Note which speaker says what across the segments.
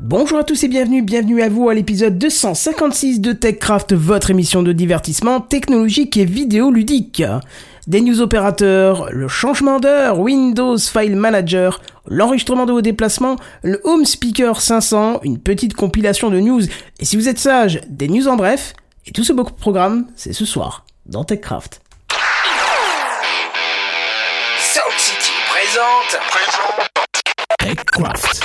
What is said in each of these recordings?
Speaker 1: Bonjour à tous et bienvenue, bienvenue à vous à l'épisode 256 de TechCraft, votre émission de divertissement technologique et vidéoludique. Des news opérateurs, le changement d'heure, Windows File Manager, l'enregistrement de vos déplacements, le Home Speaker 500, une petite compilation de news, et si vous êtes sage, des news en bref, et tout ce beau programme, c'est ce soir, dans TechCraft.
Speaker 2: Sound City présente.
Speaker 3: TechCraft.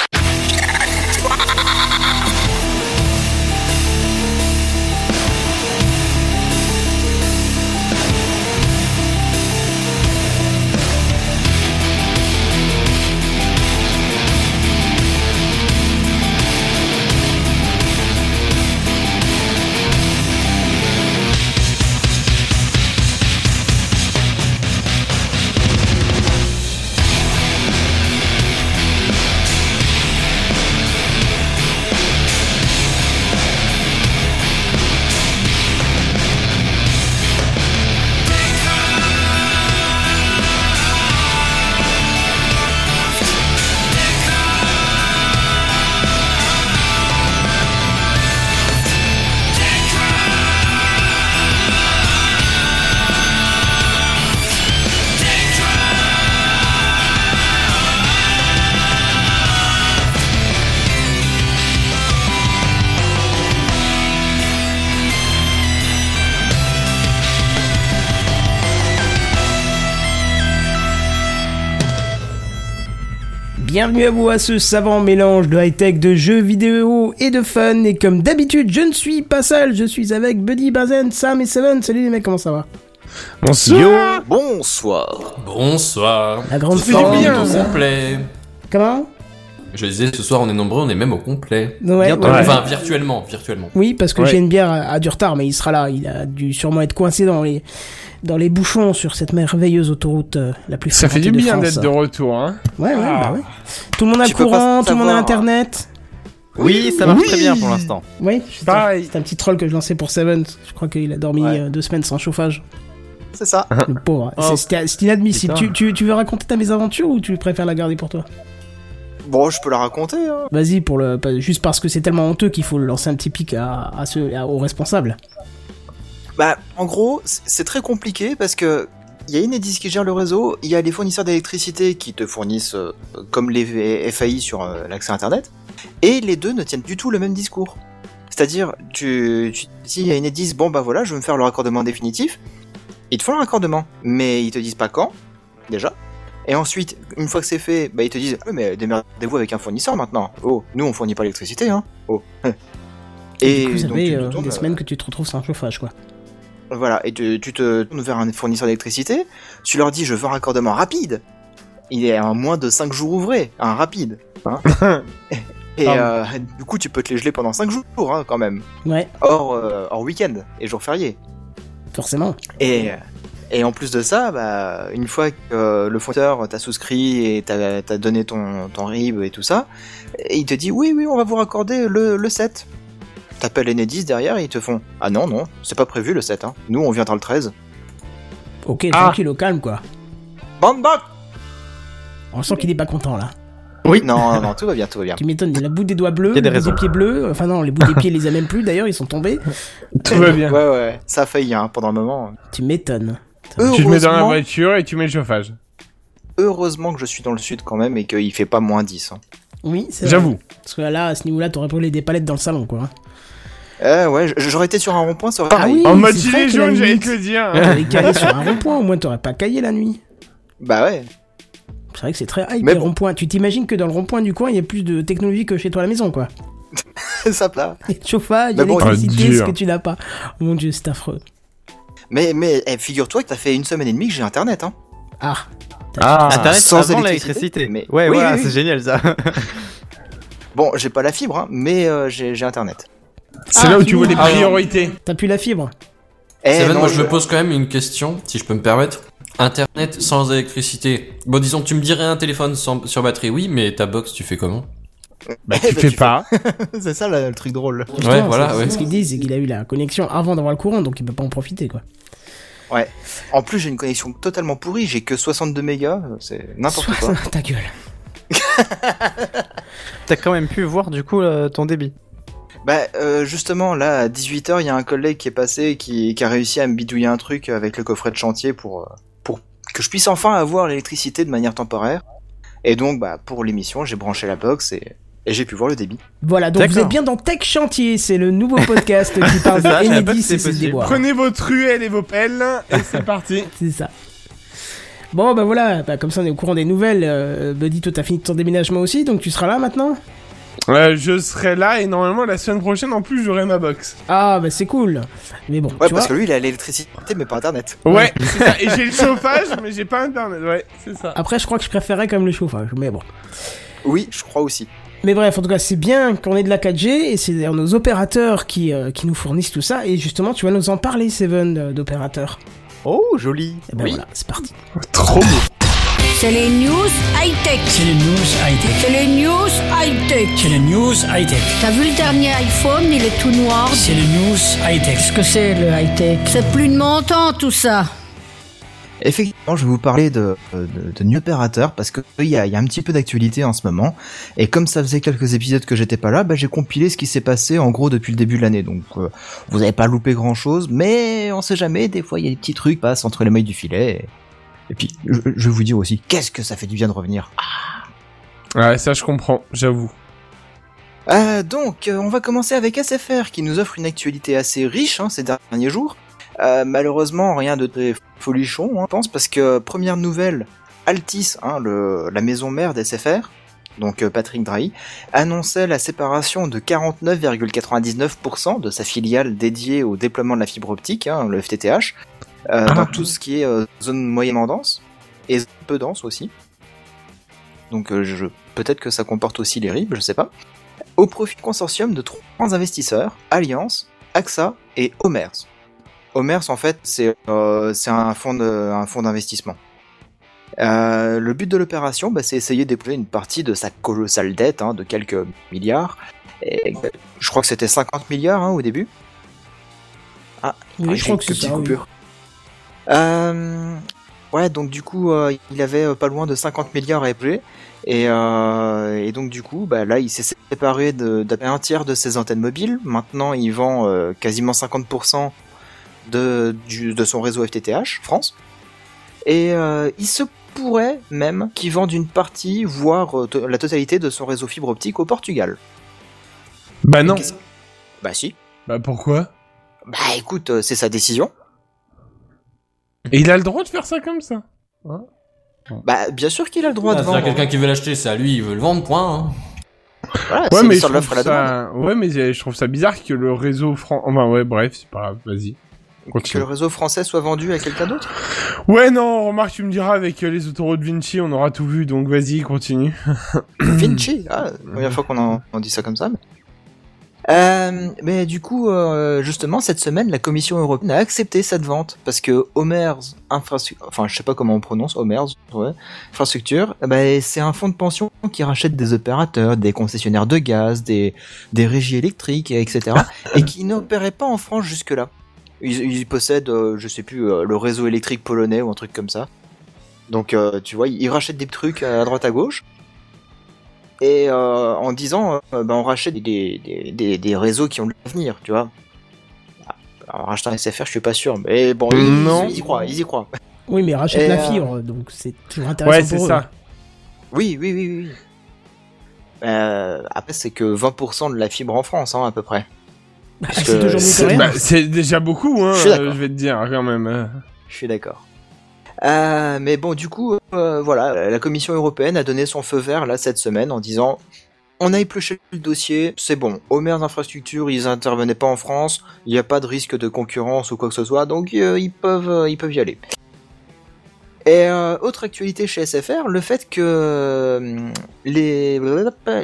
Speaker 1: Bienvenue à vous à ce savant mélange de high-tech, de jeux vidéo et de fun. Et comme d'habitude, je ne suis pas seul, je suis avec Buddy, Bazen, Sam et Seven. Salut les mecs, comment ça va
Speaker 4: Bonsoir. Bonsoir.
Speaker 5: Bonsoir.
Speaker 1: La grande
Speaker 5: ce soir, on
Speaker 1: famille.
Speaker 5: est au complet.
Speaker 1: Comment
Speaker 5: Je disais, ce soir, on est nombreux, on est même au complet.
Speaker 1: Ouais,
Speaker 4: Bientôt.
Speaker 1: ouais.
Speaker 5: Enfin, virtuellement, virtuellement.
Speaker 1: Oui, parce que
Speaker 4: Ouais.
Speaker 1: j'ai une bière à du retard, mais il sera là. Il a dû sûrement être coincé dans les, dans les bouchons sur cette merveilleuse autoroute euh, la plus
Speaker 6: Ça fait
Speaker 1: fréquentée
Speaker 6: du
Speaker 1: de
Speaker 6: bien
Speaker 1: France.
Speaker 6: d'être de retour, hein
Speaker 1: Ouais, ouais,
Speaker 6: Ah.
Speaker 1: bah ouais. Tout le monde a
Speaker 4: Tu peux
Speaker 1: courant,
Speaker 4: pas
Speaker 1: tout le monde a
Speaker 4: savoir.
Speaker 1: internet.
Speaker 4: Oui, ça marche
Speaker 6: Oui.
Speaker 4: très bien pour l'instant.
Speaker 1: Oui, c'est un,
Speaker 6: Pareil.
Speaker 1: c'est un petit troll que je lançais pour Seven. Je crois qu'il a dormi
Speaker 4: Ouais.
Speaker 1: euh, deux semaines sans chauffage.
Speaker 4: C'est ça.
Speaker 1: Le pauvre.
Speaker 4: Oh.
Speaker 1: C'est- C'était c'est inadmissible.
Speaker 4: Putain.
Speaker 1: Tu, tu, tu veux raconter ta mésaventure ou tu préfères la garder pour toi
Speaker 4: Bon, je peux la raconter. Hein.
Speaker 1: Vas-y, pour le, pas- juste parce que c'est tellement honteux qu'il faut lancer un petit pic à, à ceux, à- aux responsables.
Speaker 4: Bah, en gros, c- c'est très compliqué parce que il y a Enedis qui gère le réseau, il y a les fournisseurs d'électricité qui te fournissent euh, comme les V- FAI sur euh, l'accès Internet, et les deux ne tiennent du tout le même discours. C'est-à-dire, tu, tu si y a Enedis, bon bah voilà, je veux me faire le raccordement définitif, ils te font le raccordement, mais ils te disent pas quand, déjà. Et ensuite, une fois que c'est fait, bah ils te disent, Ah, mais démerdez-vous avec un fournisseur maintenant. Oh, nous on fournit pas l'électricité, hein. Oh.
Speaker 1: Et du coup, ça
Speaker 4: donc,
Speaker 1: fait
Speaker 4: tu te
Speaker 1: euh,
Speaker 4: tournes,
Speaker 1: des
Speaker 4: euh,
Speaker 1: semaines que tu te retrouves sans chauffage, quoi.
Speaker 4: voilà, et tu, tu te tournes vers un fournisseur d'électricité, tu leur dis je veux un raccordement rapide. Il est en moins de 5 jours ouvrés, un rapide. hein. et
Speaker 6: Pardon.
Speaker 4: euh, du coup, tu peux te les geler pendant 5 jours hein, quand même,
Speaker 1: Ouais,
Speaker 4: hors, euh, hors week-end et jours fériés.
Speaker 1: forcément.
Speaker 4: Et, et en plus de ça, bah, une fois que euh, le fournisseur t'a souscrit et t'a t'a donné ton, ton RIB et tout ça, et il te dit oui, oui, on va vous raccorder le, le 7. T'appelles Enedis derrière et ils te font Ah non, non, c'est pas prévu le 7, hein. nous on viendra le 13.
Speaker 1: Ok,
Speaker 6: Ah.
Speaker 1: tranquille, au calme, quoi.
Speaker 4: Bande bande
Speaker 1: On sent qu'il est pas content, là.
Speaker 4: Non, non, non, tout va bien, tout va bien.
Speaker 1: Tu m'étonnes, il a la bout des doigts bleus,
Speaker 7: Il y a
Speaker 1: le
Speaker 7: des
Speaker 1: bout
Speaker 7: raisons.
Speaker 1: des pieds bleus. Enfin, non, les bouts des pieds, il les a même plus, d'ailleurs, ils sont tombés.
Speaker 6: Tout va bien.
Speaker 4: Ouais, ouais, ça a failli hein, pendant un moment.
Speaker 1: Tu m'étonnes.
Speaker 6: Tu te mets dans la
Speaker 4: Heureusement,
Speaker 6: voiture et tu mets le chauffage.
Speaker 4: heureusement que je suis dans le sud quand même et qu'il fait pas moins 10. Hein.
Speaker 1: Oui, c'est vrai.
Speaker 6: J'avoue.
Speaker 1: Parce que là, à ce niveau-là, t'aurais brûlé des palettes dans le salon, quoi.
Speaker 4: Eh ouais, j- j'aurais été sur un rond-point, ça aurait
Speaker 1: Ah oui,
Speaker 6: En mode
Speaker 1: c'est vrai
Speaker 6: gilet
Speaker 1: que la
Speaker 6: jaune, j'allais
Speaker 1: nuit,
Speaker 6: te le dire. hein.
Speaker 1: T'aurais calé sur un rond-point, au moins t'aurais pas caillé la nuit.
Speaker 4: Bah ouais.
Speaker 1: C'est vrai que c'est très hype
Speaker 4: Mais
Speaker 1: les
Speaker 4: bon.
Speaker 1: ronds-points. Tu t'imagines que dans le rond-point du coin, il y a plus de technologie que chez toi à la maison, quoi.
Speaker 4: ça plat.
Speaker 1: Il y a le chauffage, il y a
Speaker 4: Mais bon,
Speaker 1: l'électricité,
Speaker 6: Ah,
Speaker 1: ce
Speaker 6: dur.
Speaker 1: que tu n'as pas. Oh Mon dieu, c'est affreux.
Speaker 4: Mais, mais eh, figure-toi que t'as fait une semaine et demie que j'ai internet, hein.
Speaker 1: Ah,
Speaker 8: Ah,
Speaker 6: Ah,
Speaker 7: Internet
Speaker 4: sans
Speaker 7: avant
Speaker 4: électricité.
Speaker 7: l'électricité.
Speaker 4: Mais-
Speaker 7: Ouais,
Speaker 4: Oui,
Speaker 7: voilà,
Speaker 4: oui, oui.
Speaker 7: c'est génial ça.
Speaker 4: Bon, j'ai pas la fibre, hein, mais euh, j'ai j'ai internet.
Speaker 6: C'est
Speaker 1: Ah,
Speaker 6: là où
Speaker 1: tu
Speaker 6: tu vois
Speaker 1: mets-
Speaker 6: les priorités.
Speaker 1: t'as plus la fibre.
Speaker 4: Eh,
Speaker 5: Seven,
Speaker 4: non,
Speaker 5: moi, je... me pose quand même une question, si je peux me permettre. Internet sans électricité. Bon, disons, tu me dirais un téléphone sans- sur batterie, oui, mais ta box, tu fais comment
Speaker 6: Bah,
Speaker 4: Eh
Speaker 6: tu
Speaker 4: bah,
Speaker 6: fais
Speaker 4: tu
Speaker 6: pas.
Speaker 4: C'est ça là, le truc drôle.
Speaker 1: Putain,
Speaker 5: Ouais,
Speaker 1: c'est-
Speaker 5: voilà,
Speaker 1: c'est
Speaker 5: ouais.
Speaker 1: Ce qu'ils disent, c'est qu'il a eu la connexion avant d'avoir le courant, donc il peut pas en profiter, quoi.
Speaker 4: En plus, j'ai une connexion totalement pourrie, j'ai que 62 mégas, euh, c'est n'importe quoi.
Speaker 1: Ta gueule.
Speaker 3: T'as quand même pu voir du coup euh, ton débit.
Speaker 4: Bah euh, justement là à 18h il y a un collègue qui est passé qui, qui a réussi à me bidouiller un truc avec le coffret de chantier pour, euh, pour que je puisse enfin avoir l'électricité de manière temporaire. Et donc bah pour l'émission j'ai branché la box et, et j'ai pu voir le débit.
Speaker 1: Voilà, donc vous
Speaker 3: D'accord.
Speaker 1: êtes bien dans Tech Chantier, c'est le nouveau podcast qui parle
Speaker 3: Ça, je savais pas que
Speaker 1: d'Enedis
Speaker 3: c'était
Speaker 1: et ses
Speaker 3: possible.
Speaker 1: déboires.
Speaker 6: Prenez vos truelles et vos pelles, et c'est parti.
Speaker 1: C'est ça. Bon, bah voilà, bah, comme ça on est au courant des nouvelles. Euh, Buddy, toi t'as fini ton déménagement aussi, donc tu seras là maintenant
Speaker 6: Euh, je serai là, et normalement, la semaine prochaine, en plus, j'aurai ma box.
Speaker 1: Ah, bah c'est cool. Mais bon,
Speaker 4: Ouais
Speaker 1: tu vois,
Speaker 4: parce que lui il a l'électricité mais pas internet.
Speaker 6: Ouais, c'est ça. Et j'ai le chauffage, mais j'ai pas internet. Ouais, c'est ça.
Speaker 1: après je crois que je préférais quand même le chauffage, mais bon.
Speaker 4: Oui je crois aussi.
Speaker 1: Mais bref, en tout cas, c'est bien qu'on ait de la 4G et c'est d'ailleurs nos opérateurs qui, euh, qui nous fournissent tout ça. Et justement, tu vas nous en parler, Seven, euh, d'opérateurs.
Speaker 4: Oh joli.
Speaker 8: Eh
Speaker 1: Et ben voilà, c'est parti.
Speaker 6: Trop beau.
Speaker 7: C'est les news high-tech.
Speaker 9: C'est les news high-tech.
Speaker 7: C'est les news high-tech.
Speaker 9: C'est les news high-tech.
Speaker 7: T'as vu le dernier iPhone, il est tout noir.
Speaker 9: C'est les news high-tech.
Speaker 7: Qu'est-ce que c'est le high-tech C'est plus de mon temps tout ça.
Speaker 4: Effectivement, je vais vous parler de, de, de New Operator parce que il y a, il y a un petit peu d'actualité en ce moment. Et comme ça faisait quelques épisodes que j'étais pas là, bah, j'ai compilé ce qui s'est passé en gros depuis le début de l'année. Donc euh, vous avez pas loupé grand chose, mais on sait jamais, des fois il y a des petits trucs qui passent entre les mailles du filet. Et, et puis je, je vais vous dire aussi, qu'est-ce que ça fait du bien de revenir.
Speaker 6: Ouais, ça, je comprends, j'avoue.
Speaker 4: Euh, donc, euh, on va commencer avec SFR qui nous offre une actualité assez riche hein, ces derniers jours. Euh, malheureusement, rien de très folichon, hein, je pense, parce que première nouvelle, Altis, hein, le, la maison mère d'SFR, donc euh, Patrick Drahi, annonçait la séparation de 49,99% de sa filiale dédiée au déploiement de la fibre optique, hein, le FTTH, euh,
Speaker 6: Ah.
Speaker 4: dans tout ce qui est euh, zone moyennement dense et zone peu dense aussi. Donc, euh, je, peut-être que ça comporte aussi les RIB, je sais pas au profit de consortium de trois investisseurs, Alliance, AXA et Omers. Omers, en fait, c'est euh, c'est un fonds de- un fonds d'investissement. Euh, le but de l'opération, bah, c'est essayer de déployer une partie de sa colossale dette hein, de quelques milliards. Et, euh, je crois que c'était 50 milliards hein, au début.
Speaker 1: Oui,
Speaker 4: Ah,
Speaker 1: je
Speaker 4: j'ai
Speaker 1: crois
Speaker 4: une
Speaker 1: que c'est
Speaker 4: petite
Speaker 1: ça. oui.
Speaker 4: coupure. Euh, ouais, donc du coup, euh, il avait euh, pas loin de 50 milliards à épeler. Et, euh, et donc du coup, bah, là, il s'est séparé de, d'à peu près un tiers de ses antennes mobiles. Maintenant, il vend euh, quasiment 50% de, du- de son réseau FTTH France. Et euh, il se pourrait même qu'il vende une partie, voire euh, to- la totalité de son réseau fibre optique au Portugal.
Speaker 6: Bah non.
Speaker 4: Qu'est-ce- Bah si.
Speaker 6: Bah pourquoi
Speaker 4: Bah écoute, euh, c'est sa décision.
Speaker 6: Et il a le droit de faire ça comme ça.
Speaker 4: Bah, bien sûr qu'il a le droit de
Speaker 5: Ah, c'est-à-dire
Speaker 4: vendre.
Speaker 5: quelqu'un qui veut l'acheter, c'est à lui, il veut le vendre, point. hein.
Speaker 4: Voilà, Ah, c'est une sorte
Speaker 6: je
Speaker 4: d'offre à
Speaker 6: trouve
Speaker 4: la demande.
Speaker 6: ça... ouais, mais euh, je trouve ça bizarre que le réseau franc. Enfin ouais, bref, c'est pas grave. Vas-y.
Speaker 4: Que
Speaker 6: Continue.
Speaker 4: le réseau français soit vendu à quelqu'un d'autre
Speaker 6: Ouais, non, remarque, tu me diras avec euh, les autoroutes Vinci, on aura tout vu, donc vas-y, continue.
Speaker 4: Vinci Ah, première fois qu'on en, on dit ça comme ça. Mais, Euh, mais du coup, euh, justement, cette semaine, la Commission européenne a accepté cette vente parce que Homer's Infrastructure, enfin, je sais pas comment on prononce, Homer's ouais, Infrastructure, eh ben, c'est un fonds de pension qui rachète des opérateurs, des concessionnaires de gaz, des, des régies électriques, etc. et qui n'opérait pas en France jusque-là. Ils, ils possèdent, euh, je sais plus, euh, le réseau électrique polonais ou un truc comme ça. Donc, euh, tu vois, ils ils rachètent des trucs à droite à gauche. Et euh, en disant, euh, ben, on rachète des, des, des, des réseaux qui ont de l'avenir, tu vois. Alors, en rachetant SFR, je suis pas sûr, mais bon, ils,
Speaker 6: Non.
Speaker 4: ils y croient, ils y croient.
Speaker 1: Oui, mais rachète
Speaker 4: Et,
Speaker 1: la
Speaker 4: euh,
Speaker 1: fibre, donc c'est toujours intéressant
Speaker 6: Ouais, c'est
Speaker 1: pour eux.
Speaker 6: ça.
Speaker 4: Oui, oui, oui, oui. Euh, après, c'est que 20% de la fibre en France, hein, à peu près.
Speaker 1: Bah,
Speaker 4: Parce
Speaker 1: c'est
Speaker 4: que
Speaker 1: toujours mieux que
Speaker 6: C'est
Speaker 1: rien.
Speaker 6: bah, c'est déjà beaucoup, hein,
Speaker 4: Je suis
Speaker 6: euh,
Speaker 4: d'accord.
Speaker 6: je vais te dire, quand même. euh.
Speaker 4: Je suis d'accord. Euh, mais bon, du coup, euh, voilà, la Commission européenne a donné son feu vert là cette semaine en disant on a épluché le dossier, c'est bon. Homer's Infrastructure, ils intervenaient pas en France, il n'y a pas de risque de concurrence ou quoi que ce soit, donc euh, ils peuvent, euh, ils peuvent y aller. Et euh, autre actualité chez SFR, le fait que euh, les,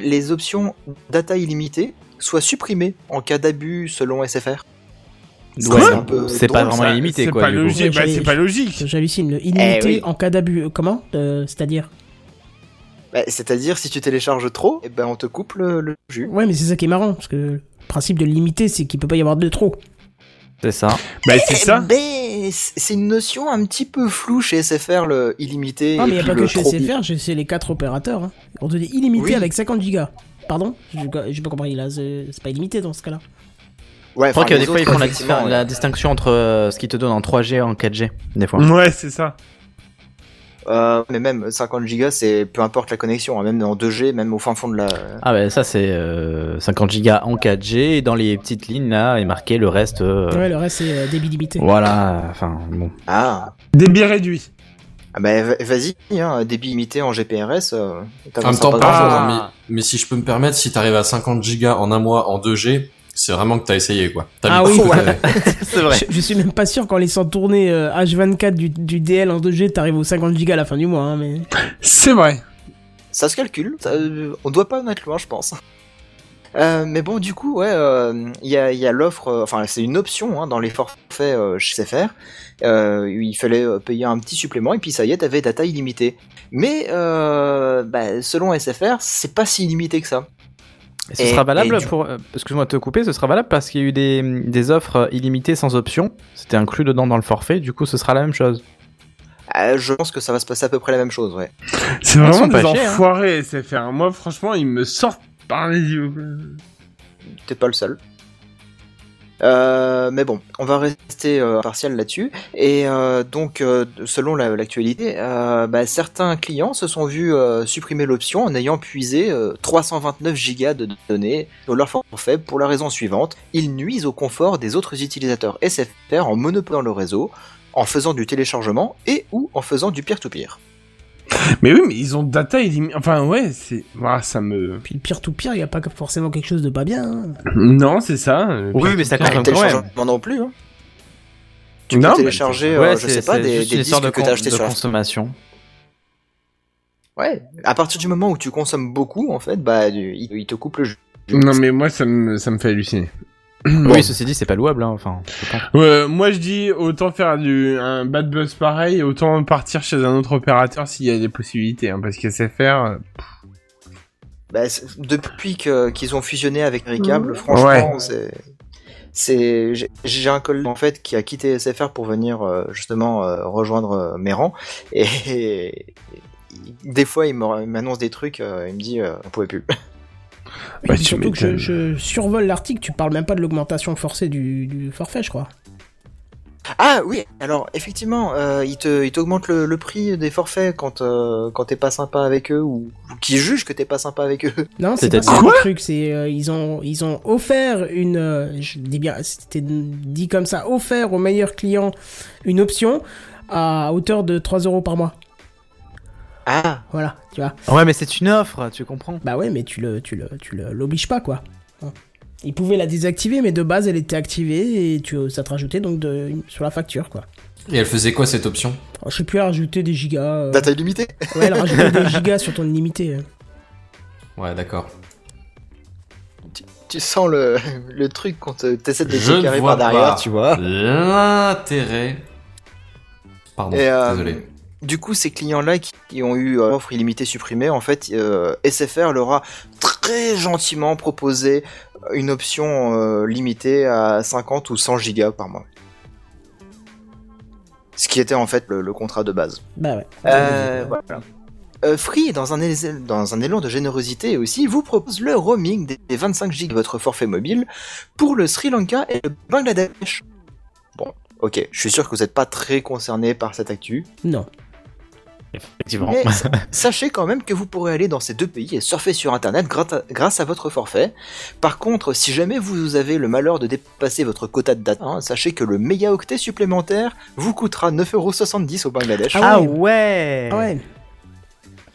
Speaker 4: les options data illimitée soient supprimées en cas d'abus selon SFR.
Speaker 3: Ouais,
Speaker 4: C'est un peu
Speaker 3: c'est pas
Speaker 4: drôle,
Speaker 3: vraiment
Speaker 6: Ça,
Speaker 3: illimité
Speaker 6: c'est
Speaker 3: quoi.
Speaker 6: Pas
Speaker 3: du coup.
Speaker 6: logique. Bah, c'est pas logique.
Speaker 1: J'hallucine, le illimité
Speaker 4: Eh oui.
Speaker 1: en cas d'abus. euh, Comment Euh, C'est-à-dire
Speaker 4: Bah, C'est-à-dire, si tu télécharges trop, eh ben, on te coupe le, le jus.
Speaker 1: Ouais, mais c'est ça qui est marrant, parce que le principe de limité, c'est qu'il peut pas y avoir de trop.
Speaker 3: C'est ça.
Speaker 6: Bah, c'est ça.
Speaker 4: Mais mais Eh ben, c'est c'est une notion un petit peu floue chez SFR, le illimité.
Speaker 1: Ah,
Speaker 4: et
Speaker 1: mais il n'y a
Speaker 4: puis
Speaker 1: pas
Speaker 4: le
Speaker 1: que chez
Speaker 4: trop bit.
Speaker 1: SFR, chez- chez les quatre opérateurs. hein. On te dit illimité
Speaker 4: Oui.
Speaker 1: avec 50 gigas. Pardon J'ai pas j'ai pas compris, là, c'est c'est pas illimité dans ce cas-là.
Speaker 4: Ouais,
Speaker 8: Je crois
Speaker 4: enfin,
Speaker 8: que
Speaker 4: les
Speaker 8: des fois,
Speaker 4: autres,
Speaker 8: ils font la,
Speaker 4: effectivement,
Speaker 8: distin-
Speaker 4: ouais.
Speaker 8: la distinction entre euh, ce qu'ils te donnent en 3G et en 4G, des
Speaker 4: Mm.
Speaker 8: fois.
Speaker 6: Ouais, c'est ça.
Speaker 4: Euh, mais même 50 gigas, c'est peu importe la connexion, hein, même en 2G, même au fin fond de la.
Speaker 8: Ah ben ça c'est euh, 50 gigas en 4G et dans les petites lignes là est marqué le reste. euh,
Speaker 1: Ouais, le reste, c'est euh, débit limité.
Speaker 8: Voilà, enfin bon.
Speaker 4: Ah,
Speaker 6: Débit réduit.
Speaker 4: ah bah va- vas-y, hein, débit imité en GPRS. euh,
Speaker 5: En même
Speaker 4: t'avanceras
Speaker 5: temps,
Speaker 4: pas
Speaker 5: par
Speaker 4: grand-chose,
Speaker 5: jour,
Speaker 4: hein.
Speaker 5: hein, mais, mais si je peux me permettre, si t'arrives à 50 gigas en un mois en 2G, c'est vraiment que t'as essayé, quoi. T'as
Speaker 1: Ah
Speaker 5: mis
Speaker 1: oui,
Speaker 5: tout euh, ce que
Speaker 1: ouais.
Speaker 5: t'avais.
Speaker 8: c'est vrai.
Speaker 1: Je, je suis même pas sûr qu'en laissant tourner euh, H24 du, du DL en 2G, t'arrives aux 50 gigas à la fin du mois. hein, mais...
Speaker 6: C'est vrai.
Speaker 4: Ça se calcule, ça- euh, on doit pas en être loin, je pense. Euh, mais bon, du coup, ouais, euh, il y a, il y a l'offre, euh, enfin, c'est une option hein, dans les forfaits euh, chez SFR. Euh, il fallait euh, payer un petit supplément et puis ça y est, t'avais data illimitée. Mais euh, bah, selon SFR, c'est pas si illimité que ça.
Speaker 8: Et ce
Speaker 4: Et-
Speaker 8: sera valable
Speaker 4: et du-
Speaker 8: pour. euh, Excuse-moi de te couper, ce sera valable parce qu'il y a eu des, des offres illimitées sans option. C'était inclus dedans dans le forfait, du coup ce sera la même chose.
Speaker 4: Euh, je pense que ça va se passer à peu près la même chose, ouais.
Speaker 6: C'est
Speaker 8: Ils
Speaker 6: vraiment
Speaker 8: sont pas
Speaker 6: des
Speaker 8: chers, hein.
Speaker 6: enfoirés, SFR. Moi, franchement, ils me sortent par les yeux.
Speaker 4: T'es pas le seul. Euh, mais bon, on va rester euh, impartial là-dessus. Et euh, donc, euh, selon la- l'actualité, euh, bah, certains clients se sont vus euh, supprimer l'option en ayant puisé euh, 329 gigas de données dans leur forfait pour la raison suivante ils nuisent au confort des autres utilisateurs SFR en monopolisant le réseau, en faisant du téléchargement et ou en faisant du peer-to-peer.
Speaker 6: Mais oui, mais ils ont data illimitée. Enfin, ouais, c'est. Ouah, ça me.
Speaker 1: Puis le pire tout pire, il n'y a pas que- forcément quelque chose de pas bien. hein.
Speaker 6: Non, c'est ça. euh,
Speaker 8: Oui, mais ça
Speaker 4: Le
Speaker 8: consomme quand même.
Speaker 4: téléchargement non plus. hein. Tu
Speaker 6: Non,
Speaker 4: peux
Speaker 6: mais-
Speaker 4: télécharger, euh,
Speaker 8: Ouais,
Speaker 4: je sais
Speaker 8: c'est-
Speaker 4: pas,
Speaker 8: c'est
Speaker 4: des,
Speaker 8: juste
Speaker 4: des
Speaker 8: une histoire
Speaker 4: disques
Speaker 8: de
Speaker 4: que
Speaker 8: con-
Speaker 4: t'as achetés
Speaker 8: de
Speaker 4: sur la
Speaker 8: consommation.
Speaker 4: Ouais, à partir du moment où tu consommes beaucoup, en fait, bah, du- il, il te coupe le jeu.
Speaker 6: Non, mais moi, ça me, ça me fait halluciner.
Speaker 8: Oui, ceci dit, c'est pas louable, hein, enfin. je sais pas.
Speaker 6: Ouais, moi, je dis, autant faire du, un bad buzz pareil, autant partir chez un autre opérateur s'il y a des possibilités. Hein, parce qu'SFR. euh,
Speaker 4: Bah, c'est- depuis que- qu'ils ont fusionné avec Recable, franchement,
Speaker 6: Ouais.
Speaker 4: c'est. C'est, j'ai- j'ai un collègue en fait qui a quitté SFR pour venir euh, justement euh, rejoindre euh, mes rangs et, il- des fois il m'en- il m'annonce des trucs, euh, il me dit euh, on pouvait plus.
Speaker 1: Et
Speaker 6: Ouais,
Speaker 1: puis
Speaker 6: tu
Speaker 1: surtout que je,
Speaker 6: m'étonnes.
Speaker 1: je survole l'article, tu parles même pas de l'augmentation forcée du, du forfait, je crois.
Speaker 4: Ah oui, alors effectivement, euh, ils te- ils t'augmentent le, le prix des forfaits quand euh, quand t'es pas sympa avec eux ou, ou qu'ils jugent que t'es pas sympa avec eux.
Speaker 1: Non, c'est pas
Speaker 8: C'est-à-dire
Speaker 1: ça le truc, c'est euh, ils ont ils ont offert une euh, je dis bien c'était dit comme ça, offert aux meilleurs clients une option à hauteur de 3 euros par mois.
Speaker 4: Ah
Speaker 1: Voilà, tu vois.
Speaker 8: Ouais, mais c'est une offre, tu comprends.
Speaker 1: Bah ouais, mais tu le tu le tu le- l'obliges pas quoi. Hein. Ils pouvaient la désactiver, mais de base elle était activée et tu ça te rajoutait donc de, sur la facture quoi.
Speaker 5: Et elle faisait quoi cette option
Speaker 1: Alors, je sais plus, elle rajoutait des gigas. euh,
Speaker 4: data illimitée.
Speaker 1: ouais, elle rajoutait des gigas sur ton illimité. euh.
Speaker 5: Ouais, d'accord.
Speaker 4: tu sens le, le truc quand te- t'essaies de
Speaker 5: Je ne
Speaker 4: décarrer
Speaker 5: vois
Speaker 4: par derrière,
Speaker 5: pas.
Speaker 4: tu vois.
Speaker 5: L'intérêt. Pardon,
Speaker 4: Et, euh,
Speaker 5: désolé.
Speaker 4: Du coup, ces clients-là qui, qui ont eu euh, l'offre illimitée supprimée, en fait, euh, SFR leur a très gentiment proposé une option euh, limitée à 50 ou 100 gigas par mois. Ce qui était en fait le, le contrat de base.
Speaker 1: Bah ouais.
Speaker 4: Euh, voilà. Euh, Free, dans un, él- dans un élan de générosité aussi, vous propose le roaming des- des 25 gigs de votre forfait mobile pour le Sri Lanka et le Bangladesh. Bon, ok, je suis sûr que vous n'êtes pas très concerné par cette actu,
Speaker 1: Non.
Speaker 8: Effectivement.
Speaker 4: mais sa- sachez quand même que vous pourrez aller dans ces deux pays et surfer sur Internet grat- grâce à votre forfait. Par contre, si jamais vous avez le malheur de dépasser votre quota de data, hein, sachez que le mégaoctet supplémentaire vous coûtera 9,70€ au Bangladesh.
Speaker 1: Ah ouais.
Speaker 8: ouais.
Speaker 1: Ah ouais.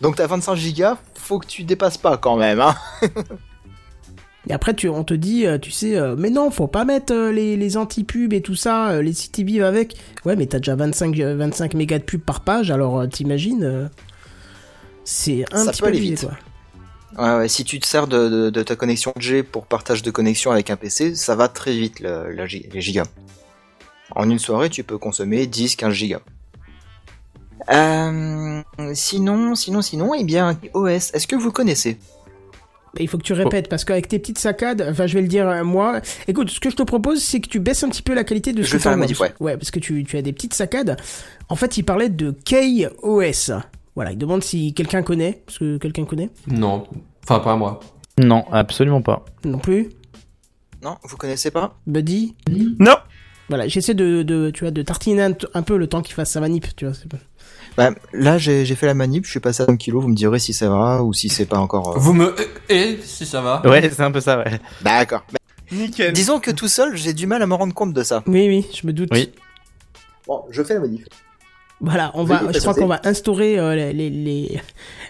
Speaker 4: Donc t'as 25 gigas, faut que tu dépasses pas quand même, hein.
Speaker 1: Et après, tu, on te dit, euh, tu sais, euh, mais non, faut pas mettre euh, les, les anti-pubs et tout ça, euh, les CTV avec. Ouais, mais t'as déjà 25, euh, 25 mégas de pub par page, alors euh, t'imagines, euh, c'est un
Speaker 4: Ça
Speaker 1: petit
Speaker 4: peut
Speaker 1: peu
Speaker 4: aller
Speaker 1: abusé,
Speaker 4: vite.
Speaker 1: quoi.
Speaker 4: Ouais, ouais, si tu te sers de, de- de ta connexion G pour partage de connexion avec un PC, ça va très vite le- la gi- les gigas. En une soirée, tu peux consommer 10-15 gigas. Euh, sinon, sinon, sinon, eh bien, OS, est-ce que vous connaissez
Speaker 1: Et il faut que tu répètes parce qu'avec tes petites saccades, enfin je vais le dire euh, moi. Écoute, ce que je te propose, c'est que tu baisses un petit peu la qualité de
Speaker 4: Je
Speaker 1: ce
Speaker 4: vais faire la
Speaker 1: Wars.
Speaker 4: modif, ouais.
Speaker 1: parce que tu, tu as des petites saccades. En fait, il parlait de KOS. Voilà, il demande si quelqu'un connaît, parce que quelqu'un connaît.
Speaker 5: Non. Enfin, pas moi.
Speaker 8: Non, absolument pas.
Speaker 1: Non plus.
Speaker 4: Non, vous connaissez pas
Speaker 1: Buddy.
Speaker 6: Non.
Speaker 1: Voilà, j'essaie de, de, tu vois, de tartiner un, t- un peu le temps qu'il fasse sa manip, tu vois. c'est pas-
Speaker 4: bah, Là, j'ai j'ai fait la manip, je suis passé à 1 kilo, vous me direz si ça va ou si c'est pas encore... euh,
Speaker 5: Vous me. Et si ça va
Speaker 8: Ouais, c'est un peu ça, ouais.
Speaker 4: D'accord. Bah,
Speaker 6: Nickel.
Speaker 4: disons que tout seul, j'ai du mal à me rendre compte de ça.
Speaker 1: Oui, oui, je me doute.
Speaker 8: Oui.
Speaker 4: Bon, je fais la modif.
Speaker 1: Voilà, on
Speaker 4: Oui,
Speaker 1: va,
Speaker 4: bah,
Speaker 1: je
Speaker 4: ça
Speaker 1: crois
Speaker 4: fait-
Speaker 1: qu'on va instaurer euh, les, les, les,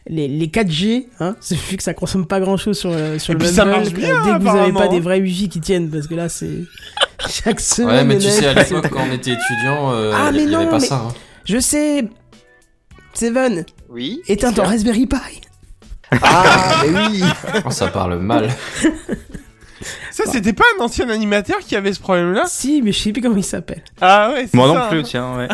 Speaker 1: les, les 4G, hein, c'est vu que ça consomme pas grand chose sur, euh, sur
Speaker 6: Et
Speaker 1: le
Speaker 6: puis ça
Speaker 1: bundle,
Speaker 6: marche bien,
Speaker 1: dès que vous avez pas
Speaker 6: apparemment.
Speaker 1: des vrais wifi qui tiennent, parce que là c'est chaque semaine.
Speaker 5: Ouais, mais
Speaker 1: le
Speaker 5: tu
Speaker 1: mec,
Speaker 5: sais, à
Speaker 1: c'est-
Speaker 5: l'époque, quand on était étudiant, euh,
Speaker 1: Ah,
Speaker 5: il
Speaker 1: mais
Speaker 5: y avait
Speaker 1: non,
Speaker 5: pas
Speaker 1: mais-
Speaker 5: ça. hein.
Speaker 1: Je sais, Seven,
Speaker 4: Oui.
Speaker 1: éteins ton Raspberry Pi.
Speaker 4: Ah, mais oui
Speaker 5: Oh, ça parle mal.
Speaker 6: Ça, c'était pas un ancien animateur qui avait ce
Speaker 4: Ah.
Speaker 6: problème-là
Speaker 1: Si, mais je sais plus comment il s'appelle.
Speaker 6: Ah ouais, c'est
Speaker 8: Moi
Speaker 6: ça,
Speaker 8: non plus,
Speaker 6: hein.
Speaker 8: tiens, ouais.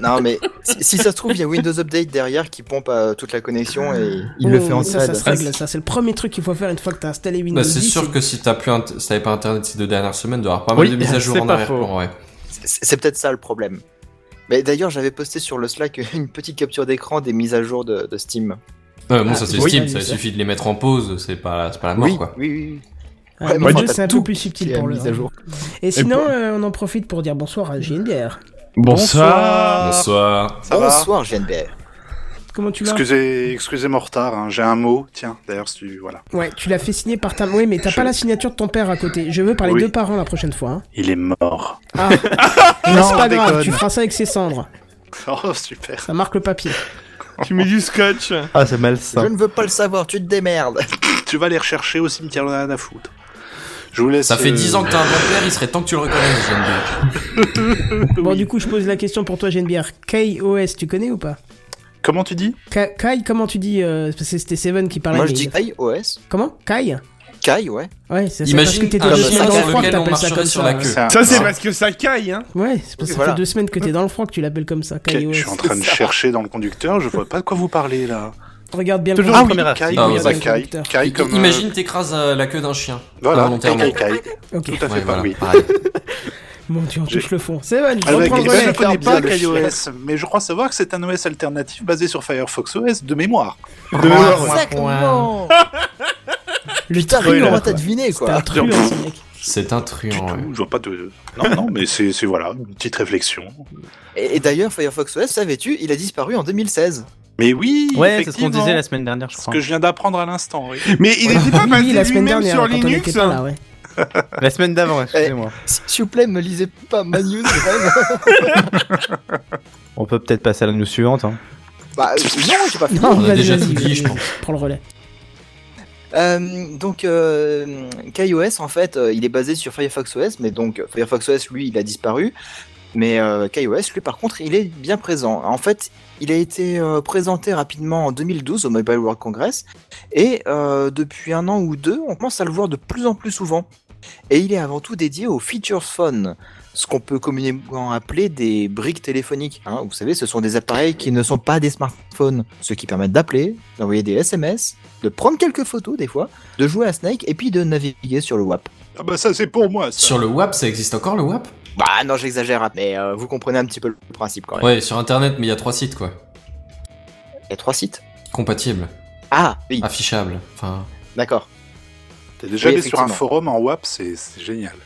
Speaker 4: Non, mais si, si ça se trouve, il y a Windows Update derrière qui pompe euh, toute la connexion et il le
Speaker 1: Oh,
Speaker 4: fait en
Speaker 1: ça, ça
Speaker 4: thread.
Speaker 1: se règle, ça. C'est le premier truc qu'il faut faire une fois que t'as installé Windows
Speaker 5: Bah, c'est
Speaker 1: 10,
Speaker 5: sûr que si t'as plus, int- si t'avais pas internet ces deux dernières semaines, doit y avoir pas mal
Speaker 8: Oui,
Speaker 5: de mises à jour
Speaker 8: c'est
Speaker 5: en
Speaker 8: pas
Speaker 5: arrière-plan, ouais.
Speaker 4: C'est c'est peut-être ça le problème. Mais d'ailleurs, j'avais posté sur le Slack une petite capture d'écran des mises à jour de, de Steam.
Speaker 5: Euh, bon,
Speaker 1: Ah,
Speaker 5: ça c'est
Speaker 1: oui,
Speaker 5: Steam,
Speaker 1: oui,
Speaker 5: ça,
Speaker 1: ça.
Speaker 5: suffit de les mettre en pause, c'est pas, c'est pas la mort,
Speaker 4: oui,
Speaker 5: quoi.
Speaker 4: oui, oui,
Speaker 1: Ah,
Speaker 4: Ouais,
Speaker 1: mais
Speaker 4: moi,
Speaker 1: Dieu,
Speaker 4: t'as
Speaker 1: c'est un
Speaker 4: tout
Speaker 1: peu plus subtil
Speaker 4: qui est
Speaker 1: pour le.
Speaker 4: mise à jour.
Speaker 1: Et sinon,
Speaker 6: pour-
Speaker 1: euh, on en profite pour dire bonsoir à JNDR.
Speaker 6: Bonsoir.
Speaker 5: Bonsoir.
Speaker 10: Ça va
Speaker 4: Bonsoir, JNBR.
Speaker 1: Comment tu l'as
Speaker 10: Excusez, excusez mon retard, hein, j'ai un mot, tiens, d'ailleurs, si tu... Voilà.
Speaker 1: Ouais, tu l'as fait signer par ta. Oui, mais t'as
Speaker 10: Je-
Speaker 1: pas la signature de ton père à côté. Je veux parler
Speaker 10: Oui.
Speaker 1: deux parents la prochaine fois. hein.
Speaker 10: Il est mort.
Speaker 1: Ah, c'est pas grave,
Speaker 10: déconne.
Speaker 1: tu feras ça avec ses cendres.
Speaker 10: Oh, super.
Speaker 1: Ça marque le papier.
Speaker 6: Tu mets du scotch.
Speaker 8: Ah, c'est
Speaker 4: Je
Speaker 8: malsain.
Speaker 4: ne veux pas le savoir, tu te démerdes.
Speaker 10: Tu vas les rechercher au cimetière de la foutre. Je vous laisse...
Speaker 5: Ça fait
Speaker 10: euh,
Speaker 5: 10 ans que t'as un bon père, il serait temps que tu le reconnaisses, JNBR.
Speaker 1: Bon, du coup, je pose la question pour toi, JNBR. KOS, tu connais ou pas
Speaker 10: Comment tu dis
Speaker 1: Ka- Kai, comment tu dis euh, parce que C'était Seven qui parlait.
Speaker 4: Moi, je
Speaker 1: mais-
Speaker 4: dis Kai OS.
Speaker 1: Comment Kai
Speaker 4: Kai, ouais.
Speaker 1: Ouais, c'est c'est parce que
Speaker 5: Imagine
Speaker 1: t'étais
Speaker 5: un
Speaker 1: deux
Speaker 4: comme
Speaker 5: chien
Speaker 1: semaines dans le
Speaker 5: sur
Speaker 1: froid que
Speaker 5: lequel on
Speaker 1: t'appelles ça
Speaker 5: marcherait
Speaker 1: comme
Speaker 5: sur
Speaker 1: ça. hein.
Speaker 5: la queue.
Speaker 10: C'est un-
Speaker 6: Ça, c'est
Speaker 10: Ah.
Speaker 6: parce que ça caille, hein.
Speaker 1: Ouais, c'est parce que ça
Speaker 4: Voilà.
Speaker 1: fait deux semaines que t'es dans le froid que tu l'appelles comme ça.
Speaker 10: Je
Speaker 1: Kai
Speaker 10: suis en train de chercher dans le conducteur, je vois pas de quoi vous parlez, là.
Speaker 1: Regarde bien
Speaker 8: Toujours
Speaker 1: le
Speaker 8: en
Speaker 1: contenu.
Speaker 8: première
Speaker 10: Kai,
Speaker 5: Ah,
Speaker 10: oui,
Speaker 5: ouais.
Speaker 10: bah, Kai,
Speaker 1: Conducteur.
Speaker 10: Kai comme... euh,
Speaker 5: Imagine Ah, t'écrases euh, la queue d'un chien.
Speaker 10: Voilà, Kai,
Speaker 5: volontairement.
Speaker 10: Kai, Kai.
Speaker 1: Ok,
Speaker 10: Tout à fait,
Speaker 5: Ouais,
Speaker 10: pas,
Speaker 5: voilà, Ah,
Speaker 10: oui.
Speaker 5: pareil.
Speaker 1: bon, tu en
Speaker 10: J'ai-
Speaker 1: touches le fond. Seven,
Speaker 10: Alors,
Speaker 1: reprends le
Speaker 10: je ne
Speaker 1: relais.
Speaker 10: connais
Speaker 4: bien
Speaker 10: pas
Speaker 4: le
Speaker 10: KaiOS, mais je crois savoir que c'est un OS alternatif basé sur Firefox OS de mémoire.
Speaker 4: Exactement
Speaker 1: Le
Speaker 4: Putain,
Speaker 1: truand,
Speaker 4: Rémi, on va
Speaker 1: quoi.
Speaker 4: deviné,
Speaker 1: T'es un
Speaker 4: quoi.
Speaker 1: truand, ce mec.
Speaker 5: C'est un
Speaker 10: Du
Speaker 5: truand, ouais.
Speaker 10: tout, je vois pas de... Non, non, mais c'est c'est, voilà, une petite réflexion.
Speaker 4: Et, et d'ailleurs, Firefox OS, savais-tu, il a disparu en 2016.
Speaker 10: Mais oui,
Speaker 8: Ouais, c'est ce qu'on
Speaker 10: effectivement.
Speaker 8: disait la semaine dernière, je
Speaker 10: Ce
Speaker 8: crois.
Speaker 10: que je viens d'apprendre à l'instant, oui.
Speaker 6: Mais il n'était pas
Speaker 1: Billy, la
Speaker 6: passé
Speaker 1: semaine
Speaker 6: lui-même
Speaker 1: dernière,
Speaker 6: sur
Speaker 1: quand on
Speaker 6: Linux.
Speaker 1: était pas là, ouais.
Speaker 8: La semaine
Speaker 4: Eh.
Speaker 8: d'avant, excusez-moi.
Speaker 4: S- S'il vous plaît, me lisez pas ma news, quand même.
Speaker 8: On peut peut-être passer à la news suivante. Hein.
Speaker 4: Bah, euh, non, j'ai pas fini.
Speaker 1: Non,
Speaker 5: On a
Speaker 1: vas-y,
Speaker 5: déjà
Speaker 1: vas-y,
Speaker 5: tout dit, je
Speaker 1: vas-y,
Speaker 5: pense.
Speaker 1: Prends le relais.
Speaker 4: Euh, donc, euh, KaiOS, en fait, euh, il est basé sur Firefox OS, mais donc euh, Firefox OS, lui, il a disparu. Mais euh, KaiOS, lui, par contre, il est bien présent. En fait, il a été euh, présenté rapidement en 2012 au Mobile World Congress, et euh, depuis un an ou deux, on commence à le voir de plus en plus souvent. Et il est avant tout dédié aux features phone, ce qu'on peut communément appeler des briques téléphoniques. hein. Vous savez, ce sont des appareils qui ne sont pas des smartphones, ce qui permettent d'appeler, d'envoyer des SMS, de prendre quelques photos des fois, de jouer à Snake et puis de naviguer sur le WAP.
Speaker 10: Ah bah ça, c'est pour moi, ça.
Speaker 5: Sur le WAP, ça existe encore le WAP
Speaker 4: Bah non, j'exagère, mais euh, vous comprenez un petit peu le principe quand même.
Speaker 5: Ouais, sur internet, mais il y a trois sites, quoi.
Speaker 4: Il y a trois sites.
Speaker 5: Compatibles,
Speaker 4: Ah oui,
Speaker 5: affichables, enfin...
Speaker 4: d'accord.
Speaker 10: T'es déjà
Speaker 4: Oui,
Speaker 10: allé sur un
Speaker 4: effectivement.
Speaker 10: forum en WAP, c'est c'est génial.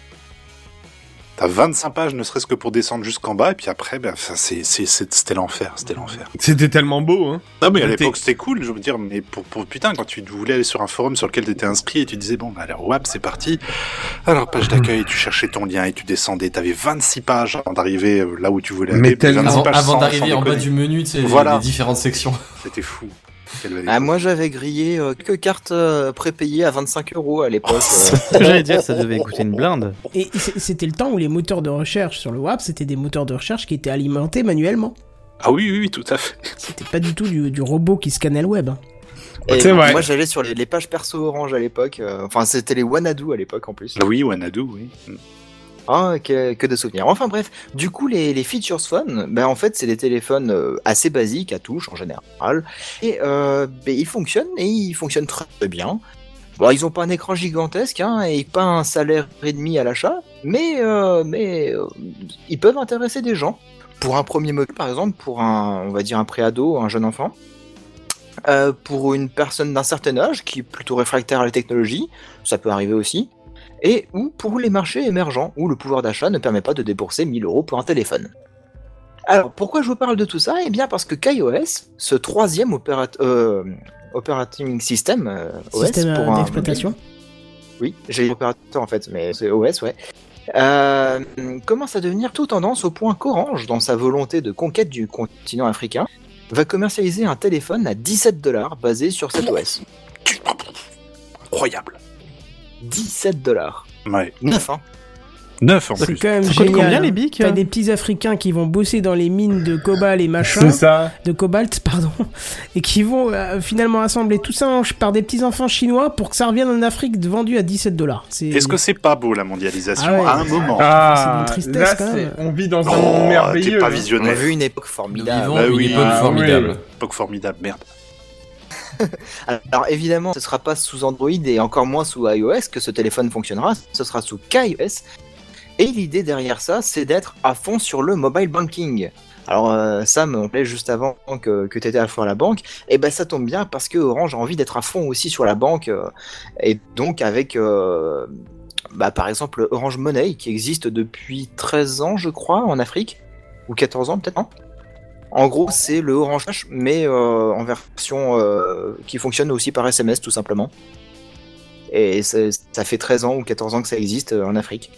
Speaker 10: T'as 25 pages, ne serait-ce que pour descendre jusqu'en bas, et puis après, ben, enfin, c'est- c'est- c'est- c'était l'enfer, c'était l'enfer.
Speaker 6: C'était tellement beau, hein.
Speaker 10: Non, mais
Speaker 6: T'es-
Speaker 10: à l'époque, c'était cool, je veux dire, mais pour, pour putain, quand tu voulais aller sur un forum sur lequel t'étais inscrit, et tu disais, bon, bah, alors WAP, c'est parti. Alors, page d'accueil, tu cherchais ton lien, et tu descendais, t'avais 26 pages avant d'arriver euh, là où tu voulais aller.
Speaker 6: Mais tellement.
Speaker 10: 26
Speaker 5: Avant,
Speaker 10: pages
Speaker 5: avant
Speaker 10: sans-
Speaker 5: d'arriver
Speaker 10: sans
Speaker 5: en bas
Speaker 10: déconner.
Speaker 5: du menu, tu sais, les-
Speaker 10: Voilà.
Speaker 5: les différentes sections.
Speaker 10: C'était fou. Quelle valeur.
Speaker 4: Ah, moi j'avais grillé euh, que cartes euh, prépayées à 25 euros à l'époque. euh.
Speaker 8: Ce que j'allais dire, ça devait coûter une blinde.
Speaker 1: Et c- c'était le temps où les moteurs de recherche sur le WAP, c'était des moteurs de recherche qui étaient alimentés manuellement.
Speaker 10: Ah oui, oui, oui, tout à fait.
Speaker 1: C'était pas du tout du, du robot qui scannait le web. hein.
Speaker 4: Et
Speaker 6: C'est vrai.
Speaker 4: Moi j'allais sur les, les pages perso orange à l'époque. euh, Enfin, c'était les Wanadu à l'époque en plus.
Speaker 10: Ah Oui, Wanadu, oui.
Speaker 4: Ah, que, que de souvenirs. Enfin bref, du coup les, les features phone, ben en fait c'est des téléphones euh, assez basiques à touche en général, et euh, ben, ils fonctionnent et ils fonctionnent très bien. Bon, ils ont pas un écran gigantesque hein, et pas un salaire et demi à l'achat, mais euh, mais euh, ils peuvent intéresser des gens. Pour un premier modèle, par exemple, pour un on va dire un préado, un jeune enfant, euh, pour une personne d'un certain âge qui est plutôt réfractaire à la technologie, ça peut arriver aussi et ou pour les marchés émergents où le pouvoir d'achat ne permet pas de débourser 1000 euros pour un téléphone. Alors pourquoi je vous parle de tout ça Eh bien parce que KaiOS, ce troisième opérat- euh, operating system, euh, OS
Speaker 1: Système
Speaker 4: pour
Speaker 1: euh,
Speaker 4: un-
Speaker 1: d'exploitation.
Speaker 4: oui, j'ai l'opérateur en fait, mais c'est OS, ouais. Euh, commence à devenir tout tendance au point qu'Orange, dans sa volonté de conquête du continent africain, va commercialiser un téléphone à 17 dollars basé sur cet OS.
Speaker 10: Incroyable.
Speaker 4: 17 dollars.
Speaker 10: Ouais.
Speaker 4: 9, hein.
Speaker 10: 9 en
Speaker 1: C'est
Speaker 10: plus.
Speaker 1: quand même
Speaker 8: Ça coûte
Speaker 1: génial.
Speaker 8: combien, les
Speaker 1: hein.
Speaker 8: bics euh
Speaker 1: T'as des petits Africains qui vont bosser dans les mines de cobalt et machin,
Speaker 6: C'est ça.
Speaker 1: de cobalt, pardon, et qui vont euh, finalement assembler tout ça en- par des petits enfants chinois pour que ça revienne en Afrique vendu à 17 dollars. C'est
Speaker 10: Est-ce que c'est pas beau la mondialisation
Speaker 1: Ah ouais.
Speaker 10: À un moment.
Speaker 6: Ah,
Speaker 1: c'est d'une
Speaker 6: là,
Speaker 1: tristesse, quand
Speaker 6: c'est-
Speaker 1: même.
Speaker 6: on vit dans un monde
Speaker 10: Oh,
Speaker 6: merveilleux.
Speaker 10: t'es pas
Speaker 6: hein.
Speaker 10: visionnaire.
Speaker 4: On a vu une époque
Speaker 5: Nous
Speaker 4: formidable.
Speaker 5: vivons
Speaker 10: Bah
Speaker 5: une
Speaker 10: oui.
Speaker 5: époque
Speaker 6: Ah, oui.
Speaker 5: formidable.
Speaker 10: Époque formidable, merde.
Speaker 4: Alors évidemment, ce sera pas sous Android et encore moins sous iOS que ce téléphone fonctionnera, ce sera sous KaiOS. Et l'idée derrière ça, c'est d'être à fond sur le mobile banking. Alors euh, Sam, on plaît juste avant que, que tu étais à fond à la banque, et ben ça tombe bien parce que Orange a envie d'être à fond aussi sur la banque, euh, et donc avec euh, bah, par exemple Orange Money qui existe depuis 13 ans je crois en Afrique, ou 14 ans peut-être, non en gros, c'est le Orange Cash, mais euh, en version euh, qui fonctionne aussi par SMS, tout simplement. Et c'est- ça fait 13 ans ou 14 ans que ça existe euh, en Afrique.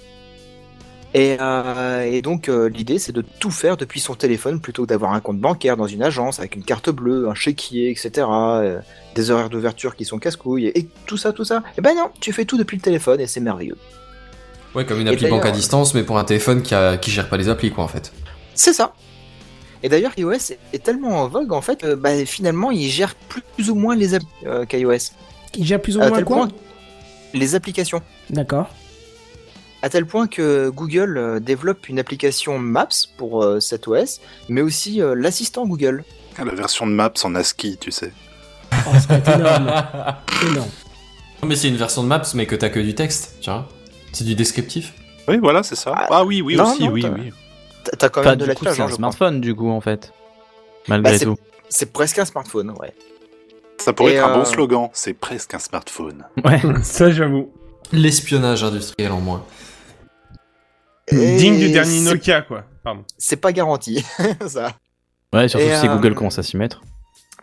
Speaker 4: Et, euh, et donc, euh, l'idée, c'est de tout faire depuis son téléphone plutôt que d'avoir un compte bancaire dans une agence avec une carte bleue, un chéquier, etc. euh, des horaires d'ouverture qui sont casse-couilles, et, et tout ça, tout ça. Et ben non, tu fais tout depuis le téléphone et c'est merveilleux.
Speaker 5: Ouais, comme une
Speaker 4: Et
Speaker 5: appli banque à
Speaker 4: d'ailleurs-
Speaker 5: distance, mais pour un téléphone qui, a- qui gère pas les applis, quoi, en fait.
Speaker 4: C'est ça. Et d'ailleurs, iOS est tellement en vogue en fait, que, bah, finalement, il gère plus ou moins les applis euh, qu'iOS.
Speaker 1: Qui gère plus ou
Speaker 4: À
Speaker 1: moins
Speaker 4: tel
Speaker 1: quoi
Speaker 4: point les applications.
Speaker 1: D'accord.
Speaker 4: À tel point que Google euh, développe une application Maps pour euh, cet OS, mais aussi euh, l'assistant Google.
Speaker 10: Ah, La version de Maps en ASCII, tu sais.
Speaker 1: Oh, ça va être énorme. énorme.
Speaker 5: Non, mais c'est une version de Maps, mais que t'as que du texte, tu vois. C'est du descriptif.
Speaker 10: Oui, voilà, c'est ça.
Speaker 4: Ah,
Speaker 10: Ah oui, oui,
Speaker 4: non,
Speaker 10: aussi,
Speaker 4: non,
Speaker 10: oui,
Speaker 4: t'as-
Speaker 10: oui.
Speaker 4: T'as- T'as quand même
Speaker 8: Enfin,
Speaker 4: de
Speaker 8: du
Speaker 4: la hein,
Speaker 8: coup, c'est un
Speaker 4: je crois.
Speaker 8: smartphone, du coup, en fait. Malgré
Speaker 4: Bah, c'est-
Speaker 8: tout.
Speaker 4: C'est presque un smartphone, ouais.
Speaker 10: Ça pourrait
Speaker 4: Et,
Speaker 10: être un
Speaker 4: euh,
Speaker 10: bon slogan. C'est presque un smartphone.
Speaker 8: Ouais.
Speaker 6: Ça, j'avoue.
Speaker 5: L'espionnage industriel en moins.
Speaker 4: Et
Speaker 6: Digne du dernier
Speaker 4: c'est-
Speaker 6: Nokia, quoi. Pardon.
Speaker 4: C'est pas garanti, ça.
Speaker 8: Ouais, surtout
Speaker 4: Et,
Speaker 8: si
Speaker 4: euh,
Speaker 8: Google commence à s'y mettre.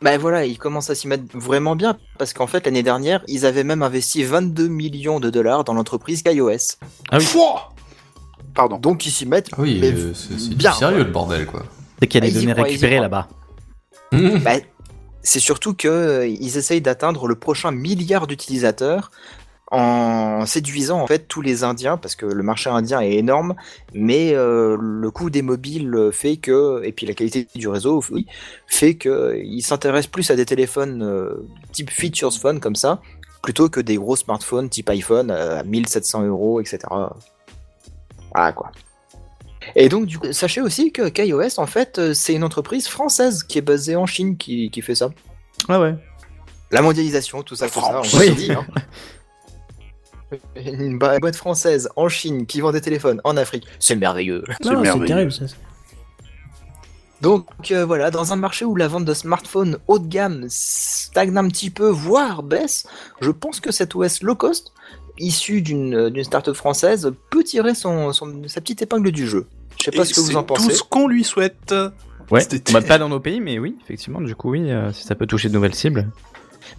Speaker 4: Bah voilà, ils commencent à s'y mettre vraiment bien, parce qu'en fait, l'année dernière, ils avaient même investi 22 millions de dollars dans l'entreprise iOS.
Speaker 8: Ah oui.
Speaker 10: Pouah Pardon.
Speaker 4: Donc ils s'y mettent,
Speaker 5: Ah oui,
Speaker 4: Mais
Speaker 5: euh, c'est c'est
Speaker 4: bien,
Speaker 5: du sérieux
Speaker 4: quoi.
Speaker 5: le bordel, quoi.
Speaker 8: C'est qu'il y a des
Speaker 4: Ah, ils y
Speaker 8: données
Speaker 4: croient, ils y
Speaker 8: récupérées
Speaker 4: croient.
Speaker 8: là-bas.
Speaker 5: Mmh.
Speaker 4: Bah, c'est surtout que euh, ils essayent d'atteindre le prochain milliard d'utilisateurs en séduisant en fait tous les Indiens parce que le marché indien est énorme, mais euh, le coût des mobiles fait que et puis la qualité du réseau oui, fait que ils s'intéressent plus à des téléphones euh, type features phone comme ça plutôt que des gros smartphones type iPhone euh, à 1700 euros etc. Voilà quoi. Et donc, du coup, sachez aussi que KaiOS, en fait, euh, c'est une entreprise française qui est basée en Chine qui, qui fait ça.
Speaker 8: Ah ouais.
Speaker 4: La mondialisation, tout ça, tout ça, on
Speaker 10: France.
Speaker 4: s'est
Speaker 8: Oui.
Speaker 4: dit. hein. Une ba- boîte française en Chine qui vend des téléphones en Afrique, c'est merveilleux.
Speaker 10: C'est
Speaker 1: Non, c'est
Speaker 10: merveilleux.
Speaker 1: terrible ça.
Speaker 4: Donc euh, voilà, dans un marché où la vente de smartphones haut de gamme stagne un petit peu, voire baisse, je pense que cet OS low cost, issu d'une euh, d'une start-up française, peut tirer son, son- sa petite épingle du jeu. Je sais pas
Speaker 10: Et
Speaker 4: ce que vous
Speaker 10: c'est
Speaker 4: en
Speaker 10: Tout
Speaker 4: pensez.
Speaker 10: ce qu'on lui souhaite.
Speaker 8: Ouais.
Speaker 10: C'était-
Speaker 8: Bah, pas dans nos pays, mais oui, effectivement, du coup, oui, euh, si ça peut toucher de nouvelles cibles.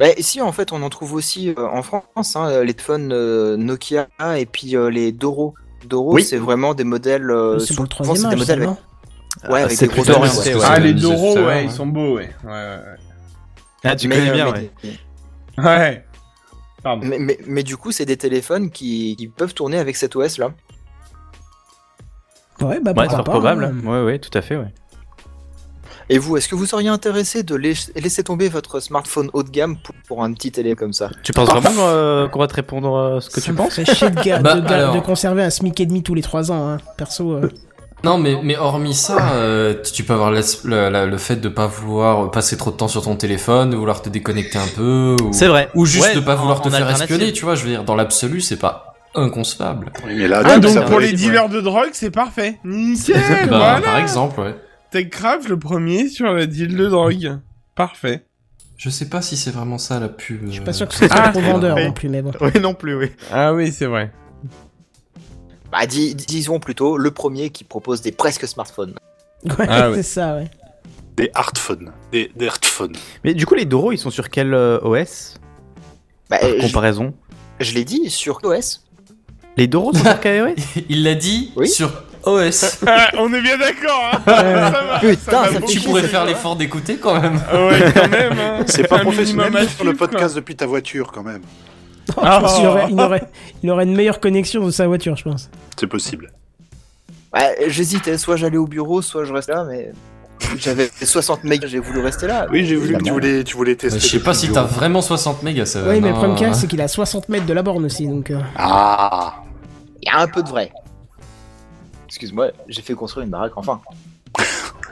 Speaker 4: Bah, si, en fait, on en trouve aussi euh, en France, hein, les téléphones euh, Nokia et puis euh, les Doro. Doro,
Speaker 8: Oui.
Speaker 4: c'est vraiment des modèles. euh,
Speaker 1: c'est pour le
Speaker 4: souvent,
Speaker 1: troisième
Speaker 4: c'est des
Speaker 1: âge,
Speaker 4: modèles avec-
Speaker 1: seulement.
Speaker 4: ouais,
Speaker 8: Ah,
Speaker 4: avec
Speaker 8: c'est
Speaker 4: des grosses
Speaker 8: plutôt
Speaker 4: antennes.
Speaker 8: orienté, ouais.
Speaker 6: Ah, les
Speaker 5: c'est-
Speaker 6: Doros,
Speaker 5: c'est-
Speaker 6: ouais,
Speaker 5: ouais.
Speaker 6: ils sont beaux, ouais. Ouais, ouais,
Speaker 8: Ah, tu
Speaker 4: Mais,
Speaker 8: connais
Speaker 4: euh,
Speaker 8: bien,
Speaker 4: mais
Speaker 8: ouais.
Speaker 4: des-
Speaker 6: ouais. Pardon.
Speaker 4: mais, mais- mais du coup, c'est des téléphones qui, qui peuvent tourner avec cet OS là.
Speaker 1: Ouais, bah
Speaker 8: Ouais, c'est
Speaker 1: pourquoi
Speaker 8: fort
Speaker 1: pas,
Speaker 8: probable.
Speaker 1: hein.
Speaker 8: Ouais, ouais, tout à fait, ouais.
Speaker 4: Et vous, est-ce que vous seriez intéressé de laiss- laisser tomber votre smartphone haut de gamme pour, pour un petit télé comme ça
Speaker 8: Tu penses vraiment euh, qu'on va te répondre euh, ce que
Speaker 1: Ça
Speaker 8: tu
Speaker 1: me
Speaker 8: penses
Speaker 1: ferait chier de, ga-
Speaker 5: Bah,
Speaker 1: de ga-
Speaker 5: alors.
Speaker 1: de conserver un SMIC et demi tous les 3 ans, hein. perso. euh.
Speaker 5: Non, mais, mais hormis ça, euh, tu- tu peux avoir l'as- la- la- le fait de pas vouloir passer trop de temps sur ton téléphone, de vouloir te déconnecter un peu, ou,
Speaker 8: C'est vrai.
Speaker 5: ou juste
Speaker 8: Ouais,
Speaker 5: de pas vouloir
Speaker 8: en-
Speaker 5: te
Speaker 8: en
Speaker 5: faire
Speaker 8: alternative.
Speaker 5: espionner, tu vois. Je veux dire, dans l'absolu, c'est pas inconcevable.
Speaker 10: Oui, mais là,
Speaker 6: Ah,
Speaker 10: tu-
Speaker 6: donc
Speaker 10: ça
Speaker 6: pour
Speaker 10: va-
Speaker 6: les dealers de drogue, c'est parfait. Nickel,
Speaker 5: Bah,
Speaker 6: voilà.
Speaker 5: Par exemple, ouais.
Speaker 6: Techcraft, le premier sur le deal de drogue. Parfait.
Speaker 5: Je sais pas si c'est vraiment ça la pub. euh.
Speaker 1: Je suis pas sûr que ce soit trop vendeur
Speaker 6: parfait.
Speaker 1: non plus, mais bon.
Speaker 8: Oui, non plus, oui.
Speaker 6: Ah oui, c'est vrai.
Speaker 4: Bah, dis- disons plutôt le premier qui propose des presque smartphones.
Speaker 1: Ouais,
Speaker 6: Ah ouais.
Speaker 1: c'est ça, ouais.
Speaker 10: Des hardphones. Des, des hardphones.
Speaker 8: Mais du coup, les Doro, ils sont sur quel euh, OS
Speaker 4: Bah,
Speaker 8: Par
Speaker 4: euh, je,
Speaker 8: comparaison.
Speaker 4: je l'ai dit sur OS.
Speaker 8: Les Doro sont sur quel OS
Speaker 5: Il l'a dit
Speaker 4: Oui.
Speaker 5: sur OS.
Speaker 6: Ah, on est bien d'accord, hein Ça va,
Speaker 4: Putain,
Speaker 6: va
Speaker 4: ça me
Speaker 6: beaucoup,
Speaker 5: tu pourrais
Speaker 6: ça
Speaker 5: faire
Speaker 6: va.
Speaker 5: l'effort d'écouter quand même. Bah,
Speaker 6: Ah Ouais, quand même, hein.
Speaker 10: C'est pas
Speaker 6: Un
Speaker 10: professionnel
Speaker 6: minimum
Speaker 10: de faire le
Speaker 6: actif, quoi.
Speaker 10: podcast depuis ta voiture, quand même.
Speaker 6: Ah.
Speaker 1: Je pense qu'il aurait, il aurait- il aurait une meilleure connexion de sa voiture, je pense.
Speaker 10: C'est possible.
Speaker 4: Bah, J'hésitais, soit j'allais au bureau, soit je reste là, mais j'avais 60 mégas, j'ai voulu rester là.
Speaker 10: Oui, j'ai vu que
Speaker 4: Évidemment.
Speaker 10: tu voulais, tu voulais
Speaker 5: Je
Speaker 10: tester.
Speaker 5: sais
Speaker 10: le
Speaker 5: pas
Speaker 10: truc
Speaker 5: si
Speaker 10: du
Speaker 5: t'as
Speaker 10: haut.
Speaker 5: vraiment 60 mégas. ça,
Speaker 1: oui, mais le
Speaker 5: Euh, non.
Speaker 1: problème qu'il y a, c'est qu'il a 60 mètres de la borne aussi, donc. euh,
Speaker 10: Ah
Speaker 4: Il y a un peu de vrai. Excuse-moi, j'ai fait construire une baraque, enfin.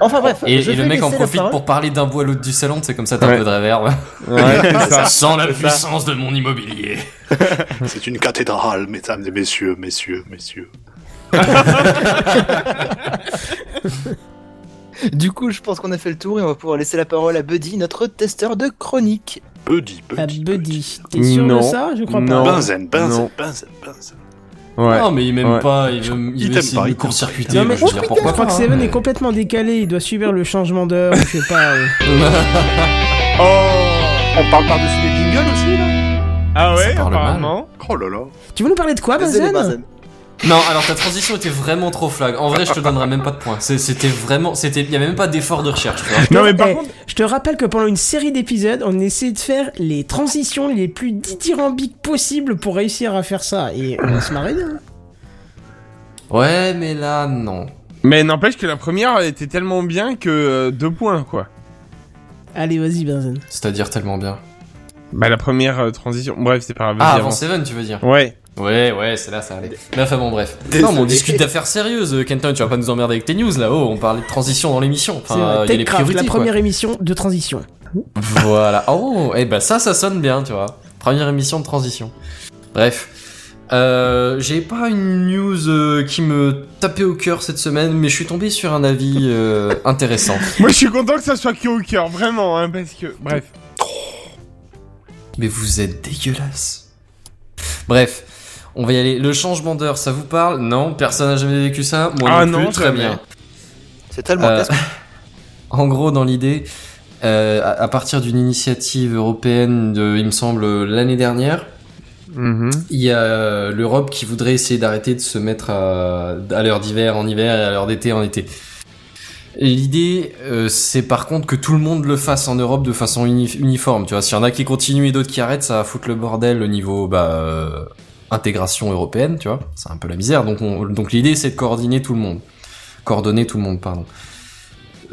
Speaker 4: Enfin bref.
Speaker 5: Et,
Speaker 4: je
Speaker 5: et le
Speaker 4: vais
Speaker 5: mec en
Speaker 4: laisser la
Speaker 5: profite
Speaker 4: parole.
Speaker 5: pour parler d'un bois à l'autre du salon, c'est comme ça t'as
Speaker 6: Ouais.
Speaker 5: un peu de réverb.
Speaker 6: Ouais, c'est ça.
Speaker 5: Sans la puissance de mon immobilier.
Speaker 10: C'est une cathédrale, mesdames et messieurs, messieurs, messieurs.
Speaker 4: Du coup, je pense qu'on a fait le tour et on va pouvoir laisser la parole à Buddy, notre testeur de chronique.
Speaker 10: Buddy,
Speaker 1: à
Speaker 10: buddy.
Speaker 1: Buddy. T'es sûr
Speaker 6: Non.
Speaker 1: de ça Je crois
Speaker 6: Non.
Speaker 1: pas.
Speaker 10: Benzen, benzen,
Speaker 6: Non.
Speaker 10: benzen, benzen.
Speaker 6: Ouais.
Speaker 5: Non, mais il m'aime
Speaker 6: Ouais.
Speaker 5: pas, il veut, il
Speaker 10: Il
Speaker 5: veut
Speaker 10: t'aime
Speaker 5: essayer
Speaker 10: pas,
Speaker 5: de me
Speaker 10: il t'aime pas.
Speaker 5: court-circuiter.
Speaker 1: Non, mais
Speaker 5: je veux dire, pourquoi
Speaker 1: je crois
Speaker 5: pas
Speaker 1: que
Speaker 5: hein,
Speaker 1: Seven
Speaker 5: mais-
Speaker 1: est complètement décalé, il doit suivre le changement d'heure, je sais pas. euh. ouais.
Speaker 6: Oh.
Speaker 10: On parle par-dessus les jingles aussi, là
Speaker 6: Ah ouais,
Speaker 5: parle mal.
Speaker 6: apparemment.
Speaker 10: Oh là là.
Speaker 1: Tu veux nous parler de quoi,
Speaker 4: Désolé,
Speaker 1: Benzen
Speaker 4: Benzen.
Speaker 5: Non, alors ta transition était vraiment trop flag. En vrai, je te donnerai même pas de points. C'est- C'était vraiment, c'était, il y avait même pas d'effort de recherche. tu vois.
Speaker 6: Non, mais par
Speaker 1: Eh,
Speaker 6: contre-
Speaker 1: Je te rappelle que pendant une série d'épisodes, on essayait de faire les transitions les plus dithyrambiques possibles pour réussir à faire ça. Et on se marrait bien.
Speaker 5: Ouais, mais là, non.
Speaker 6: Mais n'empêche que la première elle était tellement bien que euh, deux points, quoi.
Speaker 1: Allez, vas-y, Benzen.
Speaker 5: C'est-à-dire tellement bien.
Speaker 6: Bah, la première euh, transition. Bref, c'est pas grave.
Speaker 5: Ah,
Speaker 6: vas-y,
Speaker 5: avant
Speaker 6: avance.
Speaker 5: Seven, tu veux dire
Speaker 6: Ouais.
Speaker 5: Ouais, ouais, c'est là, ça allait. Mais enfin, bon, bref. Non, mais on discute d'affaires sérieuses. euh, Kenton, tu vas pas nous emmerder avec tes news là. Oh, on parlait de transition dans l'émission.
Speaker 1: C'est vrai,
Speaker 5: Enfin, il y a les
Speaker 1: Techcraft, la
Speaker 5: priorités. quoi.
Speaker 1: première émission de transition.
Speaker 5: Voilà. Oh, et bah ça, ça sonne bien, tu vois. Première émission de transition. Bref. Euh, j'ai pas une news euh, qui me tapait au cœur cette semaine, mais je suis tombé sur un avis euh, intéressant.
Speaker 6: Moi, je suis content que ça soit que au cœur, vraiment, hein, parce que. Bref.
Speaker 5: Mais vous êtes dégueulasse. Bref. On va y aller. Le changement d'heure, ça vous parle Non, personne n'a jamais vécu ça. Moi
Speaker 6: Ah
Speaker 5: non, plus,
Speaker 6: non,
Speaker 5: très
Speaker 6: jamais.
Speaker 5: bien.
Speaker 4: C'est tellement
Speaker 5: Euh,
Speaker 4: casse-
Speaker 5: En gros, dans l'idée, euh, à, à partir d'une initiative européenne de, il me semble, l'année dernière,
Speaker 8: Mhm.
Speaker 5: il y a euh, l'Europe qui voudrait essayer d'arrêter de se mettre à, à l'heure d'hiver en hiver et à l'heure d'été en été. Et L'idée, euh, c'est par contre que tout le monde le fasse en Europe de façon uni- uniforme. Tu vois, s'il y en a qui continuent et d'autres qui arrêtent, ça va foutre le bordel au niveau bah, euh, intégration européenne. Tu vois, c'est un peu la misère. Donc, on- donc l'idée, c'est de coordonner tout le monde, coordonner tout le monde, pardon.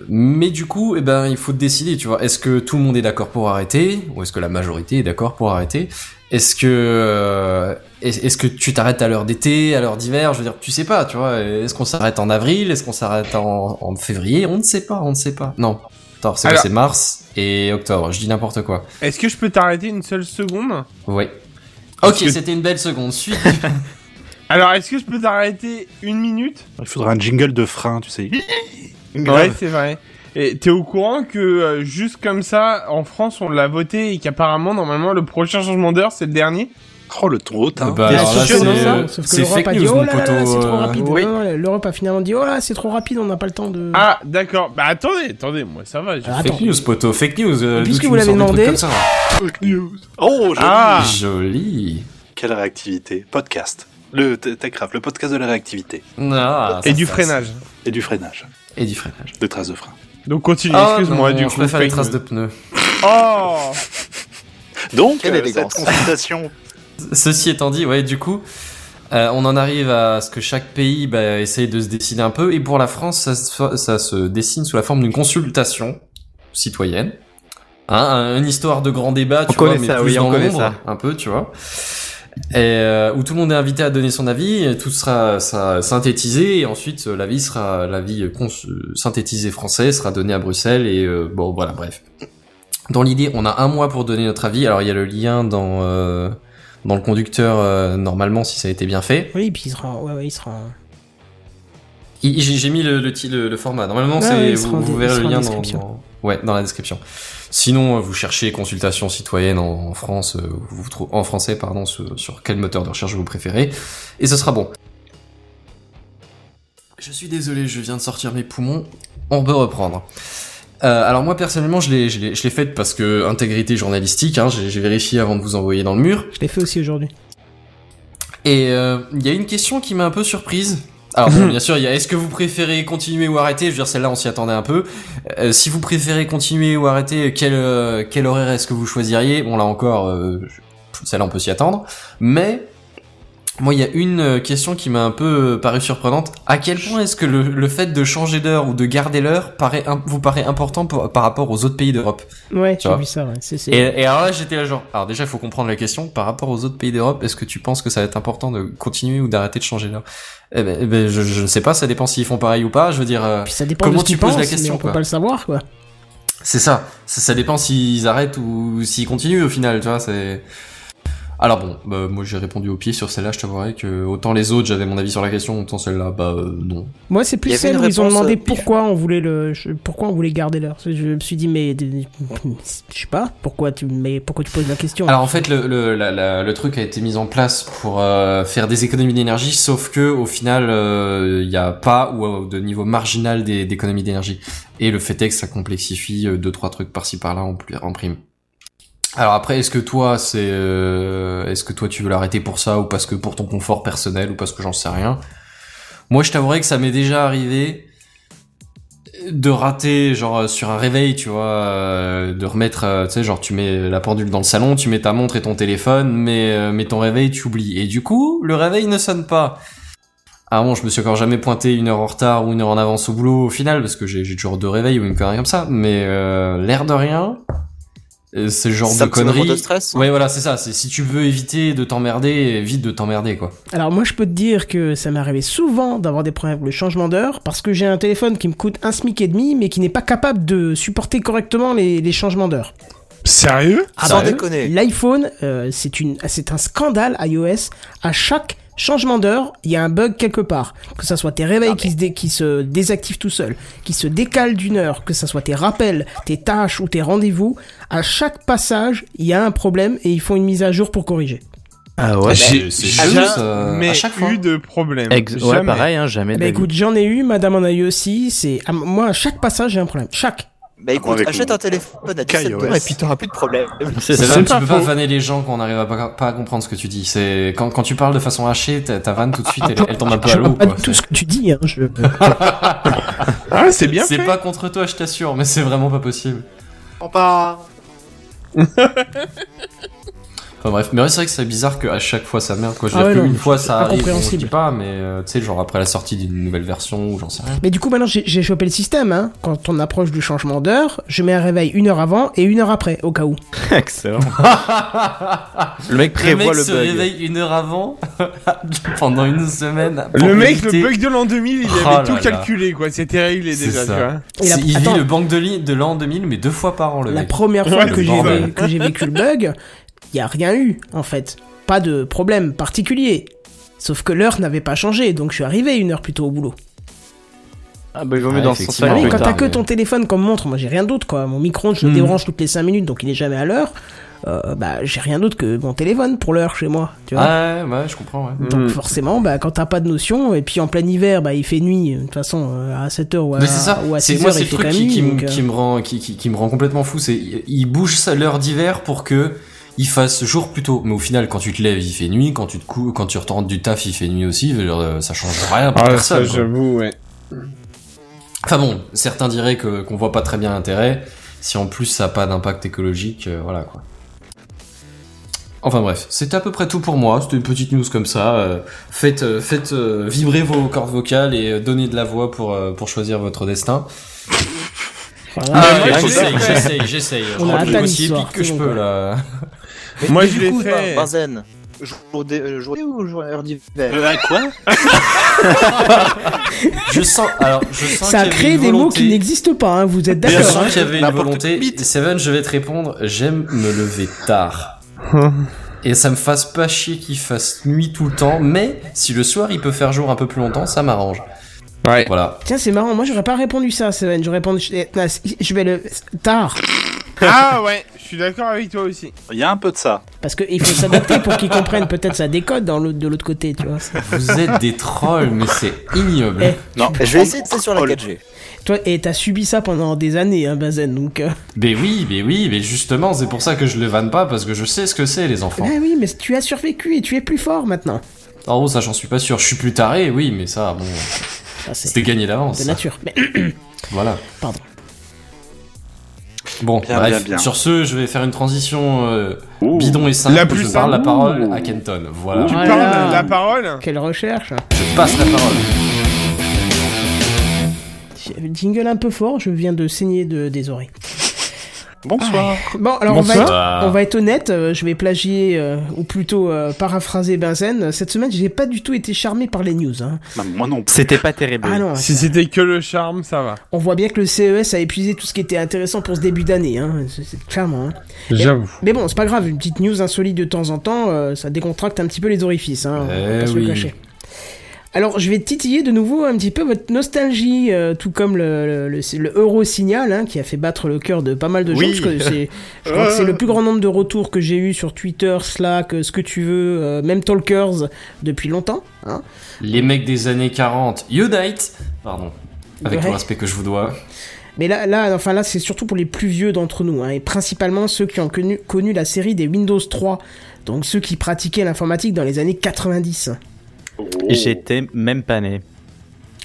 Speaker 5: Mais du coup, eh ben, il faut décider. Tu vois, est-ce que tout le monde est d'accord pour arrêter, ou est-ce que la majorité est d'accord pour arrêter est-ce que euh, est- est-ce que tu t'arrêtes à l'heure d'été, à l'heure d'hiver Je veux dire, tu sais pas, tu vois. Est-ce qu'on s'arrête en avril Est-ce qu'on s'arrête en, en février On ne sait pas, on ne sait pas. Non. Attends, c'est vrai,
Speaker 6: Alors-
Speaker 5: c'est mars et octobre. Je dis n'importe quoi.
Speaker 6: Est-ce que je peux t'arrêter une seule seconde
Speaker 5: Ouais. Ok,
Speaker 6: que-
Speaker 5: c'était une belle seconde. Suite.
Speaker 6: Alors, est-ce que je peux t'arrêter une minute
Speaker 10: Il faudra un jingle de frein, tu sais.
Speaker 6: Ouais, c'est vrai. Et t'es au courant que euh, juste comme ça, en France, on l'a voté et qu'apparemment, normalement, le prochain changement d'heure, c'est le dernier.
Speaker 10: Oh, le ton haut, hein.
Speaker 5: Bah,
Speaker 1: Bien
Speaker 5: alors là,
Speaker 1: sûr,
Speaker 5: c'est-
Speaker 1: Ah, non, ça, sauf que
Speaker 5: c'est
Speaker 1: l'Europe
Speaker 5: fake
Speaker 1: a dit
Speaker 5: news,
Speaker 1: oh
Speaker 5: mon
Speaker 1: là là, là, c'est
Speaker 5: poteau,
Speaker 1: trop
Speaker 5: euh,
Speaker 1: rapide.
Speaker 6: oui.
Speaker 1: Non, L'Europe a finalement dit oh là, c'est trop rapide, on n'a pas le temps de.
Speaker 6: Ah, d'accord. Bah, attendez, attendez, moi, ça va. je-
Speaker 1: Alors,
Speaker 5: Fake
Speaker 1: attends.
Speaker 5: news, poteau. Fake news. euh,
Speaker 1: Puisque
Speaker 5: d'où tu
Speaker 1: vous
Speaker 5: nous
Speaker 1: l'avez
Speaker 5: sors des
Speaker 1: demandé-
Speaker 5: trucs comme ça
Speaker 10: Fake news. Oh, joli.
Speaker 6: Ah
Speaker 5: Joli.
Speaker 10: Quelle réactivité. Podcast. Le Te- Techcraft, le podcast de la réactivité.
Speaker 5: Ah,
Speaker 6: Et
Speaker 5: ça
Speaker 6: du
Speaker 5: passe.
Speaker 6: freinage.
Speaker 10: Et du freinage.
Speaker 5: Et du freinage.
Speaker 10: Des traces de frein.
Speaker 6: Donc, continue, excuse-moi.
Speaker 5: Ah, non,
Speaker 6: Du
Speaker 5: je
Speaker 6: coup,
Speaker 5: préfère les
Speaker 6: fake
Speaker 5: traces de
Speaker 6: news.
Speaker 5: pneus.
Speaker 6: Oh
Speaker 10: Donc,
Speaker 4: Quelle
Speaker 10: euh,
Speaker 4: élégance.
Speaker 10: cette consultation.
Speaker 5: Ceci étant dit, ouais, du coup, Euh, on en arrive à ce que chaque pays bah, essaye de se décider un peu. Et pour la France, ça se, fa- ça se dessine sous la forme d'une consultation citoyenne. Hein, un- une histoire de grand débat, tu vois,
Speaker 8: connaît
Speaker 5: mais
Speaker 8: ça,
Speaker 5: plus
Speaker 8: oui, on
Speaker 5: dans
Speaker 8: connaît
Speaker 5: l'ombre,
Speaker 8: ça.
Speaker 5: un peu, tu vois. Et euh, où tout le monde est invité à donner son avis, et tout sera, sera synthétisé et ensuite euh, l'avis sera l'avis euh, cons- euh, synthétisé français sera donné à Bruxelles et euh, bon voilà bref. Dans l'idée, on a un mois pour donner notre avis. Alors il y a le lien dans euh, dans le conducteur euh, normalement si ça a été bien fait.
Speaker 1: Oui, puis il sera. Ouais, ouais, il sera.
Speaker 5: Il- J'ai j'ai mis le, le, ti- le- le format. Normalement,
Speaker 1: Ah
Speaker 5: c'est-
Speaker 1: oui, il sera en
Speaker 5: vous, vous
Speaker 1: dé- il
Speaker 5: verrez
Speaker 1: sera
Speaker 5: le
Speaker 1: en
Speaker 5: lien dans,
Speaker 1: description.
Speaker 5: dans- ouais, dans la description. Sinon, euh, vous cherchez consultation citoyenne en, en France, euh, vous vous trouvez en français, pardon, sur, sur quel moteur de recherche vous préférez, et ce sera bon. Je suis désolé, je viens de sortir mes poumons. On peut reprendre. Euh, alors moi personnellement, je l'ai, je l'ai, je l'ai faite parce que intégrité journalistique. Hein, j'ai j'ai vérifié avant de vous envoyer dans le mur.
Speaker 1: Je l'ai fait aussi aujourd'hui.
Speaker 5: Et euh, il y a une question qui m'a un peu surprise. Alors bon, bien sûr, il y a est-ce que vous préférez continuer ou arrêter Je veux dire, celle-là, on s'y attendait un peu. Euh, si vous préférez continuer ou arrêter, quel, euh, quel horaire est-ce que vous choisiriez Bon, là encore, euh, je- celle-là, on peut s'y attendre. Mais, moi, il y a une euh, question qui m'a un peu euh, paru surprenante. À quel point est-ce que le, le fait de changer d'heure ou de garder l'heure paraît, im- vous paraît important pour- par rapport aux autres pays d'Europe
Speaker 1: Ouais,
Speaker 5: Tu
Speaker 1: j'ai
Speaker 5: vois.
Speaker 1: vu ça, ouais. C'est, c'est-
Speaker 5: et, et alors là, j'étais là genre, alors déjà, il faut comprendre la question par rapport aux autres pays d'Europe. Est-ce que tu penses que ça va être important de continuer ou d'arrêter de changer là Eh ben, eh ben, je, je ne sais pas. Ça dépend s'ils font pareil ou pas. Je veux dire, euh,
Speaker 1: Puis ça dépend
Speaker 5: Comment
Speaker 1: de ce que
Speaker 5: tu
Speaker 1: tu
Speaker 5: poses
Speaker 1: penses,
Speaker 5: la
Speaker 1: mais
Speaker 5: question,
Speaker 1: on peut
Speaker 5: quoi.
Speaker 1: pas le savoir, quoi.
Speaker 5: c'est ça. ça. ça dépend s'ils arrêtent ou s'ils continuent au final. Tu vois, c'est. Alors bon, bah, moi j'ai répondu au pied sur celle-là. Je t'avouerai que autant les autres, j'avais mon avis sur la question, autant celle-là, bah euh, non.
Speaker 1: Moi, c'est
Speaker 4: Il y
Speaker 1: plus
Speaker 4: avait
Speaker 1: celle
Speaker 4: une
Speaker 1: où ils ont
Speaker 4: réponse,
Speaker 1: demandé
Speaker 4: euh,
Speaker 1: pourquoi on voulait le, je- pourquoi on voulait garder l'heure. Je me suis dit, mais de- je sais pas, pourquoi tu, mais pourquoi tu poses la question
Speaker 5: Alors en fait, le, le, la- la- le truc a été mis en place pour euh, faire des économies d'énergie, sauf que au final, il n'y a pas ou euh, de niveau marginal des- d'économies d'énergie. Et le fait est que ça complexifie euh, deux trois trucs par-ci par-là en, plus- en prime. Alors après, est-ce que toi, c'est, euh, est-ce que toi tu veux l'arrêter pour ça ou parce que pour ton confort personnel ou parce que j'en sais rien. Moi, je t'avouerais que ça m'est déjà arrivé de rater genre euh, sur un réveil tu vois euh, de remettre euh, tu sais genre tu mets la pendule dans le salon tu mets ta montre et ton téléphone mais euh, mais ton réveil tu oublies et du coup le réveil ne sonne pas ah bon je me suis encore jamais pointé une heure en retard ou une heure en avance au boulot au final parce que j'ai j'ai toujours deux réveils ou une connerie comme ça mais euh, l'air de rien euh, ce genre
Speaker 4: Ça
Speaker 5: de
Speaker 4: me fait un moment
Speaker 5: conneries
Speaker 4: de stress.
Speaker 5: ouais voilà c'est ça c'est si tu veux éviter de t'emmerder évite de t'emmerder quoi
Speaker 1: Alors moi je peux te dire que ça m'est arrivé souvent d'avoir des problèmes avec le changement d'heure parce que j'ai un téléphone qui me coûte un smic et demi mais qui n'est pas capable de supporter correctement les, les changements d'heure.
Speaker 6: Sérieux
Speaker 5: Ah,
Speaker 4: Sans
Speaker 5: bah,
Speaker 1: Sérieux
Speaker 4: déconner.
Speaker 1: L'iPhone, euh, c'est une, c'est un scandale iOS. À chaque changement d'heure, il y a un bug quelque part. Que ça soit tes réveils
Speaker 5: Ah,
Speaker 1: qui, se dé- qui se désactivent tout seuls, qui se décalent d'une heure, que ça soit tes rappels, tes tâches ou tes rendez-vous, à chaque passage, il y a un problème et ils font une mise à jour pour corriger.
Speaker 5: Eh
Speaker 8: Ah ouais
Speaker 6: J'ai
Speaker 5: c'est juste, euh,
Speaker 6: jamais
Speaker 5: à chaque fois.
Speaker 6: eu de problème.
Speaker 8: Ouais,
Speaker 6: Jamais.
Speaker 8: pareil, hein,
Speaker 5: ben,
Speaker 8: jamais de
Speaker 1: Bah
Speaker 8: la
Speaker 1: écoute, j'en ai eu, madame en a eu aussi, c'est... ah, Moi, à chaque passage, j'ai un problème. Chaque.
Speaker 4: Bah
Speaker 10: Ah,
Speaker 4: écoute,
Speaker 10: avec
Speaker 4: achète
Speaker 10: le-
Speaker 4: un téléphone à 17
Speaker 10: KaiOS.
Speaker 4: dollars et puis t'auras plus de problème.
Speaker 8: vie. C'est
Speaker 5: C'est
Speaker 8: ça.
Speaker 5: là où tu
Speaker 6: pas
Speaker 5: peux pas
Speaker 6: faux.
Speaker 5: vanner les gens quand on n'arrive à pas, pas à comprendre ce que tu dis. C'est quand, quand tu parles de façon hachée, ta, ta vanne tout de suite, elle, elle tombe un peu à
Speaker 1: je vois
Speaker 5: l'eau.
Speaker 1: Ah, pas
Speaker 5: quoi.
Speaker 1: du tout ce que tu dis, hein. je-
Speaker 6: Ah, c'est bien
Speaker 5: C'est
Speaker 6: fait.
Speaker 5: pas contre toi, je t'assure, mais c'est vraiment pas possible. Enfin bref, mais ouais, c'est vrai que c'est bizarre qu'à chaque fois ça merde. Quoi. Je veux
Speaker 1: Ah
Speaker 5: dire
Speaker 1: ouais,
Speaker 5: que
Speaker 1: non,
Speaker 5: une fois ça arrive, on se
Speaker 1: incompréhensible.
Speaker 5: dit pas, mais euh, tu sais, genre après la sortie d'une nouvelle version ou j'en sais rien.
Speaker 1: Mais du coup, maintenant, j'ai j'ai chopé le système. Hein. Quand on approche du changement d'heure, je mets un réveil une heure avant et une heure après, au cas où.
Speaker 8: Excellent. Le
Speaker 5: le
Speaker 8: mec
Speaker 5: mec
Speaker 8: prévoit le,
Speaker 5: se
Speaker 8: bug.
Speaker 5: réveille une heure avant pendant une semaine. pour
Speaker 6: Le mec,
Speaker 5: éviter-
Speaker 6: le bug de l'an 2000, il
Speaker 5: Oh
Speaker 6: avait tout
Speaker 5: là là.
Speaker 6: calculé, quoi. C'était réglé
Speaker 5: C'est
Speaker 6: déjà,
Speaker 5: ça.
Speaker 6: tu vois.
Speaker 1: Et la-
Speaker 5: C'est- Il vit
Speaker 1: attends.
Speaker 5: le banque de, li- de l'an 2000, mais deux fois par an, le
Speaker 1: La
Speaker 5: mec.
Speaker 1: première fois
Speaker 6: Ouais,
Speaker 1: que j'ai
Speaker 5: bordel.
Speaker 1: vé- que j'ai vécu le bug, il n'y a rien eu, en fait. Pas de problème particulier. Sauf que l'heure n'avait pas changé, donc je suis arrivé une heure plus tôt au boulot.
Speaker 8: Ah bah il vaut
Speaker 5: Ouais,
Speaker 8: mieux dans ce
Speaker 5: effectivement.
Speaker 8: sens-là.
Speaker 1: Ah oui,
Speaker 5: plus
Speaker 1: quand
Speaker 5: tard,
Speaker 1: t'as que
Speaker 5: mais-
Speaker 1: ton téléphone comme montre, moi j'ai rien d'autre quoi. Mon micro, je le
Speaker 5: Hmm.
Speaker 1: débranche toutes les 5 minutes, donc il est jamais à l'heure. Euh, bah j'ai rien d'autre que mon téléphone pour l'heure chez moi, tu vois.
Speaker 5: Ah hmm. ouais, ouais, je comprends, ouais.
Speaker 1: Donc forcément, bah, quand t'as pas de notion, et puis en plein hiver, bah, il fait nuit, de toute façon, euh, à 7h ou à,
Speaker 5: Mais c'est ça,
Speaker 1: ou à
Speaker 5: c'est
Speaker 1: 6h,
Speaker 5: moi c'est
Speaker 1: il
Speaker 5: le
Speaker 1: fait
Speaker 5: truc
Speaker 1: quand même
Speaker 5: qui,
Speaker 1: nuit.
Speaker 5: qui, me-
Speaker 1: donc, euh,
Speaker 5: qui me rend qui, qui, qui me rend complètement fou, c'est il il bouge ça l'heure d'hiver pour que il fasse jour plus tôt. Mais au final quand tu te lèves, il fait nuit, quand tu te cou quand tu retournes du taf, il fait nuit aussi, Je veux dire, euh, ça change rien pour
Speaker 6: Ah, ça,
Speaker 5: personne. quoi.
Speaker 6: j'avoue, ouais.
Speaker 5: Enfin bon, certains diraient que qu'on voit pas très bien l'intérêt si en plus ça a pas d'impact écologique, euh, voilà quoi. Enfin bref, c'était à peu près tout pour moi. C'était une petite news comme ça. Euh, faites euh, faites euh, vibrer vos cordes vocales et euh, donnez de la voix pour, euh, pour choisir votre destin.
Speaker 1: euh, Voilà.
Speaker 5: Ah,
Speaker 6: mais
Speaker 5: j'essaye,
Speaker 6: je l'ai fait.
Speaker 5: j'essaye, j'essaye. Je
Speaker 1: On a
Speaker 5: rends
Speaker 1: atteint
Speaker 5: aussi
Speaker 1: l'histoire,
Speaker 5: épique que
Speaker 1: c'est
Speaker 5: je
Speaker 1: bon,
Speaker 5: peux
Speaker 1: quoi.
Speaker 5: là.
Speaker 4: Mais-
Speaker 6: Moi,
Speaker 4: mais
Speaker 6: je
Speaker 4: du
Speaker 6: l'ai
Speaker 4: coup,
Speaker 6: fait.
Speaker 4: Bar- Barzen, jour dé- jour dé- ou jour heure d'hiver
Speaker 10: Euh, quoi
Speaker 5: Je sens, alors, je sens
Speaker 1: Ça a
Speaker 5: qu'il y avait
Speaker 1: créé
Speaker 5: une
Speaker 1: des mots
Speaker 5: volonté-
Speaker 1: qui n'existent pas, hein, vous êtes
Speaker 5: Je
Speaker 1: d'accord
Speaker 5: sens qu'il y avait une
Speaker 10: N'importe
Speaker 5: volonté.
Speaker 10: quel mythe.
Speaker 5: Seven, je vais te répondre. J'aime me lever tard. Et ça me fasse pas chier qu'il fasse nuit tout le temps, mais si le soir il peut faire jour un peu plus longtemps, ça m'arrange.
Speaker 6: Ouais.
Speaker 5: Voilà.
Speaker 1: Tiens, c'est marrant, moi j'aurais pas répondu ça, Seven. J'aurais répondu. eh, là, si- Je vais le. Tard
Speaker 6: Ah ouais, je suis d'accord avec toi aussi.
Speaker 10: Il y a un peu de ça.
Speaker 1: Parce qu'il faut s'adapter pour qu'ils comprennent. Peut-être ça décode dans l'autre- de l'autre côté, tu vois.
Speaker 5: Vous êtes des trolls, mais c'est ignoble.
Speaker 1: Eh.
Speaker 10: Non,
Speaker 4: Je vais essayer de c'est sur la
Speaker 10: Oh,
Speaker 4: 4G.
Speaker 1: Toi, et t'as subi ça pendant des années, hein, Bazen, donc. euh,
Speaker 5: Mais Ben oui, mais oui, mais justement, c'est pour ça que je le vanne pas, parce que je sais ce que c'est, les enfants.
Speaker 1: Ah oui, mais tu as survécu et tu es plus fort maintenant.
Speaker 5: En gros, ça, j'en suis pas sûr. Je suis plus taré, oui, mais ça, bon,
Speaker 1: Ça, Ah, c'est
Speaker 5: c'était gagné d'avance.
Speaker 1: de
Speaker 5: ça.
Speaker 1: nature. Mais
Speaker 5: Voilà.
Speaker 1: Pardon.
Speaker 5: Bon,
Speaker 10: Bien,
Speaker 5: bref.
Speaker 10: bien, bien.
Speaker 5: Sur ce, je vais faire une transition euh,
Speaker 10: Ouh.
Speaker 5: bidon et simple.
Speaker 6: La plus
Speaker 5: je parle la
Speaker 6: simple.
Speaker 5: parole à Kenton. Voilà.
Speaker 6: Tu
Speaker 1: Voilà.
Speaker 6: parles la parole
Speaker 1: quelle recherche hein.
Speaker 5: Je passe la parole.
Speaker 1: Jingle un peu fort, je viens de saigner de, des oreilles. Ah,
Speaker 10: Bonsoir.
Speaker 1: Bon, alors on va,
Speaker 6: Bonsoir.
Speaker 1: être, on va être honnête, euh, je vais plagier, euh, ou plutôt euh, paraphraser Benzen. Cette semaine, j'ai pas du tout été charmé par les news. hein.
Speaker 10: Bah, moi non plus.
Speaker 8: C'était pas terrible.
Speaker 1: Ah non,
Speaker 6: Si c'était que le charme, ça va.
Speaker 1: on voit bien que le CES a épuisé tout ce qui était intéressant pour ce début d'année, hein. C'est- c'est clairement. hein.
Speaker 6: J'avoue.
Speaker 1: Mais bon, c'est pas grave, une petite news insolite de temps en temps, euh, ça décontracte un petit peu les orifices, hein, on va
Speaker 5: Eh
Speaker 1: pas se le
Speaker 5: oui.
Speaker 1: cacher. Alors, je vais titiller de nouveau un petit peu votre nostalgie, euh, tout comme le, le, le- le Euro Signal, hein, qui a fait battre le cœur de pas mal de gens.
Speaker 8: Oui.
Speaker 1: Je, crois que c'est- je crois que c'est le plus grand nombre de retours que j'ai eu sur Twitter, Slack, euh, ce que tu veux, euh, même Talkers, depuis longtemps. Hein.
Speaker 5: Les mecs des années 40, Unite Pardon. Avec
Speaker 1: Ouais.
Speaker 5: le respect que je vous dois.
Speaker 1: Mais là, là, enfin là, c'est surtout pour les plus vieux d'entre nous, hein, et principalement ceux qui ont connu, connu la série des Windows 3, donc ceux qui pratiquaient l'informatique dans les années 90.
Speaker 8: Et J'étais même pas né.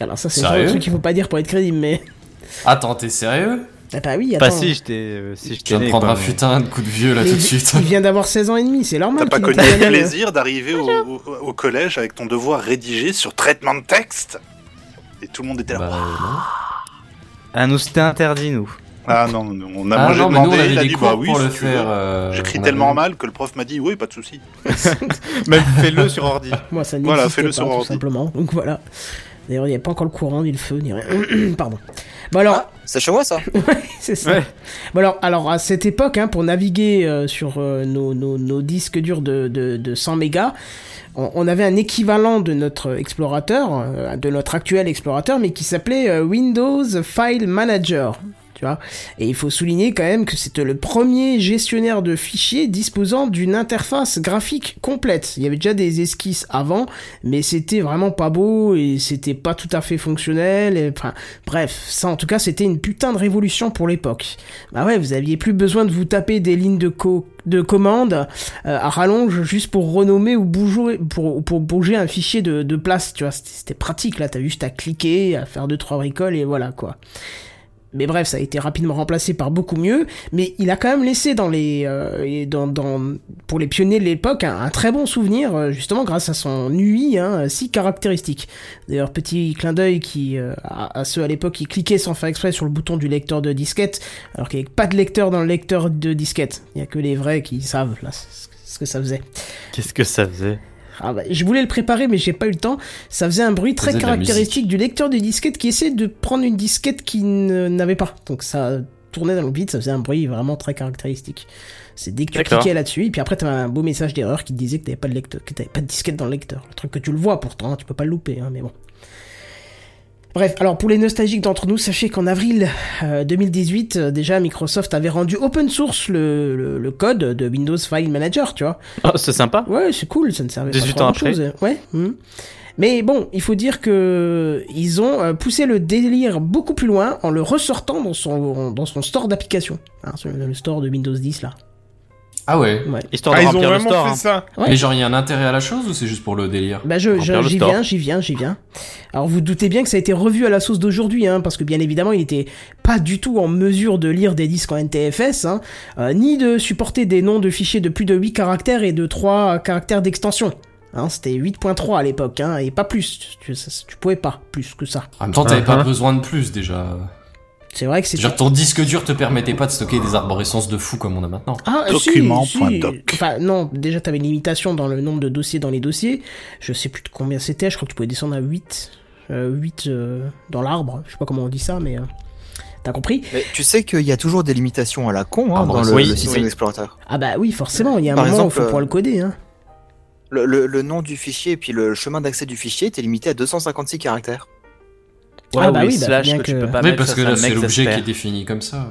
Speaker 1: Alors ça, c'est le
Speaker 5: Sérieux
Speaker 1: genre de truc qu'il faut pas dire pour être crédible, mais...
Speaker 5: Attends, t'es sérieux
Speaker 1: Ah bah oui, attends.
Speaker 8: Pas si j'étais euh, si
Speaker 5: Tu
Speaker 8: j'étais
Speaker 5: vas me
Speaker 8: né.
Speaker 5: prendre
Speaker 8: quoi,
Speaker 5: un
Speaker 8: mais-
Speaker 5: putain de coup de vieux là
Speaker 1: Mais
Speaker 5: tout de
Speaker 1: il-
Speaker 5: suite.
Speaker 1: Il vient d'avoir 16 ans et demi, c'est normal.
Speaker 10: T'as pas
Speaker 1: qu'il
Speaker 10: connu
Speaker 1: ait
Speaker 10: le
Speaker 1: terminé,
Speaker 10: plaisir d'arriver au, au- au collège avec ton devoir rédigé sur traitement de texte Et tout le monde était là.
Speaker 5: Bah, non.
Speaker 8: Ah nous c'était interdit nous.
Speaker 10: Ah non, non, on a
Speaker 5: Ah
Speaker 10: mangé
Speaker 5: non, mais nous on
Speaker 10: demandé, il a
Speaker 5: avait des
Speaker 10: dit bah
Speaker 5: cours
Speaker 10: oui,
Speaker 5: pour
Speaker 10: si
Speaker 5: le
Speaker 10: tu veux.
Speaker 5: faire. euh,
Speaker 10: J'écris
Speaker 5: on
Speaker 10: tellement
Speaker 5: avait-
Speaker 10: mal que le prof m'a dit oui, pas de souci.
Speaker 8: Même fais-le sur ordi.
Speaker 1: hein. Moi, ça
Speaker 10: Voilà,
Speaker 1: n'existe
Speaker 10: fais-le
Speaker 1: pas,
Speaker 10: sur
Speaker 1: tout
Speaker 10: ordi.
Speaker 1: simplement. Donc voilà. D'ailleurs, il n'y a pas encore le courant, ni le feu, ni rien. Pardon. Bon alors,
Speaker 4: C'est chez moi ça
Speaker 1: c'est ça.
Speaker 8: Ouais.
Speaker 1: Bon alors, alors, à cette époque, hein, pour naviguer euh, sur euh, nos, nos- nos disques durs de, de- de 100 mégas, on, on avait un équivalent de notre explorateur, euh, de notre actuel explorateur, mais qui s'appelait euh, Windows File Manager. Tu vois Et il faut souligner quand même que c'était le premier gestionnaire de fichiers disposant d'une interface graphique complète. Il y avait déjà des esquisses avant, mais c'était vraiment pas beau et c'était pas tout à fait fonctionnel. et- Enfin, bref, ça en tout cas, c'était une putain de révolution pour l'époque. Bah ouais, vous aviez plus besoin de vous taper des lignes de, co- de commande euh, à rallonge juste pour renommer ou bouger, pour, pour bouger un fichier de, de place, tu vois. C'était c'était pratique là, t'as juste à cliquer, à faire deux trois bricoles et voilà quoi. Mais bref, ça a été rapidement remplacé par beaucoup mieux, mais il a quand même laissé dans les, euh, et dans, dans, pour les pionniers de l'époque un, un très bon souvenir, euh, justement grâce à son UI hein, si caractéristique. D'ailleurs, petit clin d'œil qui euh, à, à ceux à l'époque qui cliquaient sans faire exprès sur le bouton du lecteur de disquette, alors qu'il n'y avait pas de lecteur dans le lecteur de disquette. Il n'y a que les vrais qui savent là, ce que- ce que ça faisait.
Speaker 8: Qu'est-ce que ça faisait
Speaker 1: Ah bah, je voulais le préparer, mais j'ai pas eu le temps. Ça faisait un bruit très
Speaker 5: faisait de la
Speaker 1: caractéristique du lecteur de disquette qui essayait de prendre une disquette qui ne- n'avait pas. Donc ça tournait dans le vide, ça faisait un bruit vraiment très caractéristique. C'est dès que tu
Speaker 8: D'accord.
Speaker 1: cliquais là-dessus, et puis après t'avais un beau message d'erreur qui te disait que t'avais pas de lecteur, que t'avais pas de disquette dans le lecteur. Le truc que tu le vois pourtant, hein, tu peux pas le louper, hein, mais bon. Bref, alors pour les nostalgiques d'entre nous, sachez qu'en avril euh, 2018, euh, déjà Microsoft avait rendu open source le, le- le code de Windows File Manager, tu vois.
Speaker 8: Oh c'est sympa.
Speaker 1: Ouais, c'est cool, ça ne servait
Speaker 8: 18
Speaker 1: pas trop
Speaker 8: ans
Speaker 1: à grand chose. Ouais. hum. Mais bon, il faut dire que ils ont euh, poussé le délire beaucoup plus loin en le ressortant dans son dans son store d'applications, hein, sur le le store de Windows 10 là.
Speaker 5: Ah ouais.
Speaker 1: Ouais.
Speaker 8: Histoire
Speaker 6: Ah,
Speaker 8: de
Speaker 6: ils ont
Speaker 8: remplir le
Speaker 6: vraiment
Speaker 8: store.
Speaker 6: fait
Speaker 8: hein.
Speaker 6: ça.
Speaker 1: Ouais.
Speaker 5: Mais genre, il y a un intérêt à la chose ou c'est juste pour le délire
Speaker 1: Bah je, je-
Speaker 8: Remplir le
Speaker 1: j'y
Speaker 8: store.
Speaker 1: viens, j'y viens, j'y viens. Alors vous doutez bien que ça a été revu à la sauce d'aujourd'hui, hein, parce que bien évidemment il n'était pas du tout en mesure de lire des disques en NTFS, hein, euh, ni de supporter des noms de fichiers de plus de 8 caractères et de 3 caractères d'extension. Hein, c'était 8.3 à l'époque, hein, et pas plus. Tu, ça- tu pouvais pas plus que ça.
Speaker 5: En même temps, t'avais pas
Speaker 6: Uh-huh.
Speaker 5: besoin de plus déjà.
Speaker 1: C'est vrai que c'était...
Speaker 5: Genre, ton disque dur te permettait pas de stocker des arborescences de fou comme on a maintenant.
Speaker 1: Ah, si,
Speaker 10: document.doc.
Speaker 1: Enfin, non, déjà, t'avais une limitation dans le nombre de dossiers dans les dossiers. Je sais plus de combien c'était, je crois que tu pouvais descendre à 8. euh, 8 euh, dans l'arbre, je sais pas comment on dit ça, mais euh, t'as compris
Speaker 4: Mais tu sais qu'il y a toujours des limitations à la con hein,
Speaker 5: Ah, bon,
Speaker 4: dans le,
Speaker 8: oui,
Speaker 4: le système
Speaker 8: oui.
Speaker 4: explorateur.
Speaker 1: Ah bah oui, forcément, il y a un
Speaker 4: Par
Speaker 1: moment où
Speaker 4: exemple,
Speaker 1: il faut
Speaker 4: euh,
Speaker 1: pouvoir le coder. Hein.
Speaker 4: Le, le- le nom du fichier et puis le chemin d'accès du fichier était limité à 256 caractères.
Speaker 1: Ah bah
Speaker 8: les
Speaker 1: oui, bah,
Speaker 8: slash
Speaker 1: bien
Speaker 8: que tu
Speaker 1: que-
Speaker 8: peux pas
Speaker 5: oui,
Speaker 8: mettre,
Speaker 5: parce
Speaker 8: Ah, ça,
Speaker 5: que
Speaker 8: ça
Speaker 5: là, c'est l'objet qui
Speaker 8: m'exaspère.
Speaker 5: est défini comme ça.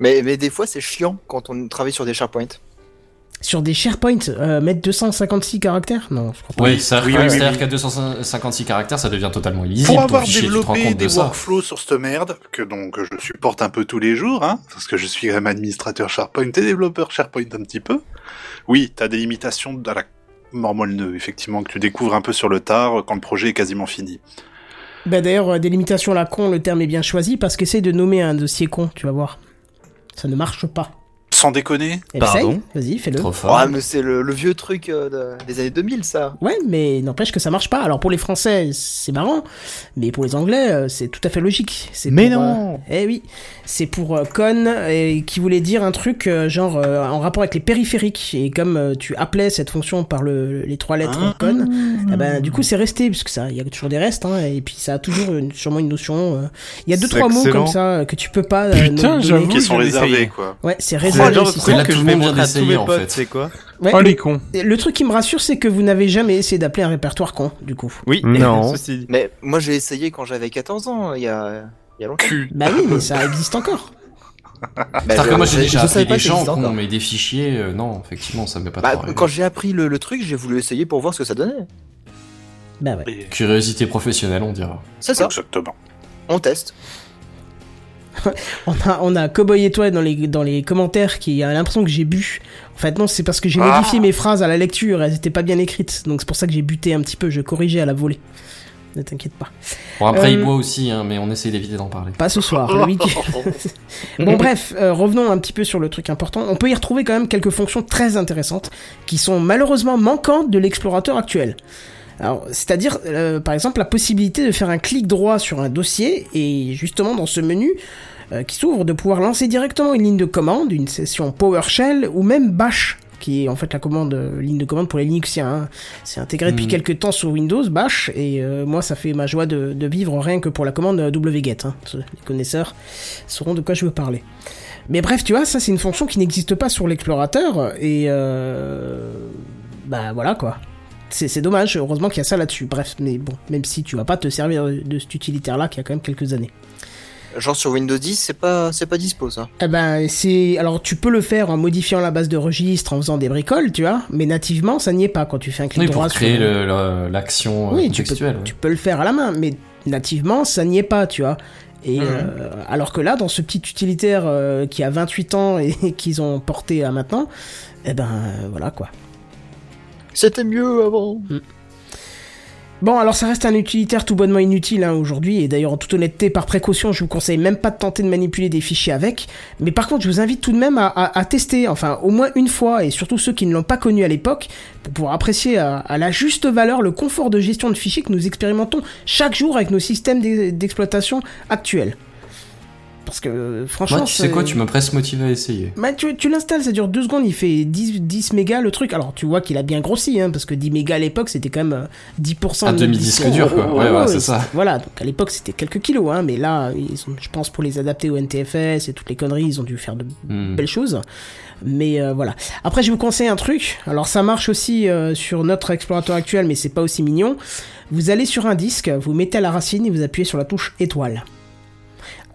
Speaker 4: Mais, mais des fois, c'est chiant quand on travaille sur des SharePoint.
Speaker 1: Sur des SharePoint, euh, mettre 256 caractères Non, je crois pas.
Speaker 5: Oui, ça-
Speaker 10: oui, oui,
Speaker 5: c'est-à-dire
Speaker 10: oui.
Speaker 5: qu'à 256 caractères, ça devient totalement illisible.
Speaker 10: Pour
Speaker 5: ton
Speaker 10: avoir
Speaker 5: fichier, tu te rends
Speaker 10: développé
Speaker 5: compte de
Speaker 10: des
Speaker 5: ça.
Speaker 10: workflows sur cette merde, que donc je supporte un peu tous les jours, hein, parce que je suis quand même administrateur SharePoint et développeur SharePoint un petit peu, oui, t'as des limitations à la Mormol 2, effectivement, que tu découvres un peu sur le tard, quand le projet est quasiment fini.
Speaker 1: Bah d'ailleurs, euh, délimitation à la con, le terme est bien choisi, parce qu'essaye de nommer un dossier con, tu vas voir. Ça ne marche pas.
Speaker 10: Sans déconner
Speaker 1: Essaye,
Speaker 8: Pardon
Speaker 1: Vas-y, fais-le.
Speaker 5: Trop
Speaker 4: Ah,
Speaker 5: fort.
Speaker 4: mais c'est le, le vieux truc euh, de- des années 2000, ça.
Speaker 1: Ouais, mais n'empêche que ça marche pas. Alors pour les Français, c'est marrant, mais pour les Anglais, euh, c'est tout à fait logique. C'est
Speaker 8: Mais
Speaker 1: pour,
Speaker 8: non.
Speaker 1: euh, Eh oui, c'est pour euh, con et qui voulait dire un truc euh, genre euh, en rapport avec les périphériques et comme euh, tu appelais cette fonction par le, les trois lettres
Speaker 10: Ah.
Speaker 1: con, eh ben du coup c'est resté puisque ça, il y a toujours des restes hein, et puis ça a toujours une- sûrement une notion. euh, Il y a deux
Speaker 10: C'est
Speaker 1: trois mots
Speaker 10: excellent.
Speaker 1: comme ça euh, que tu peux pas. euh,
Speaker 6: Putain,
Speaker 1: nous
Speaker 6: j'avoue.
Speaker 1: donner.
Speaker 10: Qui sont
Speaker 6: je vais
Speaker 10: réservés,
Speaker 6: essayer.
Speaker 10: quoi.
Speaker 1: Ouais, c'est
Speaker 8: C'est le
Speaker 1: réservé.
Speaker 8: genre de
Speaker 1: c'est
Speaker 5: C'est
Speaker 8: truc
Speaker 5: là
Speaker 8: que
Speaker 5: tout
Speaker 8: je
Speaker 5: le
Speaker 8: vais
Speaker 5: monde vient
Speaker 8: montrer à tous
Speaker 5: d'essayer,
Speaker 8: mes
Speaker 5: en fait.
Speaker 8: potes, c'est quoi
Speaker 1: ça. Ouais,
Speaker 6: Oh
Speaker 1: mais-
Speaker 6: les cons.
Speaker 1: et le truc qui me rassure, c'est que vous n'avez jamais essayé d'appeler un répertoire con, du coup.
Speaker 8: Oui,
Speaker 6: Non.
Speaker 8: ceci dit.
Speaker 4: Mais moi, j'ai essayé quand j'avais 14 ans, il y a, il y a longtemps.
Speaker 10: Cul.
Speaker 1: Bah oui, mais ça existe encore.
Speaker 4: Bah,
Speaker 5: Ah, C'est-à-dire que moi, j'ai
Speaker 4: je-
Speaker 5: déjà
Speaker 4: je savais
Speaker 5: appris
Speaker 4: pas
Speaker 5: des
Speaker 4: que ça
Speaker 5: gens
Speaker 4: existait
Speaker 5: qu'on
Speaker 4: encore.
Speaker 5: met des fichiers. euh, non, effectivement, ça met pas
Speaker 4: Bah,
Speaker 5: trop arrivé.
Speaker 4: quand j'ai appris le, le truc, j'ai voulu essayer pour voir ce que ça donnait.
Speaker 1: Bah ouais.
Speaker 10: Et-
Speaker 5: Curiosité professionnelle, on dira.
Speaker 4: C'est ça,
Speaker 10: Exactement.
Speaker 4: on teste.
Speaker 1: On a, on a Cowboy et toi dans les, dans les commentaires qui a l'impression que j'ai bu. En fait, non, c'est parce que j'ai
Speaker 10: Ah.
Speaker 1: modifié mes phrases à la lecture, elles étaient pas bien écrites. Donc c'est pour ça que j'ai buté un petit peu, je corrigeais à la volée. Ne t'inquiète pas.
Speaker 5: Bon, après,
Speaker 1: Euh,
Speaker 5: il boit aussi, hein, mais on essaie d'éviter d'en parler.
Speaker 1: Pas ce soir, le week bon, bref, euh, revenons un petit peu sur le truc important. On peut y retrouver quand même quelques fonctions très intéressantes qui sont malheureusement manquantes de l'explorateur actuel. Alors, c'est-à-dire, euh, par exemple, la possibilité de faire un clic droit sur un dossier et justement dans ce menu euh, qui s'ouvre, de pouvoir lancer directement une ligne de commande, une session PowerShell ou même Bash, qui est en fait la commande, euh, ligne de commande pour les Linuxiens. hein. C'est intégré depuis
Speaker 5: Mhm.
Speaker 1: quelques temps sur Windows, Bash, et euh, moi ça fait ma joie de, de vivre rien que pour la commande euh, wget. hein. Ceux- Les connaisseurs sauront de quoi je veux parler. Mais bref, tu vois, ça c'est une fonction qui n'existe pas sur l'explorateur, et euh, bah voilà quoi. C'est c'est dommage, heureusement qu'il y a ça là-dessus. Bref, mais bon, même si tu vas pas te servir de cet utilitaire-là qui a quand même quelques années.
Speaker 4: Genre sur Windows 10, c'est pas, c'est pas dispo, ça.
Speaker 1: Eh ben, c'est. Alors, tu peux le faire en modifiant la base de registre, en faisant des bricoles, tu vois, mais nativement, ça n'y est pas quand tu fais un clic
Speaker 5: Oui,
Speaker 1: droit
Speaker 5: pour
Speaker 1: sur-
Speaker 5: créer le- le- l'action euh,
Speaker 1: Oui, tu peux,
Speaker 5: contextuelle. ouais.
Speaker 1: tu peux le faire à la main, mais nativement, ça n'y est pas, tu vois. Et euh, alors que là, dans ce petit utilitaire euh, qui a 28 ans et qu'ils ont porté à maintenant, eh ben, euh, voilà quoi.
Speaker 4: C'était mieux avant.
Speaker 1: Bon, alors ça reste un utilitaire tout bonnement inutile hein, aujourd'hui, et d'ailleurs en toute honnêteté, par précaution, je vous conseille même pas de tenter de manipuler des fichiers avec, mais par contre, je vous invite tout de même à, à- à tester, enfin au moins une fois, et surtout ceux qui ne l'ont pas connu à l'époque, pour pouvoir apprécier à, à la juste valeur le confort de gestion de fichiers que nous expérimentons chaque jour avec nos systèmes d'e- d'exploitation actuels. Parce que euh, franchement...
Speaker 5: Moi, tu sais
Speaker 1: c'est-
Speaker 5: quoi, tu me presses motivé à essayer.
Speaker 1: bah, tu, tu l'installes, ça dure deux secondes, il fait 10, 10 mégas le truc. Alors tu vois qu'il a bien grossi, hein, parce que 10 mégas à l'époque c'était quand même euh, 10%
Speaker 5: À
Speaker 1: de notre
Speaker 5: demi-disque dur, quoi. Ouais, voilà, c'est ça.
Speaker 1: Voilà, donc à l'époque c'était quelques kilos, hein, mais là, ils ont, je pense pour les adapter au NTFS et toutes les conneries, ils ont dû faire de
Speaker 5: Hmm.
Speaker 1: belles choses. Mais euh, voilà. Après, je vous conseille un truc. Alors, ça marche aussi euh, sur notre explorateur actuel, mais c'est pas aussi mignon. Vous allez sur un disque, vous mettez à la racine et vous appuyez sur la touche étoile.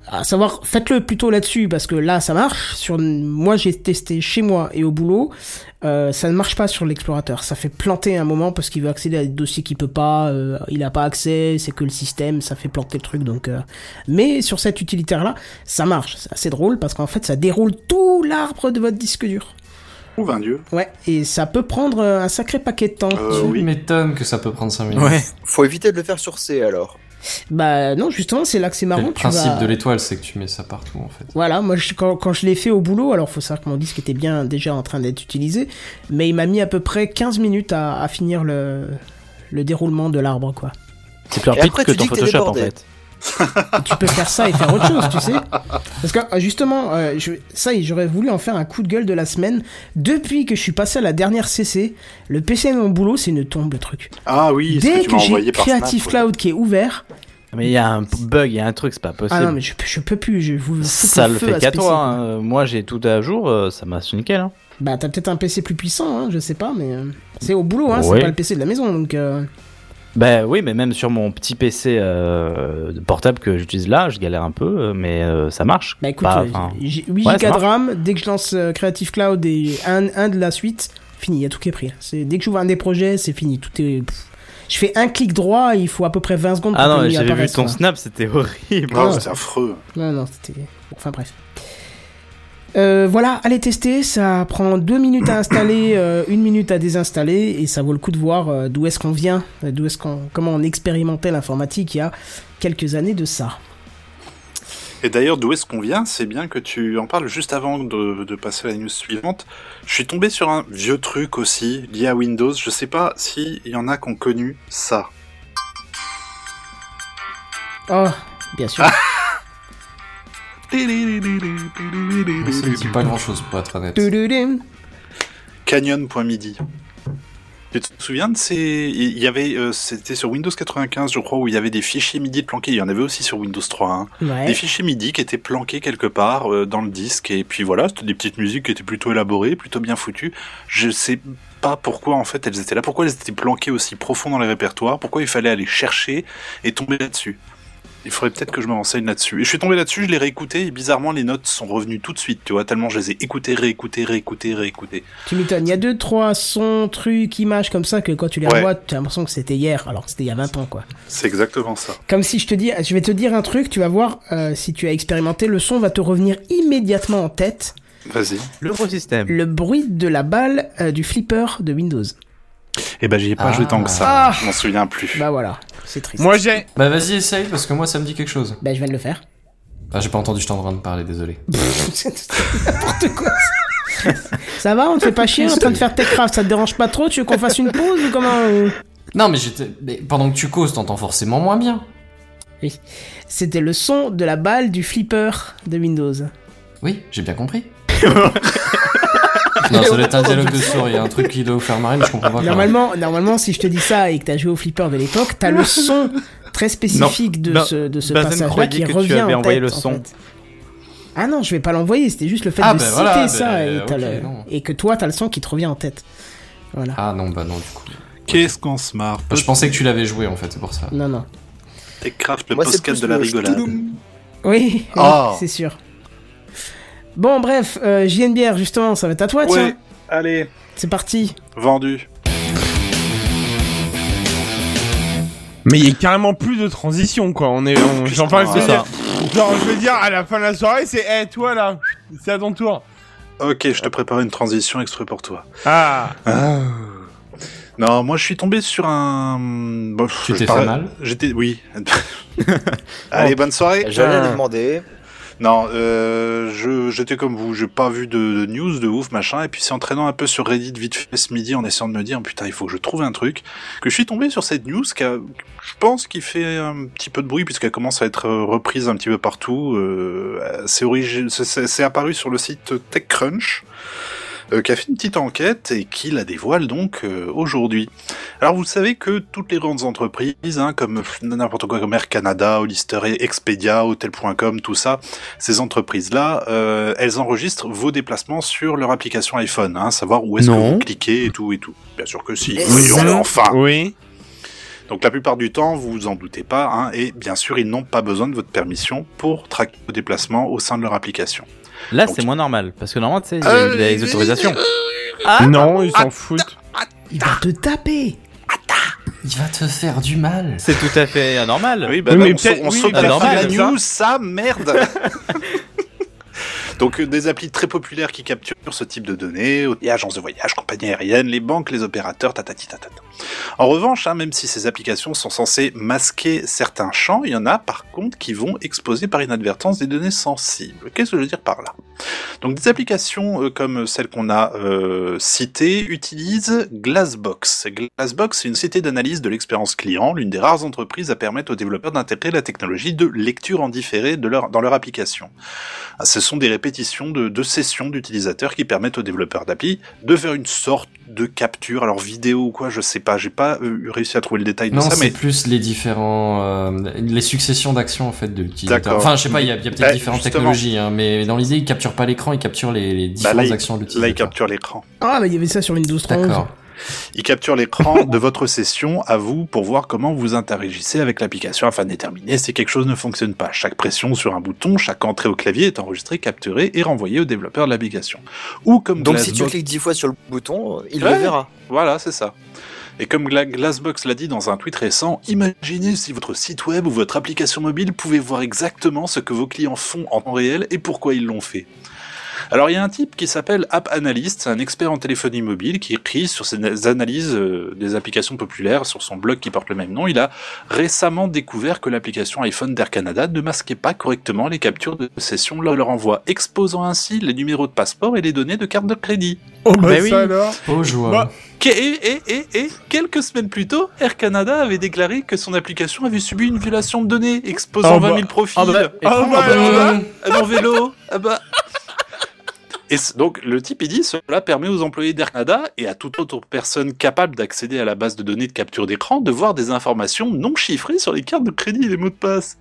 Speaker 1: À savoir, faites-le plutôt là-dessus parce que là, ça marche. Sur moi, j'ai testé chez moi et au boulot, euh, ça ne marche pas sur l'explorateur. Ça fait planter un moment parce qu'il veut accéder à des dossiers qu'il peut pas, euh, il a pas accès, c'est que le système, ça fait planter le truc. Donc, euh, mais sur cet utilitaire-là, ça marche. C'est assez drôle parce qu'en fait, ça déroule tout l'arbre de votre disque dur.
Speaker 10: Ou 20 dieux.
Speaker 1: Ouais, et ça peut prendre euh, un sacré paquet de temps.
Speaker 10: Euh,
Speaker 5: tu
Speaker 10: oui.
Speaker 5: m'étonnes que ça peut prendre 5 minutes.
Speaker 8: Ouais.
Speaker 4: Faut éviter de le faire sur C alors.
Speaker 1: Bah non, justement, c'est là que c'est
Speaker 5: C'est
Speaker 1: marrant.
Speaker 5: le
Speaker 1: tu
Speaker 5: principe
Speaker 1: vas-
Speaker 5: de l'étoile, c'est que tu mets ça partout en fait.
Speaker 1: Voilà, moi je- quand, quand je l'ai fait au boulot, alors faut savoir que mon disque était bien déjà en train d'être utilisé, mais il m'a mis à peu près 15 minutes à, à finir le, le déroulement de l'arbre quoi.
Speaker 8: C'est plus
Speaker 4: Et
Speaker 8: rapide
Speaker 4: après,
Speaker 8: que
Speaker 4: tu
Speaker 8: ton
Speaker 4: dis que t'es
Speaker 8: Photoshop en
Speaker 4: débordé.
Speaker 8: fait.
Speaker 1: Et tu peux faire ça et faire autre chose, tu sais. Parce que euh, justement, euh, je, ça y est, j'aurais voulu en faire un coup de gueule de la semaine. Depuis que je suis passé à la dernière CC, le PC de mon boulot, c'est une tombe le truc.
Speaker 10: Ah oui, ce
Speaker 1: Dès
Speaker 10: tu
Speaker 1: que
Speaker 10: m'as
Speaker 1: j'ai
Speaker 10: envoyé par Snap,
Speaker 1: Creative
Speaker 10: ouais.
Speaker 1: Cloud qui est ouvert,
Speaker 8: Mais il y a un bug, il y a un truc, c'est pas possible.
Speaker 1: ah non mais je, je peux plus, je vous fous
Speaker 8: ça le
Speaker 1: feu à
Speaker 8: fait
Speaker 1: ce
Speaker 8: qu'à
Speaker 1: PC.
Speaker 8: toi. hein. Euh, Moi j'ai tout à jour, euh, ça m'a su nickel. Hein.
Speaker 1: Bah t'as peut-être un PC plus puissant, hein, je sais pas, mais euh, c'est au boulot, hein, c'est
Speaker 8: Ouais.
Speaker 1: pas le PC de la maison, donc... euh,
Speaker 8: Bah oui, mais même sur mon petit PC euh, portable que j'utilise là, je galère un peu, euh, mais euh, ça marche.
Speaker 1: Bah écoute,
Speaker 8: Pas-
Speaker 1: euh,
Speaker 8: enfin,
Speaker 1: j'ai 8
Speaker 8: ouais,
Speaker 1: Go
Speaker 8: ça
Speaker 1: de
Speaker 8: marche.
Speaker 1: RAM, dès que je lance euh, Creative Cloud et un, un de la suite, fini, il y a tout qui est pris. hein. C'est, dès que j'ouvre un des projets, c'est fini, tout est... pff. Je fais un clic droit, il faut à peu près 20 secondes pour
Speaker 8: Ah non,
Speaker 1: que
Speaker 8: mais
Speaker 1: le menu
Speaker 8: j'avais vu
Speaker 1: apparaisse,
Speaker 8: ton
Speaker 1: quoi.
Speaker 8: snap, c'était horrible.
Speaker 10: Ah, c'est affreux.
Speaker 1: Non, non, c'était... bon, enfin bref. Euh, voilà, allez tester, ça prend 2 minutes à installer, 1 minute à désinstaller, et ça vaut le coup de voir euh, d'où est-ce qu'on vient, euh, d'où est-ce qu'on, comment on expérimentait l'informatique il y a quelques années de ça.
Speaker 10: Et d'ailleurs, d'où est-ce qu'on vient C'est bien que tu en parles juste avant de, de passer à la news suivante. Je suis tombé sur un vieux truc aussi lié à Windows. Je sais pas s'il y en a qui ont connu ça.
Speaker 1: Oh, bien sûr.
Speaker 10: Ah.
Speaker 5: Mais ça ne dit pas grand chose pour être honnête.
Speaker 1: Tududum.
Speaker 10: Canyon.midi. Tu te souviens de ces. Il y avait. euh, C'était sur Windows 95, je crois, où il y avait des fichiers MIDI planqués. Il y en avait aussi sur Windows 3. hein.
Speaker 1: Ouais.
Speaker 10: Des fichiers MIDI qui étaient planqués quelque part euh, dans le disque. Et puis voilà, c'était des petites musiques qui étaient plutôt élaborées, plutôt bien foutues. Je sais pas pourquoi en fait elles étaient là, pourquoi elles étaient planquées aussi profond dans les répertoires, pourquoi il fallait aller chercher et tomber là-dessus. Il faudrait peut-être que je me renseigne là-dessus. Et je suis tombé là-dessus, je l'ai réécouté et bizarrement les notes sont revenues tout de suite, tu vois, tellement je les ai écoutées, réécoutées, réécoutées, réécoutées.
Speaker 1: Tu m'étonnes. Il y a deux, trois sons, trucs, images comme ça que quand tu les
Speaker 10: Ouais.
Speaker 1: revois, tu as l'impression que c'était hier. Alors que c'était il y a 20 ans, quoi.
Speaker 10: C'est exactement ça.
Speaker 1: Comme si je te dis, je vais te dire un truc, tu vas voir, euh, si tu as expérimenté, le son va te revenir immédiatement en tête.
Speaker 10: Vas-y.
Speaker 8: L'eurosystème.
Speaker 1: Le bruit de la balle euh, du flipper de Windows.
Speaker 10: Eh ben j'y ai pas
Speaker 5: Ah.
Speaker 10: joué tant que ça, je m'en souviens plus.
Speaker 1: Bah voilà. C'est triste.
Speaker 6: Moi j'ai.
Speaker 5: Bah vas-y, essaye parce que moi ça me dit quelque chose.
Speaker 1: Bah je viens de le faire.
Speaker 5: Ah, j'ai pas entendu, je t'en train de parler, désolé.
Speaker 1: C'est n'importe quoi. ça va, on te fait pas chier on est en train de faire Techcraft, ça te dérange pas trop Tu veux qu'on fasse une pause ou comment euh
Speaker 5: Non, mais j'étais. Mais pendant que tu causes, t'entends forcément moins bien.
Speaker 1: C'était le son de la balle du flipper de Windows.
Speaker 5: Oui, j'ai bien compris. non, ça doit être un dialogue de souris, un truc qui doit vous faire marrer, mais je comprends pas. quand même.
Speaker 1: Normalement, normalement, si je te dis ça et que t'as joué au flipper de l'époque, t'as le son très spécifique de
Speaker 8: Ba-
Speaker 1: ce, de ce
Speaker 8: Bazen
Speaker 1: passage-là
Speaker 8: croyait
Speaker 1: qui
Speaker 8: que tu
Speaker 1: revient.
Speaker 8: avais
Speaker 1: en
Speaker 8: envoyé
Speaker 1: tête,
Speaker 8: le
Speaker 1: en
Speaker 8: son.
Speaker 1: fait. Ah non, je vais pas l'envoyer, c'était juste le fait
Speaker 5: Ah,
Speaker 1: de
Speaker 5: ben
Speaker 1: citer
Speaker 5: voilà,
Speaker 1: ça
Speaker 5: ben,
Speaker 1: et, t'as
Speaker 5: ok,
Speaker 1: le-
Speaker 5: non.
Speaker 1: et que toi, t'as le son qui te revient en tête. Voilà.
Speaker 5: Ah non, bah non, du coup.
Speaker 10: Qu'est-ce qu'on se marre
Speaker 5: Bah, je pensais que tu l'avais joué en fait, c'est pour ça.
Speaker 1: Non, non.
Speaker 10: Techcraft, le
Speaker 4: Moi, c'est
Speaker 10: podcast
Speaker 4: plus
Speaker 10: de la
Speaker 4: le
Speaker 10: rigolade.
Speaker 4: ch'touloum.
Speaker 1: Oui, oui,
Speaker 5: Ah.
Speaker 10: Oh.
Speaker 1: c'est sûr. Bon, bref, euh, JNBR, justement, ça va être à toi,
Speaker 10: Ouais,
Speaker 1: tiens.
Speaker 10: allez,
Speaker 1: C'est parti.
Speaker 10: vendu.
Speaker 6: Mais il y a carrément plus de transition quoi. On est. on- J'en parle.
Speaker 10: Ah.
Speaker 6: je veux dire- Genre je veux dire à la fin de la soirée c'est. Eh toi là. C'est à ton tour.
Speaker 10: Ok, je te prépare une transition exprès pour toi.
Speaker 6: Ah.
Speaker 10: Non, moi je suis tombé sur un. Bon, pff,
Speaker 5: Tu
Speaker 10: je
Speaker 5: t'es
Speaker 10: parlais-
Speaker 5: fait mal
Speaker 10: J'étais. Oui. Allez,
Speaker 4: bah,
Speaker 10: bonne soirée.
Speaker 4: J'allais
Speaker 8: Ah.
Speaker 4: le demander.
Speaker 10: Non, euh, je- j'étais comme vous, j'ai pas vu de, de news de ouf, machin, et puis c'est en traînant un peu sur Reddit vite fait ce midi en essayant de me dire putain, il faut que je trouve un truc, que je suis tombé sur cette news qui a- je pense qui fait un petit peu de bruit puisqu'elle commence à être euh, reprise un petit peu partout. euh, c'est origi- c'est- c'est c'est apparu sur le site TechCrunch. euh, qui a fait une petite enquête et qui la dévoile donc euh, aujourd'hui. Alors vous savez que toutes les grandes entreprises, hein, comme pff, n'importe quoi comme Air Canada, Hollister, Expedia, Hotel.com, tout ça, ces entreprises-là, euh, elles enregistrent vos déplacements sur leur application iPhone, hein, savoir où est-ce que
Speaker 8: Non.
Speaker 10: vous cliquez et tout et tout. Bien sûr que si.
Speaker 4: Mais
Speaker 10: Voyons,
Speaker 4: ça-
Speaker 10: enfin.
Speaker 6: Oui.
Speaker 10: Donc la plupart du temps, vous vous en doutez pas, hein, et bien sûr, ils n'ont pas besoin de votre permission pour traquer vos déplacements au sein de leur application.
Speaker 8: Là
Speaker 10: Donc-
Speaker 8: c'est moins normal, parce que normalement tu sais, il y a eu des autorisations.
Speaker 6: non ils s'en foutent.
Speaker 1: Il va te taper.
Speaker 5: Il va te faire du mal.
Speaker 8: C'est tout à fait anormal.
Speaker 10: Oui, bah,
Speaker 6: Oui,
Speaker 10: là,
Speaker 6: mais
Speaker 10: on, sa-
Speaker 6: peut-être-
Speaker 10: on
Speaker 6: oui,
Speaker 10: saute
Speaker 8: bah,
Speaker 10: la fin
Speaker 8: normal,
Speaker 10: de la
Speaker 6: ça.
Speaker 10: news, ça, merde Donc Donc euh, des applis très populaires qui capturent ce type de données, les agences de voyage, compagnies aériennes, les banques, les opérateurs, tatati tatata. En revanche, hein, même si ces applications sont censées masquer certains champs, il y en a par contre qui vont exposer par inadvertance des données sensibles. Qu'est-ce que je veux dire par là Donc des applications euh, comme celle qu'on a euh, citée utilisent Glassbox. Glassbox, c'est une cité d'analyse de l'expérience client, l'une des rares entreprises à permettre aux développeurs d'intégrer la technologie de lecture en différé de leur, dans leur application. Ah, Ce sont des répétitions de, de sessions d'utilisateurs qui permettent aux développeurs d'appli de faire une sorte de capture, alors vidéo ou quoi, je sais pas, j'ai pas euh, réussi à trouver le détail de
Speaker 5: Non,
Speaker 10: ça,
Speaker 5: c'est
Speaker 10: mais
Speaker 5: plus les différents, euh, les successions d'actions en fait de l'utilisateur.
Speaker 10: D'accord.
Speaker 5: Enfin, je sais pas, il y a, il y a peut-être
Speaker 10: Bah,
Speaker 5: différentes
Speaker 10: justement. Bah,
Speaker 5: technologies, hein, mais dans l'idée, il capture pas l'écran, il capture les, les différentes
Speaker 10: là, il-
Speaker 5: actions de
Speaker 10: là il
Speaker 5: l'utilisateur.
Speaker 10: capture l'écran.
Speaker 1: Ah, bah il y avait ça sur Windows 11.
Speaker 5: D'accord.
Speaker 10: Il capture l'écran de votre session à vous pour voir comment vous interagissez avec l'application afin de déterminer si quelque chose ne fonctionne pas. Chaque pression sur un bouton, chaque entrée au clavier est enregistrée, capturée et renvoyée au développeur de l'application. Ou comme
Speaker 4: Donc si tu
Speaker 10: Glassbox-
Speaker 4: cliques dix fois sur le bouton, euh, il
Speaker 10: Ouais.
Speaker 4: le verra.
Speaker 10: Voilà, c'est ça. Et comme Gla- Glassbox l'a dit dans un tweet récent, imaginez si votre site web ou votre application mobile pouvait voir exactement ce que vos clients font en temps réel et pourquoi ils l'ont fait. Alors il y a un type qui s'appelle App Analyst, c'est un expert en téléphonie mobile qui écrit sur ses analyses euh, des applications populaires sur son blog qui porte le même nom. Il a récemment découvert que l'application iPhone d'Air Canada ne masquait pas correctement les captures de session lors de leur envoi, exposant ainsi les numéros de passeport et les données de carte de crédit.
Speaker 6: Oh, bah,
Speaker 8: bah oui.
Speaker 6: ça alors.
Speaker 5: Oh, joie.
Speaker 6: Bah,
Speaker 10: Que- Et, et, et, et quelques semaines plus tôt, Air Canada avait déclaré que son application avait subi une violation de données, exposant
Speaker 6: Ah bah-
Speaker 10: 20 000 profils.
Speaker 8: ah bah-
Speaker 6: Ah bah, alors là,
Speaker 10: Ah mon vélo Ah bah et c- donc le type il dit cela permet aux employés d'Air Canada et à toute autre personne capable d'accéder à la base de données de capture d'écran de voir des informations non chiffrées sur les cartes de crédit et les mots de passe.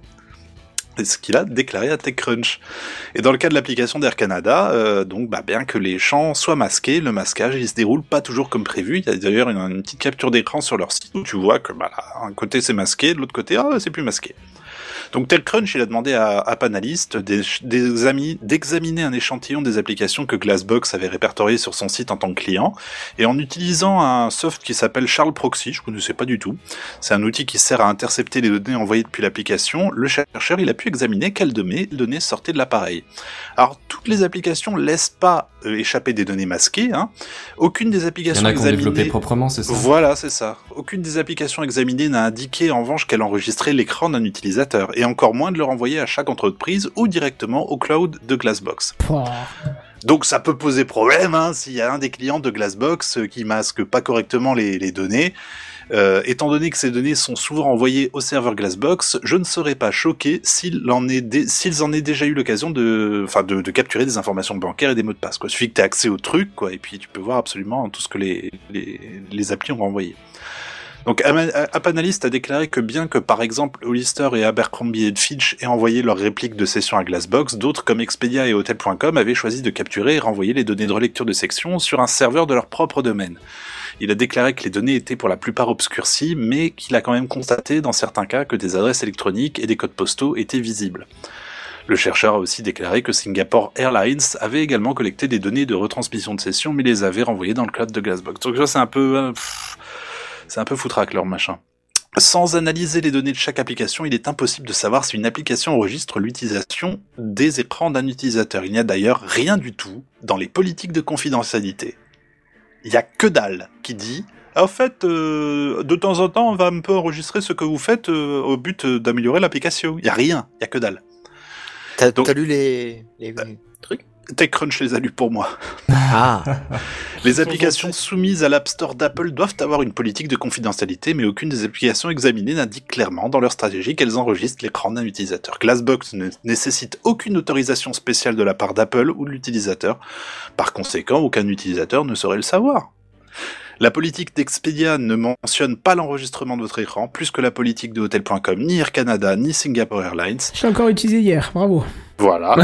Speaker 10: C'est ce qu'il a déclaré à TechCrunch. Et dans le cas de l'application d'Air Canada, euh, donc bah, bien que les champs soient masqués, le masquage il se déroule pas toujours comme prévu. Il y a d'ailleurs une, une petite capture d'écran sur leur site où tu vois que bah, là, un côté c'est masqué, de l'autre côté ah, c'est plus masqué. Donc TechCrunch, il a demandé à App Analyst d'é- d'exami- d'examiner un échantillon des applications que Glassbox avait répertoriées sur son site en tant que client, et en utilisant un soft qui s'appelle Charles Proxy, je ne connaissais pas du tout, c'est un outil qui sert à intercepter les données envoyées depuis l'application, le chercheur il a pu examiner quelles données, données sortaient de l'appareil. Alors toutes les applications laissent pas euh, échapper des données masquées, hein. aucune des
Speaker 5: Il y en
Speaker 10: applications
Speaker 5: a qui ont développé
Speaker 10: examinées...
Speaker 5: proprement, c'est ça
Speaker 10: Voilà, c'est ça. Aucune des applications examinées n'a indiqué en revanche qu'elle enregistrait l'écran d'un utilisateur, et encore moins de le renvoyer à chaque entreprise ou directement au cloud de Glassbox.
Speaker 1: Pouah.
Speaker 10: Donc ça peut poser problème hein, s'il y a un des clients de Glassbox euh, qui masque pas correctement les, les données. Euh, étant donné que ces données sont souvent envoyées au serveur Glassbox, je ne serais pas choqué s'il en est dé- s'ils en aient déjà eu l'occasion de, enfin, de, de capturer des informations bancaires et des mots de passe. Quoi. Il suffit que tu aies accès au truc, quoi, et puis tu peux voir absolument tout ce que les, les, les applis ont renvoyé. Donc Ama- App Analyst a déclaré que bien que par exemple Hollister et Abercrombie et Fitch aient envoyé leurs répliques de sessions à Glassbox, d'autres comme Expedia et Hotel.com avaient choisi de capturer et renvoyer les données de relecture de sections sur un serveur de leur propre domaine. Il a déclaré que les données étaient pour la plupart obscurcies, mais qu'il a quand même constaté dans certains cas que des adresses électroniques et des codes postaux étaient visibles. Le chercheur a aussi déclaré que Singapore Airlines avait également collecté des données de retransmission de sessions, mais les avait renvoyées dans le cloud de Glassbox. Donc ça, c'est un peu, euh, pff, c'est un peu foutraque leur machin. Sans analyser les données de chaque application, il est impossible de savoir si une application enregistre l'utilisation des écrans d'un utilisateur. Il n'y a d'ailleurs rien du tout dans les politiques de confidentialité. Il n'y a que dalle qui dit en fait, euh, de temps en temps, on va un peu enregistrer ce que vous faites euh, au but euh, d'améliorer l'application. Il n'y a rien, il n'y a que dalle.
Speaker 4: T'as
Speaker 10: Donc- Euh.
Speaker 4: t'as lu les, les trucs
Speaker 10: TechCrunch les a lus pour moi.
Speaker 8: Ah.
Speaker 10: Les applications soumises à l'App Store d'Apple doivent avoir une politique de confidentialité, mais aucune des applications examinées n'indique clairement dans leur stratégie qu'elles enregistrent l'écran d'un utilisateur. Glassbox ne nécessite aucune autorisation spéciale de la part d'Apple ou de l'utilisateur. Par conséquent, aucun utilisateur ne saurait le savoir. La politique d'Expedia ne mentionne pas l'enregistrement de votre écran, plus que la politique de Hotel.com, ni Air Canada, ni Singapore Airlines.
Speaker 1: Je l'ai encore utilisé hier, bravo.
Speaker 10: Voilà.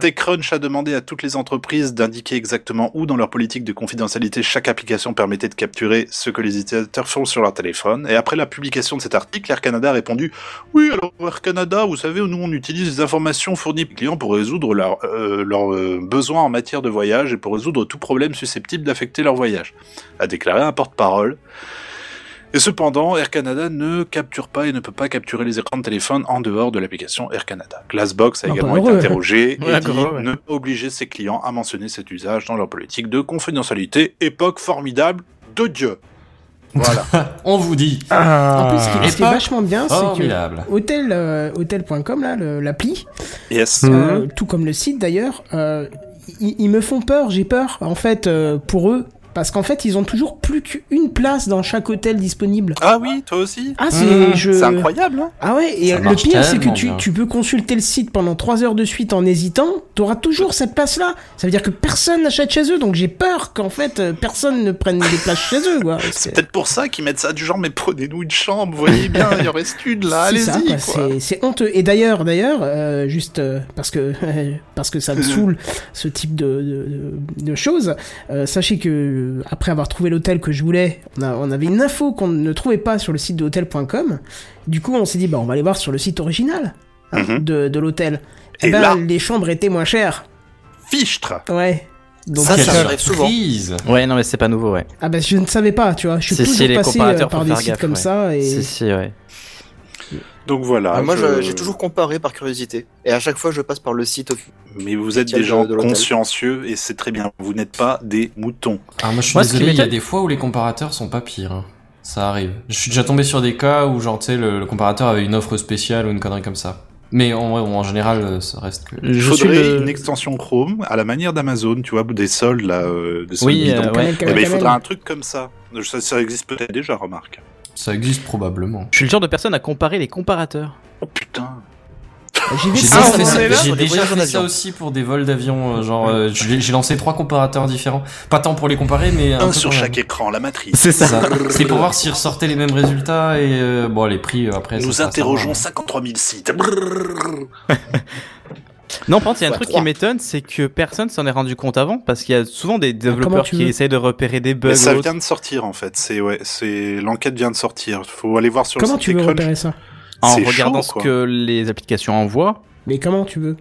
Speaker 10: TechCrunch a demandé à toutes les entreprises d'indiquer exactement où dans leur politique de confidentialité chaque application permettait de capturer ce que les utilisateurs font sur leur téléphone. Et après la publication de cet article, Air Canada a répondu Oui, alors Air Canada, vous savez, nous on utilise les informations fournies par les clients pour résoudre leur- euh, leurs euh, besoins en matière de voyage et pour résoudre tout problème susceptible d'affecter leur voyage, a déclaré un porte-parole Et cependant, Air Canada ne capture pas et ne peut pas capturer les écrans de téléphone en dehors de l'application Air Canada. Glassbox a
Speaker 1: Ah,
Speaker 10: également
Speaker 1: pas
Speaker 10: été
Speaker 1: heureux.
Speaker 10: interrogé
Speaker 8: Ouais,
Speaker 10: et dit
Speaker 8: d'accord, ouais.
Speaker 10: ne pas obliger ses clients à mentionner cet usage dans leur politique de confidentialité, époque formidable de Dieu. Voilà.
Speaker 5: On vous dit.
Speaker 6: Ah, bah.
Speaker 1: En plus, ce qui, ce qui est
Speaker 5: Époque
Speaker 1: vachement bien,
Speaker 5: Oh,
Speaker 1: c'est que
Speaker 5: Formidable.
Speaker 1: Hotel, euh, hotel.com, là, le- l'appli,
Speaker 10: yes.
Speaker 5: Mhm.
Speaker 1: euh, tout comme le site d'ailleurs, euh, ils ils me font peur, j'ai peur, en fait, euh, pour eux. Parce qu'en fait, ils ont toujours plus qu'une place dans chaque hôtel disponible.
Speaker 10: Ah oui, toi aussi
Speaker 1: Ah, c'est.
Speaker 10: Mmh,
Speaker 1: je-
Speaker 8: euh,
Speaker 10: C'est incroyable, hein
Speaker 1: Ah ouais, et
Speaker 5: Mhm. Ça
Speaker 1: le
Speaker 5: marche
Speaker 1: pire, c'est que
Speaker 5: tellement
Speaker 1: tu,
Speaker 5: bien.
Speaker 1: tu peux consulter le site pendant 3 heures de suite en hésitant, t'auras toujours cette place-là. Ça veut dire que personne n'achète chez eux, donc j'ai peur qu'en fait, euh, personne ne prenne des places chez eux, quoi.
Speaker 10: C'est peut-être pour ça qu'ils mettent ça du genre, mais prenez-nous une chambre, voyez bien, il y en reste une là,
Speaker 1: C'est ça,
Speaker 10: allez-y,
Speaker 1: quoi,
Speaker 10: quoi.
Speaker 1: c'est- C'est honteux. Et d'ailleurs, d'ailleurs, euh, juste euh, parce que parce que ça me saoule ce type de, de- de- de choses. euh, sachez que euh, après avoir trouvé l'hôtel que je voulais, on, a- on avait une info qu'on ne trouvait pas sur le site de hôtel.com. Du coup, on s'est dit bah on va aller voir sur le site original hein,
Speaker 10: Mhm.
Speaker 1: de, de l'hôtel. Eh
Speaker 10: Et
Speaker 1: ben,
Speaker 10: là-
Speaker 1: les chambres étaient moins chères.
Speaker 10: Fichtre
Speaker 1: Ouais. Donc euh,
Speaker 4: Ça,
Speaker 5: Quelle
Speaker 4: ça arrive souvent.
Speaker 5: surprise.
Speaker 8: Ouais, non, mais c'est pas nouveau, ouais.
Speaker 1: ah bah je ne savais pas, tu vois. Je suis
Speaker 8: C'est-
Speaker 1: toujours
Speaker 8: c'est les
Speaker 1: passé euh,
Speaker 8: comparateurs,
Speaker 1: par
Speaker 8: faut
Speaker 1: des
Speaker 8: faire
Speaker 1: sites
Speaker 8: gaffe,
Speaker 1: comme
Speaker 8: ouais.
Speaker 1: ça et
Speaker 8: Si, si, ouais.
Speaker 10: Donc voilà.
Speaker 4: Ah, moi, je-
Speaker 10: je-
Speaker 4: j'ai toujours comparé par curiosité. Et à chaque fois, je passe par le site. offi-
Speaker 10: Mais vous êtes
Speaker 4: Tiens,
Speaker 10: des
Speaker 4: de-
Speaker 10: gens
Speaker 4: de l'hôtel.
Speaker 10: consciencieux et c'est très bien. Vous n'êtes pas des moutons.
Speaker 5: Alors Ah, moi je suis
Speaker 8: Moi, ce qui
Speaker 5: désolé, il y a
Speaker 8: m'étonne-
Speaker 5: des fois où les comparateurs sont pas pires. hein. Ça arrive. Je suis déjà tombé sur des cas où genre tu sais le, le comparateur avait une offre spéciale ou une connerie comme ça. Mais en vrai, bon, en général, euh, ça reste que.
Speaker 10: Il
Speaker 8: Je
Speaker 10: faudrait
Speaker 8: suis le-
Speaker 10: une extension Chrome à la manière d'Amazon, tu vois, des soldes là, euh, des soldes
Speaker 8: Oui,
Speaker 10: bidons.
Speaker 8: euh,
Speaker 1: Kamel,
Speaker 8: ouais.
Speaker 10: Eh
Speaker 1: Kamel,
Speaker 10: ben, il
Speaker 1: Kamel.
Speaker 10: faudra un truc comme ça. Ça, ça existe peut-être déjà, remarque.
Speaker 5: Ça existe probablement.
Speaker 8: Je suis le genre de personne à comparer les comparateurs.
Speaker 10: Oh putain.
Speaker 1: J'y vais
Speaker 5: J'ai
Speaker 1: sans-
Speaker 5: déjà
Speaker 6: on
Speaker 5: fait, ça,
Speaker 6: est là
Speaker 5: j'ai
Speaker 4: pour des
Speaker 5: déjà
Speaker 4: voyages en
Speaker 5: fait
Speaker 4: avion.
Speaker 5: ça aussi pour des vols d'avion. euh, genre, euh, je l'ai- j'ai lancé trois comparateurs différents. Pas tant pour les comparer, mais
Speaker 10: Un,
Speaker 5: peu
Speaker 10: sur
Speaker 5: quand même.
Speaker 10: chaque écran, la matrice.
Speaker 8: C'est
Speaker 5: C'est ça. C'était pour voir s'ils ressortaient les mêmes résultats et euh, bon les prix euh, après. ça
Speaker 10: Nous
Speaker 5: sera
Speaker 10: interrogeons
Speaker 5: ça.
Speaker 10: 53 000 sites.
Speaker 8: Non, par contre, il y a un truc qui
Speaker 4: trois.
Speaker 8: m'étonne, c'est que personne s'en est rendu compte avant, parce qu'il y a souvent des développeurs
Speaker 1: tu
Speaker 8: qui
Speaker 1: veux
Speaker 8: essayent de repérer des bugs.
Speaker 10: Mais ça
Speaker 8: ou autre.
Speaker 10: vient de sortir en fait. C'est ouais, c'est l'enquête vient de sortir. Faut aller voir sur
Speaker 1: Comment
Speaker 10: le
Speaker 1: tu
Speaker 10: site
Speaker 1: veux
Speaker 10: des Crunch.
Speaker 1: repérer ça
Speaker 8: En
Speaker 10: C'est
Speaker 8: regardant
Speaker 10: chaud,
Speaker 8: ce
Speaker 10: quoi.
Speaker 8: que les applications envoient,
Speaker 1: Mais comment tu veux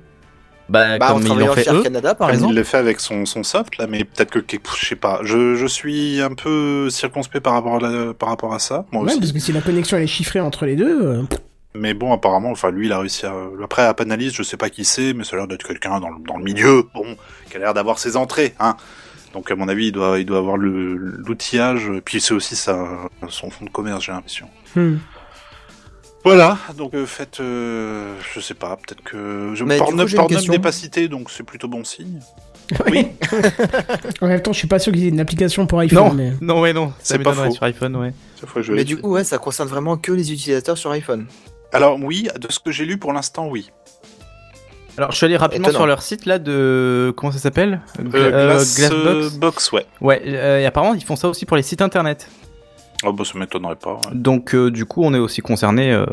Speaker 8: bah,
Speaker 4: Bah, en
Speaker 8: comme ils l'ont
Speaker 4: travaillant chez
Speaker 8: fait
Speaker 4: Air
Speaker 8: eux.
Speaker 4: Canada, par
Speaker 10: Comme
Speaker 4: exemple.
Speaker 10: il le fait avec son, son soft, là, mais peut-être que, que- je sais pas. Je, je suis un peu circonspect par rapport à, la- par rapport à ça, moi
Speaker 1: Ouais,
Speaker 10: aussi.
Speaker 1: parce que si la connexion elle est chiffrée entre les deux, euh,
Speaker 10: Mais bon, apparemment, enfin, lui, il a réussi à. Après, à Panalyst, je sais pas qui c'est, mais ça a l'air d'être quelqu'un dans, le- dans le milieu, bon, qui a l'air d'avoir ses entrées, hein. Donc, à mon avis, il doit, il doit avoir le- l'outillage, puis c'est aussi sa, son fonds de commerce, j'ai l'impression.
Speaker 1: hmm.
Speaker 10: Voilà, donc euh, faites, euh, je sais pas, peut-être que je
Speaker 4: Mais du coup,
Speaker 10: Pornhub
Speaker 4: j'ai une
Speaker 10: Pornhub
Speaker 4: question.
Speaker 10: n'est pas cité, donc c'est plutôt bon signe.
Speaker 1: en même temps, je suis pas sûr qu'ils aient une application pour iPhone.
Speaker 8: Non,
Speaker 1: Mais...
Speaker 8: non, ouais, non. Ça
Speaker 10: C'est pas
Speaker 8: m'étonnerait
Speaker 10: faux.
Speaker 8: sur iPhone, ouais.
Speaker 10: Cette fois, je vais
Speaker 4: Mais
Speaker 10: aller-
Speaker 4: du coup, ouais, ça concerne vraiment que les utilisateurs sur iPhone.
Speaker 10: Alors oui, de ce que j'ai lu pour l'instant, oui.
Speaker 8: Alors, je suis allé rapidement
Speaker 4: Étonnant.
Speaker 8: sur leur site là de. Comment ça s'appelle
Speaker 10: Euh,
Speaker 8: Gla- euh,
Speaker 10: Glass, euh,
Speaker 8: Glassbox.
Speaker 10: Box, ouais.
Speaker 8: Ouais, euh, et apparemment, ils font ça aussi pour les sites internet.
Speaker 10: Oh bah ça m'étonnerait pas. ouais.
Speaker 8: Donc, euh, du coup, on est aussi concerné. euh,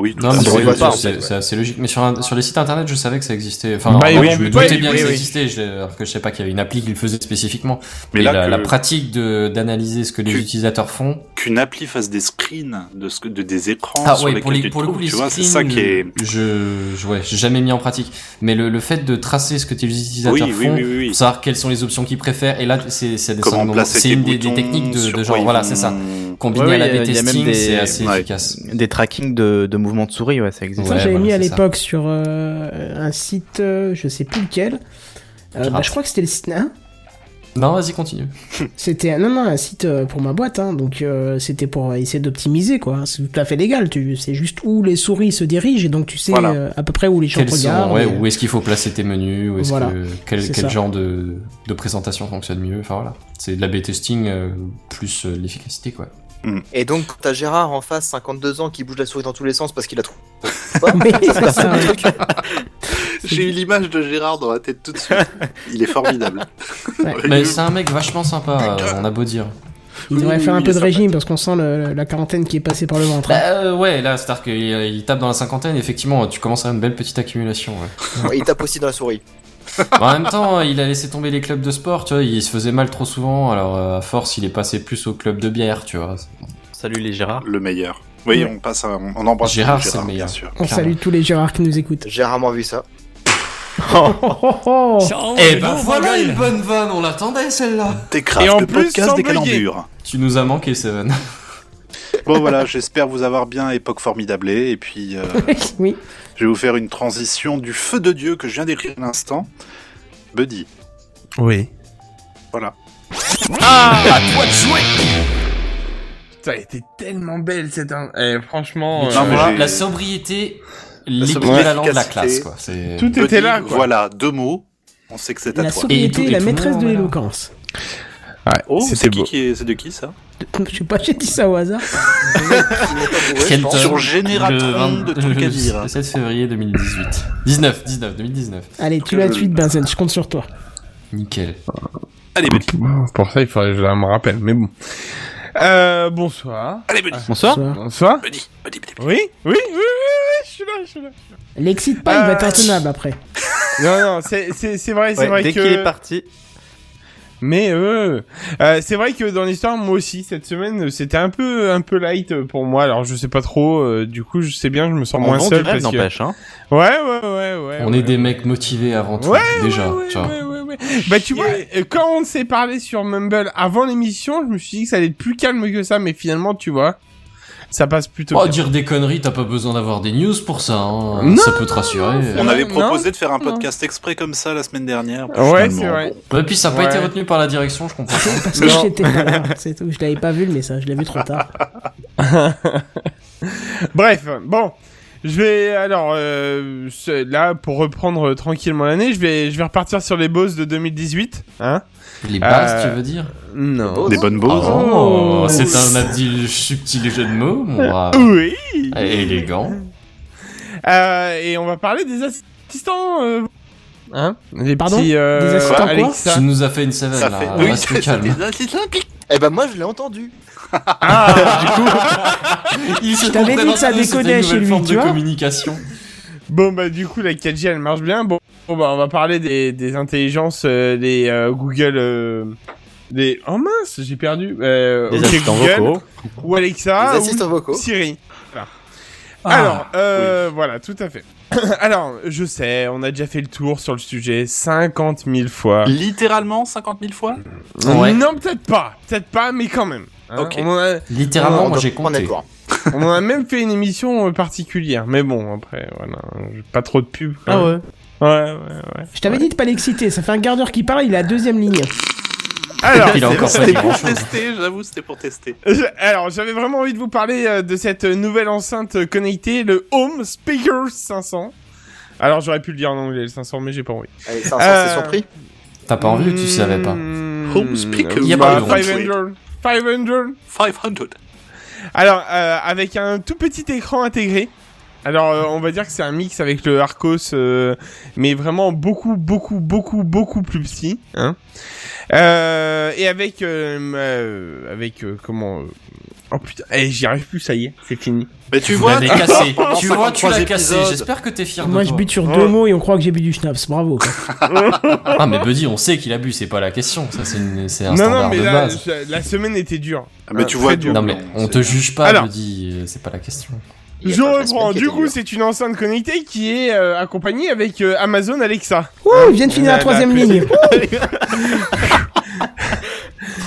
Speaker 10: Oui, tout
Speaker 5: Non,
Speaker 10: à
Speaker 5: mais
Speaker 10: fait.
Speaker 8: Ça
Speaker 5: c'est-
Speaker 8: me
Speaker 5: c'est-
Speaker 8: parle,
Speaker 5: c'est c'est assez logique. Mais sur, un- sur les sites internet, je savais que ça existait. Enfin,
Speaker 6: Bah,
Speaker 5: non,
Speaker 6: ils
Speaker 5: je
Speaker 6: vont-
Speaker 5: me doutais
Speaker 6: oui,
Speaker 5: bien
Speaker 6: oui,
Speaker 5: que ça
Speaker 6: oui.
Speaker 5: existait. Je, alors que je sais pas qu'il y avait une appli qui le faisait spécifiquement.
Speaker 10: Mais
Speaker 5: Et
Speaker 10: là,
Speaker 5: la,
Speaker 10: que-
Speaker 5: la pratique de d'analyser ce que les
Speaker 10: Tu-
Speaker 5: utilisateurs font.
Speaker 10: qu'une appli fasse des screens de ce que, de des écrans
Speaker 5: Ah
Speaker 10: sur
Speaker 5: ouais,
Speaker 10: lesquels
Speaker 5: pour, les,
Speaker 10: tu
Speaker 5: pour le
Speaker 10: trouves,
Speaker 5: coup, les
Speaker 10: tu vois, c'est ça
Speaker 5: screens,
Speaker 10: qui est.
Speaker 5: Je, je ouais, j'ai jamais mis en pratique. Mais le, le fait de tracer ce que tes utilisateurs
Speaker 10: Oui, oui,
Speaker 5: font,
Speaker 10: oui, oui, oui.
Speaker 5: pour savoir quelles sont les options qu'ils préfèrent, et là, c'est c'est des- c'est un
Speaker 10: Comment
Speaker 5: moment-
Speaker 10: placer
Speaker 5: c'est
Speaker 10: tes
Speaker 5: une des, des
Speaker 10: boutons,
Speaker 5: techniques de,
Speaker 10: sur mm.
Speaker 5: de
Speaker 10: quoi
Speaker 5: genre,
Speaker 10: ils
Speaker 5: voilà,
Speaker 10: vont-
Speaker 5: c'est ça. Combiné
Speaker 8: Ouais,
Speaker 5: à la
Speaker 8: ouais,
Speaker 5: B
Speaker 8: il y a même
Speaker 5: testing,
Speaker 8: des-
Speaker 5: c'est assez
Speaker 10: Ouais.
Speaker 5: efficace.
Speaker 8: des trackings de, de mouvements de souris, ouais, ça existe.
Speaker 1: Ça,
Speaker 5: Ouais,
Speaker 1: j'avais
Speaker 5: voilà,
Speaker 1: mis à
Speaker 5: c'est ça.
Speaker 1: l'époque sur euh, un site, euh, je sais plus lequel. Euh,
Speaker 5: Pirate.
Speaker 1: bah, je crois que c'était le site. hein
Speaker 5: Non, vas-y, continue.
Speaker 1: c'était non non un site euh, pour ma boîte, hein, donc euh, c'était pour essayer d'optimiser quoi. C'est tout à fait légal. Tu c'est juste où les souris se dirigent et donc tu sais
Speaker 10: Voilà.
Speaker 1: euh, à peu près où les gens
Speaker 5: Quels sont-
Speaker 1: regardent.
Speaker 5: ouais,
Speaker 1: et-
Speaker 5: où est-ce qu'il faut placer tes menus, où est-ce
Speaker 1: Voilà,
Speaker 5: que, quel,
Speaker 1: c'est
Speaker 5: quel
Speaker 1: ça.
Speaker 5: genre de, de présentation fonctionne mieux, enfin voilà. C'est de la B-testing euh, plus euh, l'efficacité, quoi.
Speaker 4: Et donc, quand t'as Gérard en face, 52 ans, qui bouge la souris dans tous les sens parce qu'il a trouvé.
Speaker 1: Mais c'est ça, Ah, ouais.
Speaker 10: J'ai eu l'image de Gérard dans la tête tout de suite. Il est formidable.
Speaker 1: Ouais.
Speaker 10: Il
Speaker 5: Mais
Speaker 10: est-
Speaker 5: c'est un mec vachement sympa, euh, on a beau dire.
Speaker 1: Il devrait
Speaker 10: Oui,
Speaker 1: faire un
Speaker 10: oui,
Speaker 1: peu de
Speaker 10: ça va.
Speaker 1: régime parce qu'on sent le- la quarantaine qui est passée par le ventre. hein.
Speaker 5: Bah euh, ouais, là, c'est-à-dire qu'il il tape dans la cinquantaine, effectivement, tu commences à une belle petite accumulation. ouais.
Speaker 4: Ouais, Il tape aussi dans la souris.
Speaker 5: Bah, en même temps, il a laissé tomber les clubs de sport, tu vois, il se faisait mal trop souvent, alors euh, à force, il est passé plus au club de bière, tu vois.
Speaker 8: Salut les Gérards.
Speaker 10: Le meilleur. Oui, on passe, à- on embrasse
Speaker 5: Gérard,
Speaker 10: Gérard
Speaker 5: c'est le meilleur.
Speaker 10: Bien sûr.
Speaker 1: On
Speaker 5: clairement.
Speaker 1: salue tous les Gérards qui nous écoutent.
Speaker 4: J'ai rarement vu ça.
Speaker 1: Oh, oh, oh.
Speaker 5: Eh ben voilà une bonne vanne, on l'attendait celle-là
Speaker 10: T'écraves
Speaker 6: Et en
Speaker 10: le
Speaker 6: plus,
Speaker 10: podcast
Speaker 6: sans
Speaker 10: des
Speaker 6: bugger.
Speaker 10: calendures.
Speaker 5: Tu nous as manqué, Seven.
Speaker 10: Bon voilà, j'espère vous avoir bien époque formidable et puis euh,
Speaker 1: oui.
Speaker 10: je vais vous faire une transition du feu de Dieu que je viens d'écrire à l'instant. Buddy,
Speaker 6: Oui.
Speaker 10: voilà.
Speaker 6: Putain, elle était tellement belle cette. in- Eh, franchement.
Speaker 5: Mais tu
Speaker 10: Non, mais
Speaker 5: vois,
Speaker 10: j'ai-
Speaker 5: la sobriété,
Speaker 10: sobriété,
Speaker 5: l'équivalent de la
Speaker 10: l'efficacité.
Speaker 5: classe, quoi. C'est-
Speaker 6: Tout était
Speaker 10: Buddy,
Speaker 6: là, quoi.
Speaker 10: Voilà, deux mots. On sait que c'est à
Speaker 1: La
Speaker 10: toi.
Speaker 1: sobriété
Speaker 5: Et
Speaker 1: est
Speaker 5: tout-
Speaker 1: la
Speaker 5: et tout le
Speaker 1: maîtresse
Speaker 5: monde,
Speaker 1: de
Speaker 5: voilà.
Speaker 1: l'éloquence.
Speaker 6: Ouais,
Speaker 10: Oh,
Speaker 6: c'était
Speaker 10: c'est qui,
Speaker 6: beau.
Speaker 10: qui est- c'est de qui ça
Speaker 1: Je sais pas, j'ai dit ça au hasard.
Speaker 5: Quel
Speaker 10: pense.
Speaker 5: tome
Speaker 10: Sur Génératron
Speaker 5: Le
Speaker 10: de trucs à dire.
Speaker 5: Le 7 février 2018. 19, 19, 2019.
Speaker 1: Allez, tu la suite, Benzen, je compte sur toi.
Speaker 5: Nickel.
Speaker 10: Allez Buddy,
Speaker 6: Pour ça, il faudrait que je la me rappelle, mais bon. Euh, bonsoir.
Speaker 10: allez Buddy,
Speaker 8: Bonsoir.
Speaker 1: Bonsoir.
Speaker 6: Bonsoir.
Speaker 10: Buddy, Buddy, Buddy.
Speaker 6: Oui, oui, oui, oui, oui, je suis là, je suis là.
Speaker 1: L'excite pas, il va être
Speaker 6: Euh,
Speaker 1: intenable après.
Speaker 6: Non, non, c'est, c'est, c'est vrai, c'est
Speaker 8: Ouais,
Speaker 6: vrai
Speaker 8: dès
Speaker 6: que.
Speaker 8: qu'il est parti.
Speaker 6: Mais euh, euh, c'est vrai que dans l'histoire, moi aussi, cette semaine, euh, c'était un peu, un peu light euh, pour moi. Alors, je sais pas trop. euh, du coup, je sais bien, je me sens
Speaker 8: On
Speaker 6: moins
Speaker 8: vend
Speaker 6: seul.
Speaker 8: du rêve,
Speaker 6: parce que-
Speaker 8: n'empêche. Hein.
Speaker 6: Ouais, ouais, ouais, ouais.
Speaker 5: On
Speaker 6: ouais.
Speaker 5: est des mecs motivés avant tout,
Speaker 6: Ouais,
Speaker 5: déjà.
Speaker 6: Ouais,
Speaker 5: tu vois.
Speaker 6: ouais, ouais, ouais. Bah tu vois, euh, quand on s'est parlé sur Mumble avant l'émission, je me suis dit que ça allait être plus calme que ça, mais finalement, tu vois, ça passe plutôt
Speaker 5: Oh,
Speaker 6: bien.
Speaker 5: dire des conneries, t'as pas besoin d'avoir des news pour ça. hein.
Speaker 6: Non,
Speaker 5: ça peut te rassurer.
Speaker 10: On
Speaker 6: Non,
Speaker 10: avait
Speaker 6: non,
Speaker 10: proposé de faire un
Speaker 6: non.
Speaker 10: podcast exprès comme ça la semaine dernière.
Speaker 6: Ouais,
Speaker 10: Finalement,
Speaker 6: c'est vrai.
Speaker 5: Et puis ça n'a pas
Speaker 6: Ouais.
Speaker 5: été retenu par la direction, je comprends.
Speaker 1: Parce que j'étais pas là, c'est tout. Je l'avais pas vu le message, je l'ai vu trop tard.
Speaker 6: Bref, bon, je vais alors euh, ce- là pour reprendre euh, tranquillement l'année, je vais je vais repartir sur les boss de 2018, hein
Speaker 5: Les bases,
Speaker 6: Euh,
Speaker 5: tu veux dire
Speaker 6: Non.
Speaker 10: Des bonnes
Speaker 5: Oh,
Speaker 10: boses.
Speaker 6: hein.
Speaker 5: c'est un abdil subtil jeu de mots, mon brave.
Speaker 6: Oui.
Speaker 5: Élégant.
Speaker 6: Euh, et on va parler des assistants. euh, Hein Les
Speaker 1: Pardon
Speaker 6: petits, euh,
Speaker 1: Des assistants quoi
Speaker 6: Alexa.
Speaker 5: Tu nous as fait une savane,
Speaker 10: Ça
Speaker 5: là.
Speaker 10: fait.
Speaker 5: Reste Ah, calme.
Speaker 4: Eh ben moi je l'ai entendu.
Speaker 5: Il se
Speaker 1: t'avais dit que ça
Speaker 5: trouve
Speaker 1: déconnait
Speaker 5: c'était
Speaker 1: chez
Speaker 5: une nouvelle
Speaker 1: lui,
Speaker 5: forme
Speaker 1: tu
Speaker 5: de
Speaker 1: vois.
Speaker 5: communication.
Speaker 6: Bon bah du coup la 4G elle marche bien. Bon, bon, bah on va parler des, des intelligences, euh, des euh, Google, euh, des oh mince j'ai perdu. Euh,
Speaker 8: Des
Speaker 6: ok,
Speaker 8: assistants
Speaker 6: Google
Speaker 8: vocaux.
Speaker 6: ou
Speaker 10: Ah,
Speaker 6: Alexa
Speaker 4: Les
Speaker 6: ou
Speaker 4: assistants vocaux.
Speaker 6: Siri. Voilà. Alors, euh, voilà, tout à fait. Alors, je sais, on a déjà fait le tour sur le sujet 50 000 fois.
Speaker 10: Littéralement 50 000 fois
Speaker 5: Ouais.
Speaker 6: Non, peut-être pas, peut-être pas, mais quand même. hein.
Speaker 10: Ok.
Speaker 6: On, en a,
Speaker 5: Littéralement,
Speaker 4: On
Speaker 5: moi
Speaker 4: doit
Speaker 5: j'ai
Speaker 4: prendre la
Speaker 5: compté.
Speaker 4: cour.
Speaker 6: on en a même fait une émission euh, particulière, mais bon, après, voilà, j'ai pas trop de pub. quand
Speaker 1: Ah
Speaker 6: même.
Speaker 1: ouais.
Speaker 6: Ouais, ouais, ouais.
Speaker 1: Je t'avais dit de pas l'exciter, ça fait un quart d'heure qu'il parle, il est à deuxième ligne.
Speaker 6: Alors,
Speaker 5: Il a encore pas dit
Speaker 10: C'était pour
Speaker 5: grand-chose.
Speaker 10: tester, j'avoue, c'était pour tester.
Speaker 6: Je- Alors, j'avais vraiment envie de vous parler euh, de cette nouvelle enceinte euh, connectée, le Home Speaker 500. Alors, j'aurais pu le dire en anglais, le 500, mais j'ai pas envie.
Speaker 4: Allez, ça, ça, c'est
Speaker 6: Euh,
Speaker 4: son prix.
Speaker 5: T'as pas envie ou tu savais pas
Speaker 6: Hmm.
Speaker 10: Home Speaker.
Speaker 5: Il y a pas
Speaker 6: Bah,
Speaker 5: de grand
Speaker 6: 500. 500.
Speaker 10: 500.
Speaker 6: Alors, euh, avec un tout petit écran intégré. Alors, euh, on va dire que c'est un mix avec le Arcos, euh, mais vraiment beaucoup, beaucoup, beaucoup, beaucoup plus petit. Hein euh, et avec, euh, euh, avec euh, comment euh, Oh putain, eh, j'y arrive plus, ça y est, c'est fini.
Speaker 10: Mais tu
Speaker 5: Vous
Speaker 10: vois,
Speaker 5: l'avez
Speaker 10: tu-
Speaker 5: cassé.
Speaker 10: pendant
Speaker 5: tu vois, tu
Speaker 10: 53
Speaker 5: l'as cassé.
Speaker 10: épisodes.
Speaker 5: J'espère que t'es fier de
Speaker 1: Moi je
Speaker 5: toi.
Speaker 1: bute sur deux mots et on croit que j'ai bu du schnapps, bravo.
Speaker 5: Ah, mais Buddy, on sait qu'il abuse, c'est pas la question. Ça, c'est une- c'est un
Speaker 6: Non,
Speaker 5: standard
Speaker 6: non, mais
Speaker 5: de
Speaker 6: là,
Speaker 5: base.
Speaker 6: la- la semaine était dure.
Speaker 10: Ah, Mais
Speaker 6: Ah,
Speaker 10: tu vois,
Speaker 6: très dur.
Speaker 5: Non, mais on te juge pas,
Speaker 6: Alors.
Speaker 5: Buddy, euh, c'est pas la question.
Speaker 4: Il y a
Speaker 6: Je
Speaker 4: pas de la semaine
Speaker 6: reprends.
Speaker 4: qui
Speaker 6: Du
Speaker 4: était
Speaker 6: coup,
Speaker 4: dure.
Speaker 6: c'est une enceinte connectée qui est euh, accompagnée avec euh, Amazon Alexa.
Speaker 1: Ouh, il vient de finir la
Speaker 6: Là, là,
Speaker 1: troisième
Speaker 6: plus-
Speaker 1: ligne.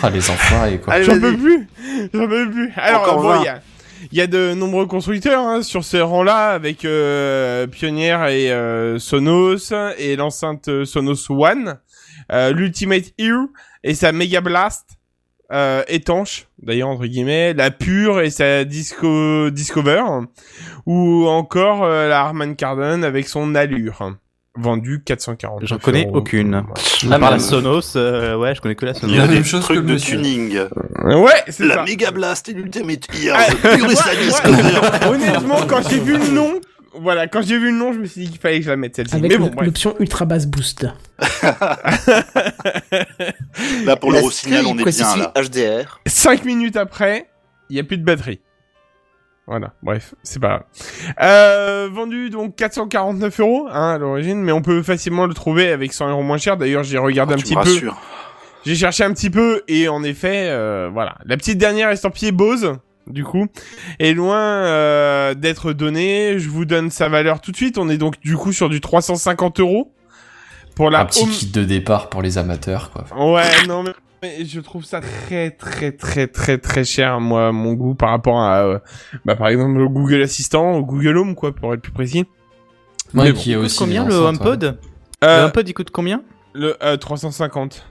Speaker 5: Ah, les enfoirés, quoi.
Speaker 10: Allez,
Speaker 6: J'en
Speaker 10: vas-y.
Speaker 6: peux plus. J'en peux plus. Alors,
Speaker 10: Encore
Speaker 6: bon,
Speaker 10: 20.
Speaker 6: il y a, il y a de nombreux constructeurs hein, sur ce rang-là avec euh, Pioneer et euh, Sonos et l'enceinte euh, Sonos One, euh, l'Ultimate Hero et sa Mega Blast. euh, étanche d'ailleurs entre guillemets la pure et sa disco discover ou encore euh, la Harman Kardon avec son allure hein, vendue 440
Speaker 8: J'en connais
Speaker 6: euros.
Speaker 8: aucune.
Speaker 5: La
Speaker 8: À part la
Speaker 5: même.
Speaker 8: Sonos, Ah, euh, ouais, je connais que la
Speaker 10: Il
Speaker 8: Sonos.
Speaker 10: y a
Speaker 5: La
Speaker 10: des
Speaker 5: même chose
Speaker 10: trucs
Speaker 5: que
Speaker 10: de
Speaker 5: monsieur.
Speaker 10: tuning.
Speaker 6: ouais c'est ça
Speaker 10: La Mega Blast et l'Ultimate
Speaker 6: Ah,
Speaker 10: Ears. Purée, ça
Speaker 6: ouais,
Speaker 10: disque.
Speaker 6: ouais. Honnêtement, quand j'ai vu le nom, voilà, quand j'ai vu le nom, je me suis dit qu'il fallait que je la mette celle-ci.
Speaker 1: Avec
Speaker 6: Mais bon,
Speaker 1: le-
Speaker 6: bref.
Speaker 1: l'option ultra basse boost.
Speaker 10: Là, pour le
Speaker 4: La
Speaker 10: gros signal, on est
Speaker 4: Skype
Speaker 10: bien, là.
Speaker 4: HDR.
Speaker 6: Cinq minutes après, il n'y a plus de batterie. Voilà, bref, c'est pas grave. Euh, vendu donc 449 euros hein, à l'origine, mais on peut facilement le trouver avec 100 euros moins cher. D'ailleurs, j'ai regardé un
Speaker 10: Ah, Tu
Speaker 6: petit
Speaker 10: me
Speaker 6: peu.
Speaker 10: rassures.
Speaker 6: J'ai cherché un petit peu et en effet, euh, voilà, la petite dernière estampillée Bose, du coup, est loin euh, d'être donnée. Je vous donne sa valeur tout de suite. On est donc du coup sur du 350 euros pour la
Speaker 5: Un petit
Speaker 6: home-
Speaker 5: kit de départ pour les amateurs, quoi.
Speaker 6: Ouais, non mais mais je trouve ça très très très très très cher moi à mon goût par rapport à euh, bah par exemple au Google Assistant, au Google Home quoi pour être plus précis.
Speaker 5: Ouais,
Speaker 6: Mais bon.
Speaker 5: qui est
Speaker 8: Il coûte
Speaker 5: aussi
Speaker 8: combien
Speaker 5: des
Speaker 8: le
Speaker 5: enceintes, ouais.
Speaker 8: HomePod Le
Speaker 6: Euh,
Speaker 8: HomePod il coûte combien
Speaker 6: le euh, 350.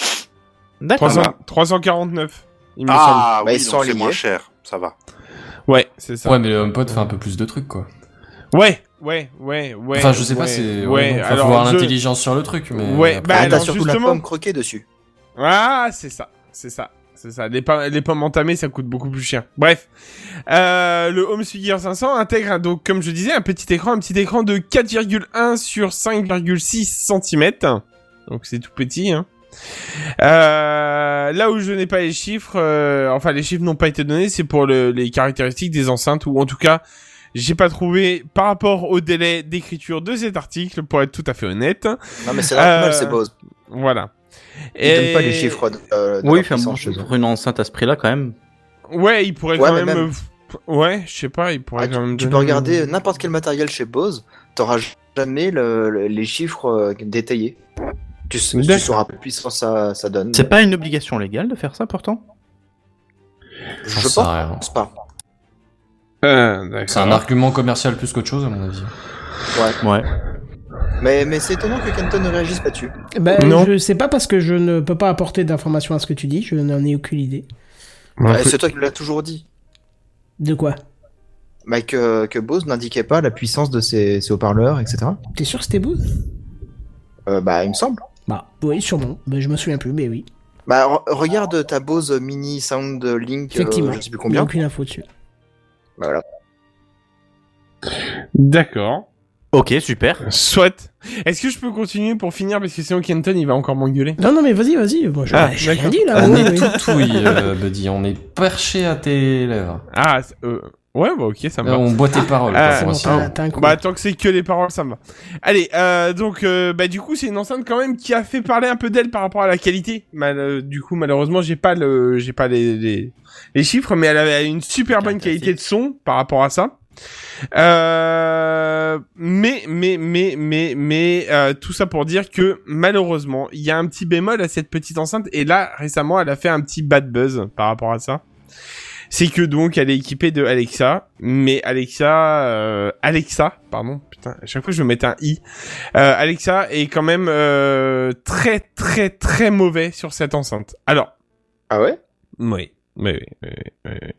Speaker 5: Ah,
Speaker 8: D'accord.
Speaker 6: 300 349. Il me
Speaker 10: Ah,
Speaker 4: Bah,
Speaker 10: oui,
Speaker 4: ils sont
Speaker 10: donc c'est
Speaker 4: liés.
Speaker 10: moins cher, ça va.
Speaker 6: semble. Ouais, c'est ça.
Speaker 5: Ouais, mais le HomePod fait un peu plus de trucs, quoi.
Speaker 6: Ouais, ouais, ouais, ouais.
Speaker 5: enfin, je sais pas,
Speaker 6: ouais,
Speaker 5: c'est.
Speaker 6: Ouais,
Speaker 5: faut
Speaker 6: alors.
Speaker 5: voir
Speaker 6: je-
Speaker 5: l'intelligence sur le truc, mais.
Speaker 6: Ouais,
Speaker 5: après-
Speaker 6: bah,
Speaker 4: Ah, t'as
Speaker 6: alors,
Speaker 4: surtout
Speaker 6: justement-
Speaker 4: la pomme croquée dessus.
Speaker 6: Ah, c'est ça, c'est ça, c'est ça. Les pommes, les pommes entamées, ça coûte beaucoup plus cher. Bref, euh, le Home Figure 500 intègre donc, comme je disais, un petit écran, un petit écran de 4,1 sur 5,6 cm. Donc c'est tout petit. Hein. Euh, là où je n'ai pas les chiffres, euh, enfin les chiffres n'ont pas été donnés, c'est pour le- les caractéristiques des enceintes ou en tout cas. J'ai pas trouvé par rapport au délai d'écriture de cet article, pour être tout à fait honnête.
Speaker 4: Non, mais c'est là
Speaker 6: Euh,
Speaker 4: mal, c'est beau.
Speaker 6: Voilà.
Speaker 4: Ils donnent pas les chiffres. de- euh, de leur
Speaker 8: Oui, enfin, bon,
Speaker 4: puissance chez eux.
Speaker 8: pour une enceinte à ce prix-là, quand même.
Speaker 6: Ouais, il pourrait
Speaker 4: Ouais,
Speaker 6: quand
Speaker 4: mais
Speaker 6: même.
Speaker 4: même.
Speaker 6: euh, p- Ouais, je sais pas, il pourrait
Speaker 4: Ah,
Speaker 6: quand même.
Speaker 4: tu, tu peux
Speaker 6: donner-
Speaker 4: regarder n'importe quel matériel chez Bose, t'auras jamais le- le- les chiffres euh, détaillés. Tu, s- tu
Speaker 6: D'accord.
Speaker 4: sauras plus ce que ça, ça donne.
Speaker 8: C'est pas une obligation légale de faire ça pourtant
Speaker 4: Je
Speaker 5: J'en sais
Speaker 4: pense
Speaker 5: rien.
Speaker 4: pas.
Speaker 6: Euh,
Speaker 5: C'est un
Speaker 6: d'accord.
Speaker 5: argument commercial plus qu'autre chose, à mon avis.
Speaker 8: Ouais.
Speaker 4: Mais, mais c'est étonnant que Kenton ne réagisse pas dessus.
Speaker 1: Ben,
Speaker 6: Non.
Speaker 1: je sais pas parce que je ne peux pas apporter d'informations à ce que tu dis, je n'en ai aucune idée.
Speaker 6: Ouais,
Speaker 4: Euh, c'est toi qui l'as toujours dit.
Speaker 1: De quoi
Speaker 4: Bah, que, que Bose n'indiquait pas la puissance de ses, ses haut-parleurs, etc.
Speaker 1: T'es sûr que c'était Bose
Speaker 4: Euh, bah, il me semble.
Speaker 1: Bah, oui, sûrement. Ben, je me souviens plus, mais oui.
Speaker 4: Bah, re- regarde ta Bose Mini Sound Link, euh,
Speaker 1: Effectivement.
Speaker 4: je sais
Speaker 1: Il y
Speaker 4: plus
Speaker 1: a
Speaker 4: combien.
Speaker 1: aucune info dessus.
Speaker 4: Bah, voilà.
Speaker 6: D'accord.
Speaker 8: Ok, super.
Speaker 6: Soit. Est-ce que je peux continuer pour finir parce que sinon Kenton il va encore m'engueuler.
Speaker 1: Non, non, mais vas-y, vas-y. Moi, je-
Speaker 6: Ah,
Speaker 1: j'ai rien
Speaker 6: d'accord.
Speaker 1: dit là.
Speaker 5: On
Speaker 1: oui,
Speaker 5: est
Speaker 1: oui.
Speaker 5: tout touille, euh, Buddy, on est perché à tes lèvres.
Speaker 6: Ah, c'est- euh... ouais, bah ok, ça me
Speaker 5: Là,
Speaker 6: va.
Speaker 5: on boit tes paroles. quoi,
Speaker 6: Ah,
Speaker 5: pour
Speaker 1: bon,
Speaker 5: ainsi
Speaker 1: t'as-
Speaker 5: dire.
Speaker 1: t'as un coup.
Speaker 6: Bah tant que c'est que les paroles, ça me va. Allez, euh, donc euh, bah du coup c'est une enceinte quand même qui a fait parler un peu d'elle par rapport à la qualité. Mal- euh, du coup malheureusement j'ai pas le, j'ai pas les, les les chiffres, mais elle avait une super bonne qualité de son par rapport à ça. Euh, mais mais mais mais mais euh, tout ça pour dire que malheureusement il y a un petit bémol à cette petite enceinte et là récemment elle a fait un petit bad buzz par rapport à ça. C'est que donc elle est équipée de Alexa, mais Alexa, euh, Alexa, pardon, putain, à chaque fois je vais mettre un i. Euh, Alexa est quand même euh, très très très mauvais sur cette enceinte. Alors,
Speaker 4: Ah ouais
Speaker 6: oui, oui, oui, oui, oui, oui.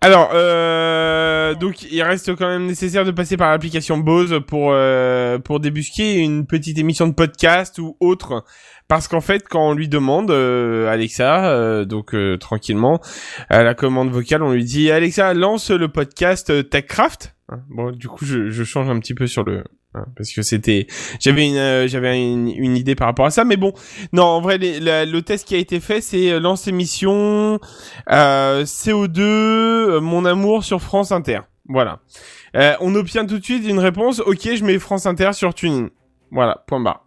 Speaker 6: Alors, euh, donc il reste quand même nécessaire de passer par l'application Bose pour euh, pour débusquer une petite émission de podcast ou autre, parce qu'en fait quand on lui demande euh, Alexa, euh, donc euh, tranquillement à la commande vocale, on lui dit Alexa lance le podcast euh, Techcraft. Hein, Bon, du coup je, je change un petit peu sur le hein, parce que c'était j'avais une euh, j'avais une, une idée par rapport à ça, mais bon non, en vrai, les- la- le test qui a été fait, c'est euh, Lance Émission, euh, CO2, euh, Mon Amour sur France Inter. Voilà. Euh, on obtient tout de suite une réponse, ok, je mets France Inter sur TuneIn. Voilà, point barre.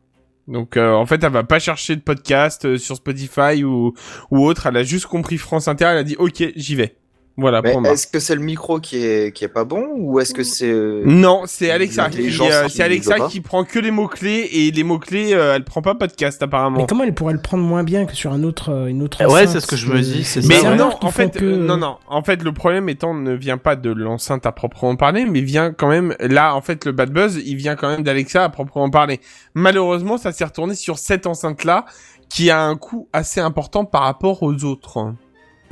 Speaker 6: Donc euh, en fait, elle va pas chercher de podcast euh, sur Spotify ou, ou autre, elle a juste compris France Inter, elle a dit ok, j'y vais. Voilà,
Speaker 4: Mais
Speaker 6: point barre.
Speaker 4: est-ce que c'est le micro qui est, qui est pas bon ou est-ce que c'est. euh,
Speaker 6: Non, c'est Alexa. qui,
Speaker 4: L'intelligence
Speaker 6: euh, C'est Alexa qui
Speaker 4: artificielle.
Speaker 6: prend que les mots-clés et les mots-clés, euh, elle prend pas podcast apparemment.
Speaker 1: Mais comment elle pourrait le prendre moins bien que sur un autre, euh, une autre
Speaker 8: Eh ouais,
Speaker 1: enceinte,
Speaker 8: c'est ce que je me dis, c'est
Speaker 6: Mais
Speaker 8: ça,
Speaker 1: les
Speaker 8: ouais.
Speaker 6: non,
Speaker 1: marques qui
Speaker 6: en
Speaker 1: font
Speaker 6: fait,
Speaker 1: que-
Speaker 6: euh, non, non. En fait, le problème étant ne vient pas de l'enceinte à proprement parler, mais vient quand même là. En fait, le bad buzz, il vient quand même d'Alexa à proprement parler. Malheureusement, ça s'est retourné sur cette enceinte là, qui a un coût assez important par rapport aux autres.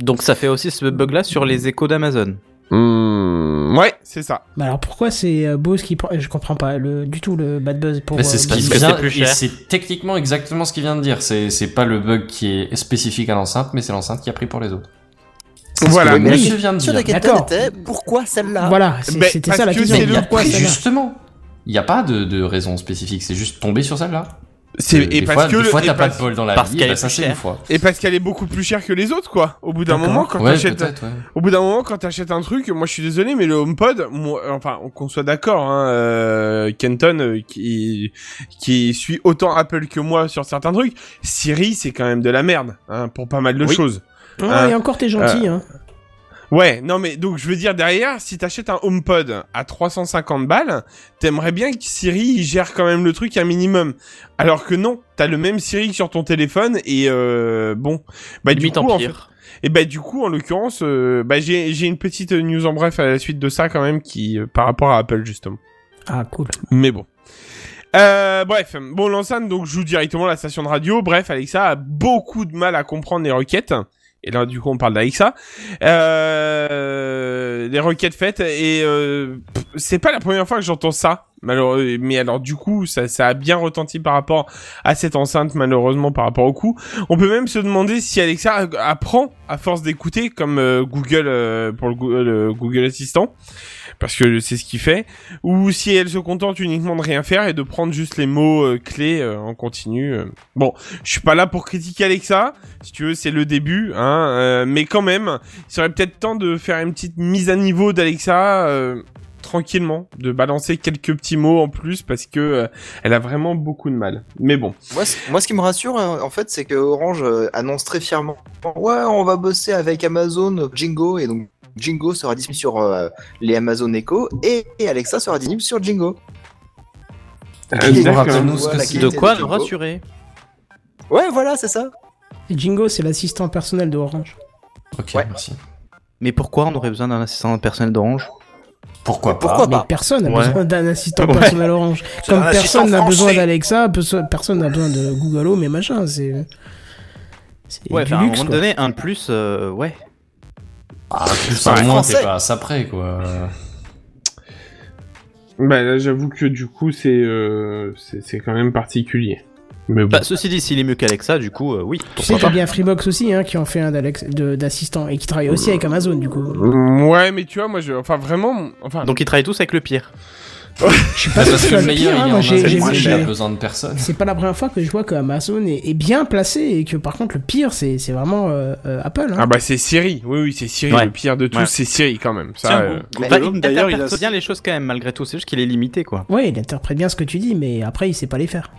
Speaker 8: Donc ça fait aussi ce bug-là sur les échos d'Amazon.
Speaker 5: Hmm.
Speaker 6: Ouais, c'est ça.
Speaker 1: Mais Bah, alors pourquoi c'est euh, Bose qui prend Je comprends pas le, du tout le bad buzz pour.
Speaker 5: Mais c'est ce
Speaker 1: euh,
Speaker 5: qui
Speaker 1: Bose.
Speaker 8: parce que
Speaker 5: vient,
Speaker 8: c'est plus
Speaker 5: et
Speaker 8: cher.
Speaker 5: c'est techniquement exactement ce qu'il vient de dire. C'est c'est pas le bug qui est spécifique à l'enceinte, mais c'est l'enceinte qui a pris pour les autres. C'est ce que
Speaker 6: Voilà.
Speaker 5: le
Speaker 4: Mais-
Speaker 5: monsieur vient de
Speaker 1: de
Speaker 5: dire.
Speaker 1: Kenton D'accord. était,
Speaker 4: pourquoi celle-là
Speaker 1: Voilà, c'est-
Speaker 6: Ben,
Speaker 1: c'était
Speaker 6: parce
Speaker 1: ça la
Speaker 6: que
Speaker 1: question.
Speaker 6: c'est le
Speaker 1: Pourquoi
Speaker 6: prix,
Speaker 1: ça va
Speaker 5: Justement, il n'y a pas de, de raison spécifique, c'est juste tombé sur celle-là.
Speaker 6: C'est
Speaker 5: Euh,
Speaker 6: et
Speaker 5: des
Speaker 6: parce
Speaker 5: fois,
Speaker 6: que
Speaker 5: des
Speaker 6: le-
Speaker 5: fois,
Speaker 6: et
Speaker 5: t'as pas
Speaker 6: parce-
Speaker 5: de bol dans la
Speaker 8: parce
Speaker 5: vie,
Speaker 8: qu'elle
Speaker 5: bah,
Speaker 8: est
Speaker 5: ça
Speaker 8: plus
Speaker 5: c'est une
Speaker 8: chère.
Speaker 5: fois.
Speaker 6: et parce qu'elle est beaucoup plus chère que les autres, quoi. Au bout d'un
Speaker 1: D'accord.
Speaker 6: moment, quand
Speaker 5: Ouais,
Speaker 6: t'achètes
Speaker 5: peut-être, ouais.
Speaker 6: Au bout d'un moment, quand t'achètes un truc, moi je suis désolé, mais le HomePod, moi, enfin qu'on soit d'accord, hein, euh, Kenton euh, qui qui suit autant Apple que moi sur certains trucs, Siri c'est quand même de la merde, hein, pour pas mal de
Speaker 8: Oui.
Speaker 6: choses.
Speaker 1: Ah,
Speaker 6: Euh,
Speaker 1: et encore t'es gentil. hein.
Speaker 6: Ouais, non mais donc je veux dire derrière, si t'achètes un HomePod à 350 balles, t'aimerais bien que Siri il gère quand même le truc un minimum. Alors que non, t'as le même Siri que sur ton téléphone et euh, bon, bah
Speaker 8: Limite
Speaker 6: du coup
Speaker 8: en
Speaker 6: en
Speaker 8: pire.
Speaker 6: et bah du coup, en l'occurrence, euh, bah, j'ai j'ai une petite news en bref à la suite de ça quand même qui euh, par rapport à Apple justement.
Speaker 1: Ah, cool.
Speaker 6: Mais bon. Euh, bref, bon l'enceinte donc joue directement la station de radio. Bref, Alexa a beaucoup de mal à comprendre les requêtes. Et là du coup on parle d'Alexa. Euh, les requêtes faites et euh, pff, c'est pas la première fois que j'entends ça. Malheureux, mais alors du coup ça, ça a bien retenti par rapport à cette enceinte malheureusement par rapport au coût. On peut même se demander si Alexa apprend à force d'écouter, comme euh, Google euh, pour le Goo- euh, le Google Assistant, parce que c'est ce qu'il fait, ou si elle se contente uniquement de rien faire et de prendre juste les mots euh, clés euh, en continu. euh. Bon, je suis pas là pour critiquer Alexa, si tu veux, c'est le début, hein, euh, mais quand même, il serait peut-être temps de faire une petite mise à niveau d'Alexa. euh, tranquillement de balancer quelques petits mots en plus parce que euh, elle a vraiment beaucoup de mal mais bon
Speaker 4: Moi, ce- moi, ce qui me rassure, euh, en fait, c'est que Orange euh, annonce très fièrement Ouais, on va bosser avec Amazon euh, Jingo, et donc Jingo sera disponible sur euh, les Amazon Echo, et, et Alexa sera disponible sur Jingo.
Speaker 5: Jingo,
Speaker 6: d'accord.
Speaker 5: rappelle-nous ce que
Speaker 4: Voilà,
Speaker 5: c'est.
Speaker 4: qui
Speaker 8: De
Speaker 4: était
Speaker 8: quoi nous
Speaker 4: Jingo.
Speaker 8: rassurer
Speaker 4: Ouais, voilà, c'est ça.
Speaker 1: Et Jingo, c'est l'assistant personnel de Orange.
Speaker 5: Ok,
Speaker 4: Ouais.
Speaker 5: merci.
Speaker 8: Mais pourquoi on aurait besoin d'un assistant personnel d'Orange
Speaker 5: Pourquoi pas
Speaker 4: Pourquoi
Speaker 1: Mais
Speaker 4: pas
Speaker 1: personne n'a
Speaker 8: Ouais.
Speaker 1: besoin d'un assistant
Speaker 8: Ouais.
Speaker 1: personnel Orange.
Speaker 9: C'est
Speaker 1: Comme
Speaker 9: un
Speaker 1: personne
Speaker 9: assistant
Speaker 1: n'a besoin
Speaker 9: français.
Speaker 1: d'Alexa, perso- personne n'a besoin de Google Home et machin. C'est. C'est
Speaker 8: Ouais,
Speaker 1: du
Speaker 8: enfin, à un
Speaker 1: luxe.
Speaker 8: moment
Speaker 1: quoi.
Speaker 8: donné, un plus, euh, ouais.
Speaker 5: Ah, plus
Speaker 4: Ouais,
Speaker 5: ou moins, t'es
Speaker 4: français.
Speaker 5: pas à ça près, quoi.
Speaker 6: Bah là, j'avoue que du coup, c'est euh, c'est c'est quand même particulier. Mais bon.
Speaker 8: Bah, ceci dit, s'il est mieux qu'Alexa, du coup, euh, oui.
Speaker 1: Tu sais,
Speaker 8: pourquoi
Speaker 1: t'as
Speaker 8: pas.
Speaker 1: bien Freebox aussi, hein, qui en fait un d'Alex- de- d'assistant et qui travaille aussi avec Amazon, du coup.
Speaker 6: Mm, ouais, mais tu vois, moi, je, enfin vraiment, enfin.
Speaker 8: Donc ils travaillent tous avec le pire.
Speaker 1: Je suis pas
Speaker 5: Parce
Speaker 1: sûr
Speaker 5: que
Speaker 1: que
Speaker 5: le
Speaker 1: le pire,
Speaker 5: meilleur,
Speaker 1: hein,
Speaker 5: il est en
Speaker 1: moi, j'ai-
Speaker 5: Inde,
Speaker 1: j'ai-
Speaker 5: c'est moi,
Speaker 1: j'ai-
Speaker 5: j'ai besoin de personne.
Speaker 1: C'est pas la première fois que je vois que Amazon est, est bien placé et que par contre le pire c'est c'est vraiment euh, euh, Apple.
Speaker 6: ah bah c'est Siri, oui oui c'est Siri,
Speaker 8: Ouais.
Speaker 6: le pire de tous
Speaker 8: Ouais.
Speaker 6: c'est Siri quand même. Ça,
Speaker 10: Tiens,
Speaker 6: euh,
Speaker 10: Google
Speaker 8: Bah,
Speaker 10: Home, d'ailleurs, il a...
Speaker 8: interprète bien les choses quand même, malgré tout. C'est juste qu'il est limité, quoi.
Speaker 1: Ouais, il interprète bien ce que tu dis, mais après il sait pas les faire.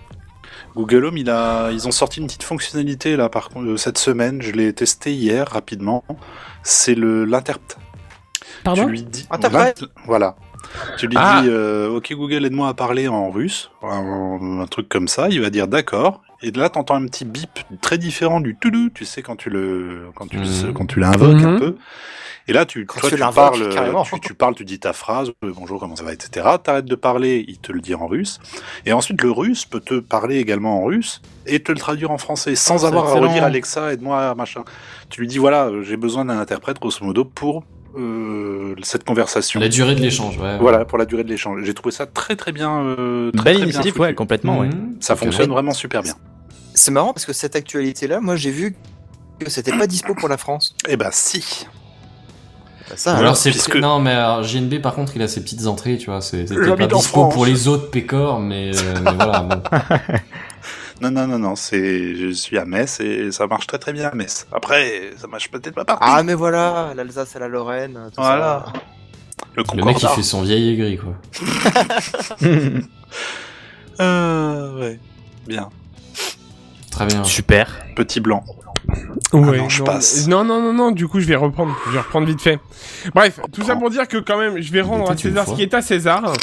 Speaker 10: Google Home, il a... ils ont sorti une petite fonctionnalité là, par contre, euh, cette semaine. Je l'ai testé hier rapidement. C'est le l'interprète.
Speaker 1: Pardon
Speaker 10: tu lui dis.
Speaker 4: Interprète.
Speaker 10: L'int- Voilà. Tu lui
Speaker 6: Ah.
Speaker 10: dis, euh, ok Google, aide-moi à parler en russe, un, un truc comme ça. Il va dire d'accord. Et là, t'entends un petit bip très différent du toutou. Tu sais quand tu le, quand tu, le-
Speaker 5: Mhm.
Speaker 10: quand tu l'invoques un
Speaker 6: Mhm.
Speaker 10: peu. Et là, tu,
Speaker 4: Quand
Speaker 10: toi,
Speaker 4: tu
Speaker 10: tu,
Speaker 4: l'invoques,
Speaker 10: parles,
Speaker 4: carrément.
Speaker 10: tu, tu parles, tu dis ta phrase, euh, bonjour, comment ça va, etc. T'arrêtes de parler, il te le dit en russe. Et ensuite, le russe peut te parler également en russe et te le traduire en français sans
Speaker 8: c'est
Speaker 10: avoir à
Speaker 8: excellent.
Speaker 10: redire Alexa, aide-moi, machin. Tu lui dis, voilà, euh, j'ai besoin d'un interprète, grosso modo, pour euh, cette conversation.
Speaker 5: La durée de l'échange, ouais.
Speaker 10: Voilà, pour la durée de l'échange. J'ai trouvé ça très, très bien. euh, très,
Speaker 8: Belle
Speaker 10: très bien
Speaker 8: initiative,
Speaker 10: foutu.
Speaker 8: ouais, complètement, ouais.
Speaker 5: Mhm.
Speaker 10: Ça
Speaker 5: Ok.
Speaker 10: fonctionne vraiment super bien.
Speaker 4: C'est marrant parce que cette actualité-là, moi, j'ai vu que c'était pas dispo pour la France.
Speaker 10: Eh ben, si.
Speaker 6: Ah,
Speaker 4: Bah, ça,
Speaker 5: Ou
Speaker 4: alors,
Speaker 5: alors c'est
Speaker 10: puisque-
Speaker 5: non mais alors, JNB par contre il a ses petites entrées tu vois c'est c'est peut-être pas
Speaker 10: J'habite en
Speaker 5: dispo
Speaker 10: France.
Speaker 5: pour les autres pécores mais, euh, mais voilà bon.
Speaker 10: Non, non, non, non. C'est, je suis à Metz et ça marche très, très bien à Metz. Après, ça marche peut-être pas partout.
Speaker 4: Ah, mais voilà, l'Alsace et la Lorraine. tout
Speaker 10: Voilà.
Speaker 4: ça.
Speaker 10: le
Speaker 5: le mec il
Speaker 6: ah.
Speaker 10: concordat.
Speaker 5: fait son vieil aigri quoi
Speaker 10: Euh, ouais. Bien.
Speaker 5: très bien
Speaker 8: Super.
Speaker 10: Petit blanc.
Speaker 6: ouais,
Speaker 10: Ah, non, je
Speaker 6: non,
Speaker 10: passe.
Speaker 6: non non non non, du coup je vais reprendre, je vais reprendre vite fait. Bref, tout ça
Speaker 10: Reprends.
Speaker 6: pour dire que quand même, je vais rendre à
Speaker 5: était une
Speaker 6: César ce
Speaker 5: fois.
Speaker 6: qui est à César.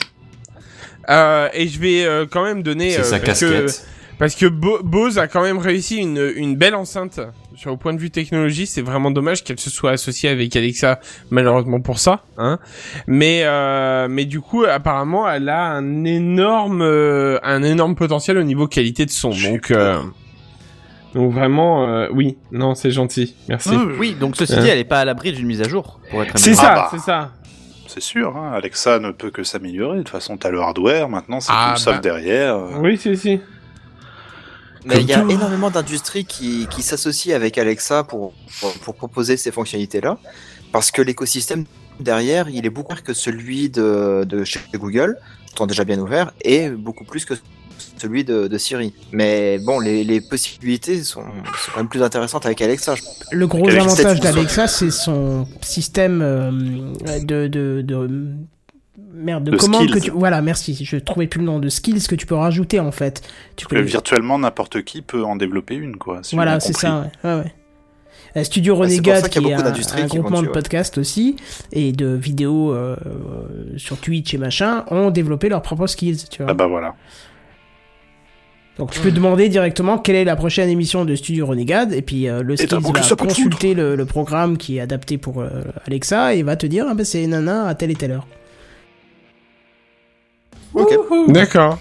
Speaker 6: Euh, et je vais euh, quand même donner
Speaker 5: c'est
Speaker 6: euh,
Speaker 5: sa
Speaker 6: parce que-
Speaker 5: casquette
Speaker 6: Parce que Bo- Bose a quand même réussi une, une belle enceinte. Sur le point de vue technologie, c'est vraiment dommage qu'elle se soit associée avec Alexa, malheureusement pour ça. Hein. Mais euh, mais du coup, apparemment, elle a un énorme euh, un énorme potentiel au niveau qualité de son.
Speaker 10: J'ai
Speaker 6: Donc
Speaker 10: eu
Speaker 6: euh, donc vraiment, euh, oui, non, c'est gentil, merci.
Speaker 8: Oui, donc ceci
Speaker 6: Euh.
Speaker 8: dit, elle est pas à l'abri d'une mise à jour, pour être
Speaker 6: C'est
Speaker 8: amusant.
Speaker 6: ça,
Speaker 10: bah.
Speaker 6: c'est ça.
Speaker 10: C'est sûr, hein, Alexa ne peut que s'améliorer. De toute façon, t'as le hardware, maintenant c'est
Speaker 6: Ah,
Speaker 10: tout seul
Speaker 6: bah.
Speaker 10: derrière. euh.
Speaker 6: Oui, si si.
Speaker 4: Mais il y a
Speaker 6: Comme tout.
Speaker 4: énormément d'industries qui, qui s'associent avec Alexa pour, pour, pour proposer ces fonctionnalités-là, parce que l'écosystème derrière, il est beaucoup plus que celui de, de chez Google, tant déjà bien ouvert, et beaucoup plus que celui de, de Siri. Mais bon, les, les possibilités sont, sont quand même plus intéressantes avec Alexa. je-
Speaker 1: Le gros
Speaker 10: Quel
Speaker 1: avantage
Speaker 4: statut
Speaker 1: d'Alexa c'est son système euh, de, de, de- merde de,
Speaker 10: De
Speaker 1: commande que
Speaker 10: skills.
Speaker 1: tu voilà merci je trouvais plus le nom de skills que tu peux rajouter en fait. Tu peux
Speaker 10: Que virtuellement, n'importe qui peut en développer une, quoi. si
Speaker 1: voilà
Speaker 10: j'ai
Speaker 1: c'est
Speaker 10: compris.
Speaker 1: ça ouais. ouais, ouais. euh, Studio
Speaker 4: Bah, c'est pour
Speaker 1: Renegade
Speaker 4: ça qu'il y a
Speaker 1: qui est
Speaker 4: beaucoup
Speaker 1: un,
Speaker 4: d'industries
Speaker 1: un
Speaker 4: qui vont
Speaker 1: groupement de
Speaker 4: dessus, ouais.
Speaker 1: podcasts aussi et de vidéos euh, euh, sur Twitch et machin ont développé leurs propres skills. Tu vois.
Speaker 10: Ah bah voilà.
Speaker 1: Donc tu peux demander directement quelle est la prochaine émission de Studio Renegade et puis euh, le
Speaker 10: t'as
Speaker 1: skills
Speaker 10: beaucoup
Speaker 1: va
Speaker 10: ça pour te
Speaker 1: consulter le, le programme qui est adapté pour euh, Alexa et va te dire ah bah c'est nana à telle et telle heure.
Speaker 4: Ok.
Speaker 6: D'accord.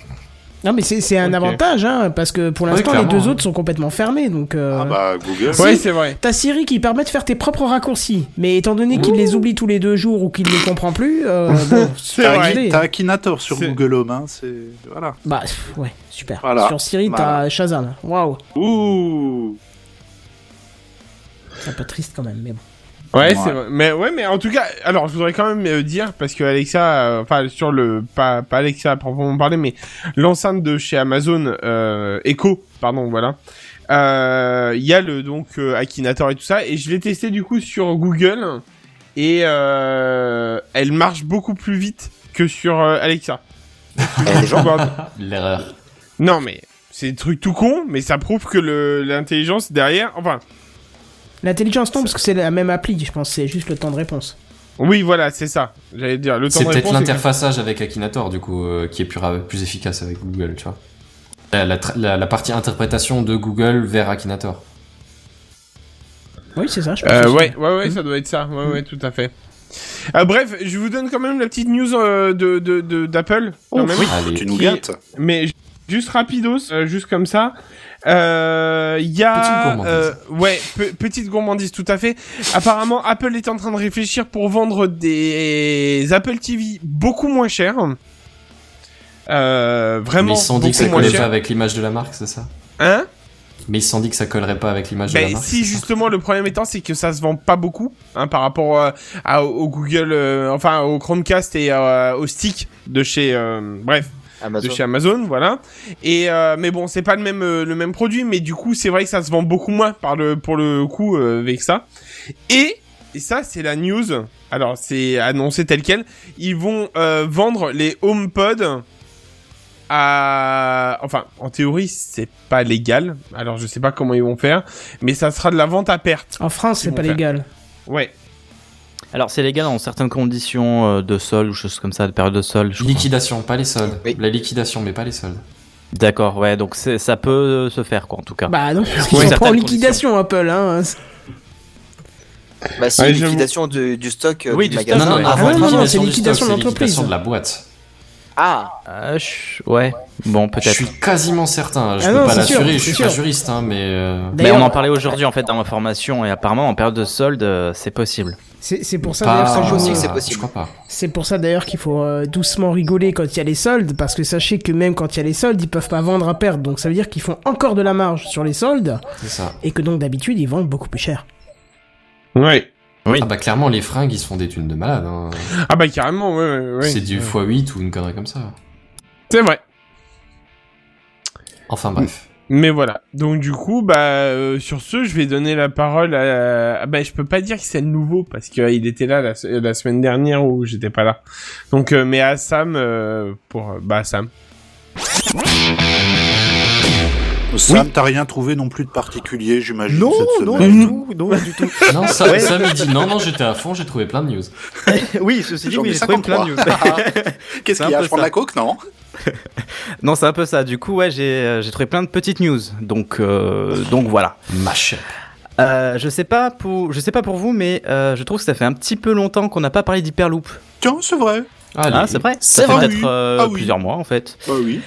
Speaker 1: Non mais c'est c'est un
Speaker 6: Ok.
Speaker 1: avantage hein, parce que pour l'instant les
Speaker 5: clairement,
Speaker 1: deux
Speaker 5: hein.
Speaker 1: autres sont complètement fermés donc. euh,
Speaker 10: Ah bah Google.
Speaker 1: Si.
Speaker 6: Ouais, c'est vrai.
Speaker 1: T'as Siri qui permet de faire tes propres raccourcis, mais étant donné qu'il les oublie tous les deux jours ou qu'il ne les comprend plus, euh, bon,
Speaker 6: C'est
Speaker 10: T'as
Speaker 6: vrai.
Speaker 1: vrai.
Speaker 10: Aki- t'as Akinator sur
Speaker 6: C'est-
Speaker 10: Google Home, hein, c'est... Voilà.
Speaker 1: bah pff, ouais, super.
Speaker 10: Voilà.
Speaker 1: Sur Siri, t'as
Speaker 10: Voilà.
Speaker 1: Shazam. Waouh,
Speaker 10: Ouh
Speaker 1: c'est un peu triste quand même, mais bon.
Speaker 6: Ouais,
Speaker 10: Ouais.
Speaker 6: c'est vrai. Mais ouais, mais en tout cas, alors je voudrais quand même euh, dire parce que Alexa, euh, enfin sur le pas pas Alexa à proprement parler, mais l'enceinte de chez Amazon euh, Echo, pardon, voilà. Euh, Il y a le donc euh, Akinator et tout ça, et je l'ai testé du coup sur Google et euh, elle marche beaucoup plus vite que sur euh, Alexa.
Speaker 4: Eh, les gens,
Speaker 5: L'erreur.
Speaker 6: non mais c'est des trucs tout con, mais ça prouve que le- l'intelligence derrière, enfin
Speaker 1: L'intelligence tombe parce que c'est la même appli, je pense, c'est juste le temps de réponse.
Speaker 6: oui voilà c'est ça. J'allais dire le temps
Speaker 5: C'est
Speaker 6: de
Speaker 5: peut-être
Speaker 6: réponse. est-
Speaker 5: l'interfaçage avec Akinator, du coup, euh, qui est plus, ra- plus efficace avec Google, tu vois. La, la tra- la- la partie interprétation de Google vers Akinator.
Speaker 1: Oui, c'est ça, je pense.
Speaker 6: Euh,
Speaker 1: aussi.
Speaker 6: ouais, ouais, ouais, ça doit être ça. Ouais, ouais, tout à fait. Euh, bref, je vous donne quand même la petite news euh, de de- de- d'Apple. quand même.
Speaker 5: Allez.
Speaker 10: Tu nous
Speaker 6: Qui-
Speaker 10: gâtes
Speaker 6: Mais ju- juste rapidos, euh, juste comme ça. Euh, Il y a
Speaker 5: Petite gourmandise.
Speaker 6: euh, ouais pe- petite gourmandise tout à fait. Apparemment Apple est en train de réfléchir pour vendre des Apple TV beaucoup moins cher. Euh, vraiment
Speaker 5: Mais ils se sont dit que ça
Speaker 6: beaucoup moins
Speaker 5: collerait pas
Speaker 6: cher.
Speaker 5: avec l'image de la marque, c'est ça
Speaker 6: Hein
Speaker 5: Mais ils se sont dit que ça collerait pas avec l'image de la
Speaker 6: Ben,
Speaker 5: marque.
Speaker 6: si justement le problème étant c'est que ça se vend pas beaucoup hein, par rapport euh, à- au Google, euh, enfin au Chromecast et euh, au stick de chez, euh, bref, de
Speaker 4: Amazon.
Speaker 6: chez Amazon, voilà. Et euh, mais bon, c'est pas le même euh, le même produit, mais du coup c'est vrai que ça se vend beaucoup moins par le pour le coup euh, avec ça. Et et ça c'est la news. Alors c'est annoncé tel quel. Ils vont euh, vendre les HomePod. À... Enfin, en théorie, c'est pas légal. Alors, je sais pas comment ils vont faire, mais ça sera de la vente à perte.
Speaker 1: En France, c'est
Speaker 6: Ils
Speaker 1: pas
Speaker 6: vont faire.
Speaker 1: légal.
Speaker 6: Ouais.
Speaker 8: Alors, c'est légal dans certaines conditions euh, de sol ou choses comme ça, de période de sol. je crois.
Speaker 5: Liquidation, pas les soldes.
Speaker 4: Oui.
Speaker 5: La liquidation, mais pas les soldes.
Speaker 8: D'accord, ouais, donc c'est- ça peut euh, se faire, quoi, en tout cas.
Speaker 1: Bah non, parce qu'ils
Speaker 8: Ouais,
Speaker 1: sont pas en
Speaker 8: certaines
Speaker 1: liquidation, Apple. Hein.
Speaker 4: Bah si,
Speaker 6: Ouais, j'avoue.
Speaker 4: liquidation du, du stock euh,
Speaker 8: Oui,
Speaker 4: du
Speaker 8: du
Speaker 4: magasin.
Speaker 8: stock, ouais.
Speaker 4: avant.
Speaker 1: Ah non, non, non,
Speaker 5: liquidation
Speaker 1: c'est liquidation
Speaker 5: du stock,
Speaker 1: de
Speaker 5: c'est liquidation
Speaker 1: l'entreprise.
Speaker 5: de la boîte.
Speaker 4: Ah,
Speaker 8: Euh, je- Ouais, bon,
Speaker 5: Je
Speaker 8: peut-être.
Speaker 5: suis quasiment certain. hein, Je
Speaker 1: Ah
Speaker 5: peux
Speaker 1: non,
Speaker 5: pas
Speaker 1: c'est sûr,
Speaker 5: l'assurer,
Speaker 1: c'est
Speaker 5: je suis pas
Speaker 1: sûr.
Speaker 5: juriste, hein, mais. euh,
Speaker 8: Mais on en
Speaker 1: D'ailleurs-
Speaker 8: parlait aujourd'hui, en fait, dans ma formation, et apparemment, en période de solde, euh, c'est possible.
Speaker 1: C'est c'est pour ça
Speaker 5: pas-
Speaker 1: d'ailleurs ça joue
Speaker 4: aussi que
Speaker 1: au-
Speaker 4: c'est
Speaker 5: Je
Speaker 4: possible.
Speaker 5: crois pas.
Speaker 1: C'est pour ça d'ailleurs qu'il faut euh, doucement rigoler quand il y a les soldes, parce que sachez que même quand il y a les soldes, ils peuvent pas vendre à perte, donc ça veut dire qu'ils font encore de la marge sur les soldes,
Speaker 5: C'est ça.
Speaker 1: et que donc d'habitude ils vendent beaucoup plus cher.
Speaker 6: Ouais.
Speaker 5: Ah bah clairement, les fringues, ils se font des thunes de malade. hein.
Speaker 6: Ah bah carrément, ouais, ouais, ouais.
Speaker 5: C'est du x8 ou une connerie comme ça.
Speaker 6: C'est vrai.
Speaker 5: Enfin bref.
Speaker 6: Mais voilà. Donc du coup, bah euh, sur ce, je vais donner la parole à. ah, Bah je peux pas dire que c'est le nouveau parce que euh, il était là la, se- la semaine dernière où j'étais pas là. Donc euh, mais à Sam euh, pour euh, bah Sam.
Speaker 10: Sam, t'as rien trouvé non plus de particulier, j'imagine,
Speaker 3: Non,
Speaker 10: cette
Speaker 3: non,
Speaker 10: semaine.
Speaker 3: du tout, non, du tout.
Speaker 5: Non, ça,
Speaker 3: Ouais.
Speaker 5: ça me dit non, non, j'étais à fond, j'ai trouvé plein de news.
Speaker 3: oui, ceci dit,
Speaker 10: J'en
Speaker 3: oui,
Speaker 10: ai
Speaker 3: j'ai trouvé plein de news.
Speaker 10: 53. Qu'est-ce
Speaker 8: C'est
Speaker 10: qu'il y
Speaker 8: un
Speaker 10: a
Speaker 8: peu
Speaker 10: Je prends de
Speaker 8: ça.
Speaker 10: la coke, non
Speaker 8: non, c'est un peu ça. Du coup, ouais, j'ai euh, j'ai trouvé plein de petites news. Donc, euh, donc voilà.
Speaker 5: Mâche.
Speaker 8: Euh, je sais pas pour, je sais pas pour vous, mais euh, je trouve que ça fait un petit peu longtemps qu'on n'a pas parlé d'Hyperloop.
Speaker 10: Tiens, c'est vrai.
Speaker 5: Allez.
Speaker 8: Ah, c'est vrai.
Speaker 5: C'est
Speaker 8: Ça fait
Speaker 5: vrai.
Speaker 8: peut-être euh,
Speaker 10: Ah oui.
Speaker 8: plusieurs mois en fait.
Speaker 10: Bah oui.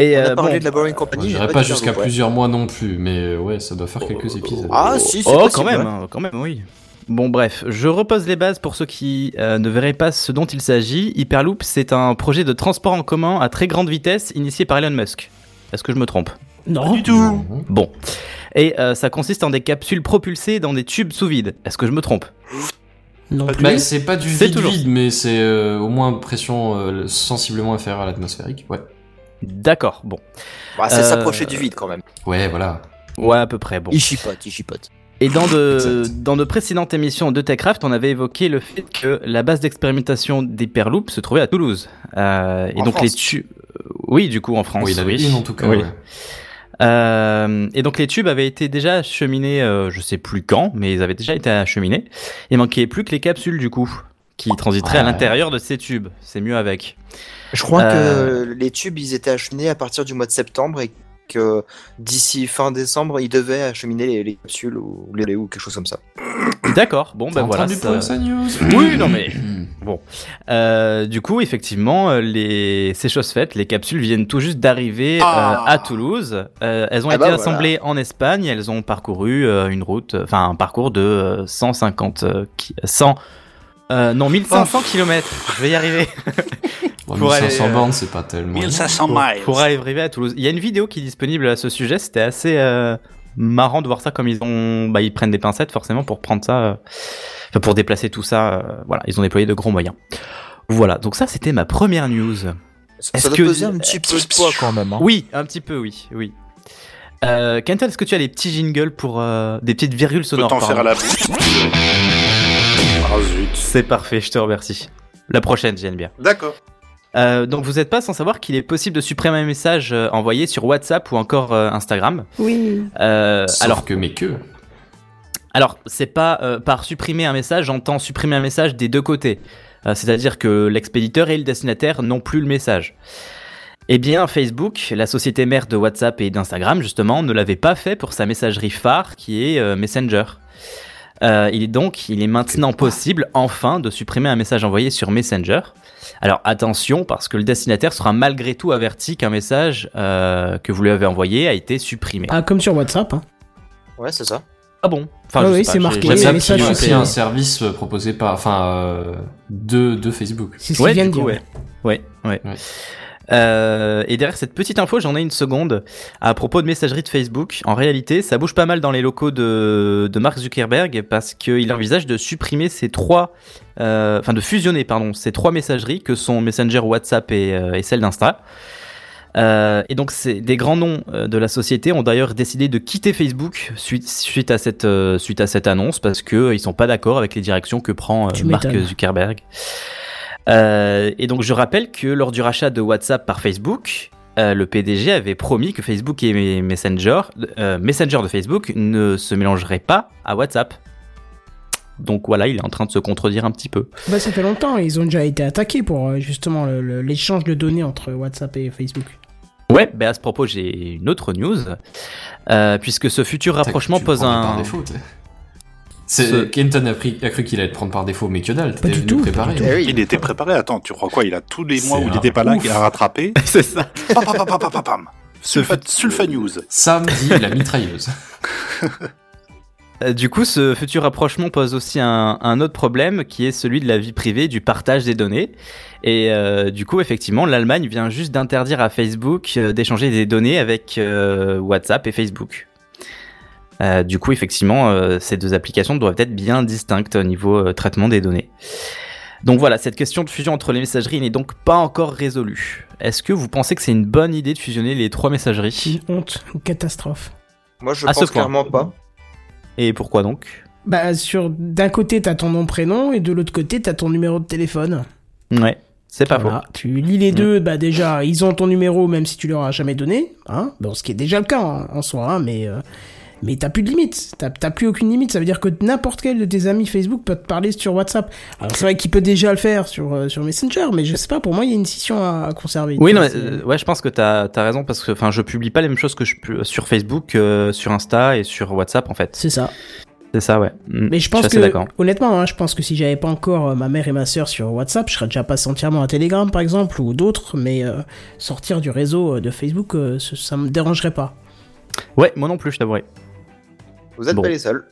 Speaker 8: Et
Speaker 4: on a
Speaker 8: euh,
Speaker 4: parlé
Speaker 8: bon,
Speaker 4: de la Boring Company.
Speaker 5: Je
Speaker 4: mais
Speaker 5: dirais
Speaker 4: du
Speaker 5: pas jusqu'à
Speaker 4: Verve, ouais.
Speaker 5: plusieurs mois non plus, mais euh, ouais, ça doit faire quelques épisodes.
Speaker 4: Ah si, c'est
Speaker 8: oh,
Speaker 4: possible.
Speaker 8: quand même,
Speaker 4: ouais.
Speaker 8: hein, quand même, oui. Bon, bref, je repose les bases pour ceux qui euh, ne verraient pas ce dont il s'agit. Hyperloop, c'est un projet de transport en commun à très grande vitesse initié par Elon Musk. Est-ce que je me trompe
Speaker 1: Non,
Speaker 10: tout.
Speaker 8: Bon. Et euh, ça consiste en des capsules propulsées dans des tubes sous vide. Est-ce que je me trompe
Speaker 1: non
Speaker 10: Pas
Speaker 1: plus.
Speaker 5: Bah, c'est pas du
Speaker 8: C'est
Speaker 5: vide
Speaker 8: toujours
Speaker 5: vide, mais c'est euh, au moins pression euh, sensiblement inférieure à l'atmosphérique. Ouais.
Speaker 8: D'accord, bon.
Speaker 4: Bah, c'est
Speaker 8: Euh,
Speaker 4: s'approcher du vide quand même.
Speaker 5: Ouais, voilà.
Speaker 8: Ouais, à peu près, bon.
Speaker 4: Il chipote, il chipote.
Speaker 8: Et dans de, dans de précédentes émissions de TechCraft, on avait évoqué le fait que la base d'expérimentation d'Hyperloop se trouvait à Toulouse. Euh, et
Speaker 4: En
Speaker 8: donc
Speaker 4: France.
Speaker 8: les tubes... Oui, du coup, en France.
Speaker 5: Oui, il avait une en tout cas.
Speaker 8: Oui.
Speaker 5: ouais.
Speaker 8: Euh, et donc les tubes avaient été déjà acheminés, euh, je sais plus quand, mais ils avaient déjà été acheminés. Il manquait plus que les capsules du coup, qui transiteraient à
Speaker 5: Ouais.
Speaker 8: l'intérieur de ces tubes. C'est mieux avec.
Speaker 4: Je crois
Speaker 8: Euh.
Speaker 4: que les tubes, ils étaient acheminés à partir du mois de septembre et que d'ici fin décembre, ils devaient acheminer les, les capsules ou les laits ou quelque chose comme ça.
Speaker 8: D'accord. Bon,
Speaker 5: T'as
Speaker 8: ben voilà.
Speaker 5: entendu
Speaker 8: ça-
Speaker 5: pour ça, News
Speaker 8: Oui, non, mais- Bon, Euh, du coup, effectivement, euh, les... ces choses faites, les capsules viennent tout juste d'arriver
Speaker 10: Ah.
Speaker 8: euh, à Toulouse. Euh, elles ont
Speaker 4: Ah
Speaker 8: été
Speaker 4: bah voilà.
Speaker 8: assemblées en Espagne. Elles ont parcouru euh, une route, euh, enfin un parcours de euh, 150, euh, qui- 100, euh, non 1500 km. Je vais y arriver.
Speaker 5: Bon,
Speaker 8: Pour
Speaker 5: 1500
Speaker 8: aller, euh,
Speaker 5: bornes, c'est pas tellement.
Speaker 10: 1500 miles.
Speaker 8: Pour arriver à Toulouse. Il y a une vidéo qui est disponible à ce sujet. C'était assez euh, marrant de voir ça comme ils ont, bah, ils prennent des pincettes forcément pour prendre ça, euh, enfin, pour déplacer tout ça. euh, voilà, ils ont déployé de gros moyens. Voilà, donc ça c'était ma première news.
Speaker 4: Ça,
Speaker 8: Est-ce
Speaker 4: ça doit
Speaker 8: que-
Speaker 4: peser un petit peu de poids quand même. hein.
Speaker 8: Oui, un petit peu, oui, oui. Euh, Kenton, est-ce que tu as des petits jingles pour euh, des petites virgules
Speaker 10: Je peux
Speaker 8: sonores
Speaker 10: t'en faire à
Speaker 8: pardon
Speaker 10: la bouche. Ah zut.
Speaker 8: C'est parfait, je te remercie. La prochaine, j'aime bien.
Speaker 10: D'accord.
Speaker 8: Euh, donc vous n'êtes pas sans savoir qu'il est possible de supprimer un message euh, envoyé sur WhatsApp ou encore euh, Instagram.
Speaker 1: Oui.
Speaker 8: Euh, alors,
Speaker 5: alors que, mais que.
Speaker 8: alors c'est pas euh, par supprimer un message, j'entends supprimer un message des deux côtés. Euh, C'est-à-dire que l'expéditeur et le destinataire n'ont plus le message. Eh bien, Facebook, la société mère de WhatsApp et d'Instagram, justement, ne l'avait pas fait pour sa messagerie phare qui est euh, Messenger. Euh, il est donc, il est maintenant possible, enfin, de supprimer un message envoyé sur Messenger. Alors attention, parce que le destinataire sera malgré tout averti qu'un message euh, que vous lui avez envoyé a été supprimé.
Speaker 1: Ah, comme sur WhatsApp. hein.
Speaker 4: Ouais, c'est ça.
Speaker 8: Ah bon Enfin,
Speaker 1: Ah
Speaker 8: je
Speaker 1: oui,
Speaker 8: sais pas,
Speaker 1: c'est
Speaker 8: j'ai-
Speaker 1: marqué,
Speaker 8: j'ai pas
Speaker 1: les
Speaker 5: WhatsApp
Speaker 8: appris,
Speaker 1: messages
Speaker 5: qui
Speaker 8: euh,
Speaker 5: a
Speaker 1: sont
Speaker 5: pris un service euh, proposé par, enfin, euh, de, de Facebook.
Speaker 1: C'est ce
Speaker 8: Ouais,
Speaker 1: qu'il vient
Speaker 8: du
Speaker 1: de
Speaker 8: coup,
Speaker 1: dire.
Speaker 8: ouais. Ouais, ouais.
Speaker 5: Ouais.
Speaker 8: Euh, et derrière cette petite info, j'en ai une seconde à propos de messagerie de Facebook. En réalité, ça bouge pas mal dans les locaux de, de Mark Zuckerberg parce qu'il envisage de supprimer ces trois, euh, enfin de fusionner, pardon, ces trois messageries que sont Messenger, WhatsApp et, euh, et celle d'Insta. Euh, et donc, c'est des grands noms euh, de la société ont d'ailleurs décidé de quitter Facebook suite, suite à cette euh, suite à cette annonce parce que euh, ils sont pas d'accord avec les directions que prend euh,
Speaker 1: Tu
Speaker 8: Mark
Speaker 1: m'étonnes.
Speaker 8: Zuckerberg. Euh, et donc, je rappelle que lors du rachat de WhatsApp par Facebook, euh, le PDG avait promis que Facebook et Messenger, euh, Messenger de Facebook ne se mélangeraient pas à WhatsApp. Donc voilà, il est en train de se contredire un petit peu.
Speaker 1: Bah, ça fait longtemps. Ils ont déjà été attaqués pour euh, justement le- le- l'échange de données entre WhatsApp et Facebook.
Speaker 8: Ouais, ben à ce propos, j'ai une autre news. Euh, puisque ce futur rapprochement
Speaker 5: Tu le
Speaker 8: pose
Speaker 5: prends Par
Speaker 8: un.
Speaker 5: défaut, t'es- c'est,
Speaker 8: Ce-
Speaker 5: Kenton a, pris- a cru qu'il allait te prendre par défaut, mais que dalle, t'étais
Speaker 1: du
Speaker 5: venu
Speaker 1: tout, pas
Speaker 5: préparé.
Speaker 1: du tout.
Speaker 4: Eh oui.
Speaker 10: Il était préparé. Attends, tu crois quoi Il a tous les mois
Speaker 5: C'est
Speaker 10: où il
Speaker 5: un
Speaker 10: n'était pas là
Speaker 5: ouf.
Speaker 10: qu'il a rattrapé.
Speaker 8: C'est ça.
Speaker 10: Pam, pam, pam, pam, pam, pam. Sulfa, Sulfa News.
Speaker 5: Samedi, la mitrailleuse.
Speaker 8: Euh, Du coup, ce futur rapprochement pose aussi un, un autre problème qui est celui de la vie privée, du partage des données. Et euh, du coup, effectivement, l'Allemagne vient juste d'interdire à Facebook euh, d'échanger des données avec euh, WhatsApp et Facebook. Euh, du coup, effectivement, euh, ces deux applications doivent être bien distinctes au niveau euh, traitement des données. Donc voilà, cette question de fusion entre les messageries n'est donc pas encore résolue. Est-ce que vous pensez que c'est une bonne idée de fusionner les trois messageries
Speaker 1: Honte ou catastrophe.
Speaker 4: Moi, je
Speaker 8: À ce
Speaker 4: pense
Speaker 8: point.
Speaker 4: clairement pas.
Speaker 8: Et pourquoi donc
Speaker 1: Bah, sur d'un côté, t'as ton nom, prénom, et de l'autre côté, t'as ton numéro de téléphone.
Speaker 8: Ouais, c'est pas faux.
Speaker 1: Voilà. Tu lis les
Speaker 8: Ah Mm.
Speaker 1: deux, bah déjà, ils ont ton numéro, même si tu leur as jamais donné. Hein bon, ce qui est déjà le cas hein, en soi, hein, mais, euh, mais t'as plus de limite. T'as- T'as plus aucune limite. Ça veut dire que n'importe quel de tes amis Facebook peut te parler sur WhatsApp. Alors, c'est vrai qu'il peut déjà le faire sur, euh, sur Messenger, mais je sais pas, pour moi, il y a une scission à, à conserver.
Speaker 8: Oui,
Speaker 1: Tu
Speaker 8: non,
Speaker 1: vois,
Speaker 8: mais,
Speaker 1: c'est-
Speaker 8: euh, ouais, je pense que t'as as raison parce que enfin, je publie pas les mêmes choses que je pu- sur Facebook, euh, sur Insta et sur WhatsApp en fait.
Speaker 1: C'est ça.
Speaker 8: C'est ça, ouais. Mm.
Speaker 1: Mais je pense
Speaker 8: suis assez
Speaker 1: que,
Speaker 8: d'accord.
Speaker 1: honnêtement, hein, je pense que si j'avais pas encore euh, ma mère et ma sœur sur WhatsApp, je serais déjà passé entièrement à Telegram, par exemple, ou d'autres, mais euh, sortir du réseau euh, de Facebook, euh, ce- ça me dérangerait pas.
Speaker 8: Ouais, moi non plus, je t'avouerai.
Speaker 4: Vous êtes
Speaker 8: Bon.
Speaker 4: pas les seuls.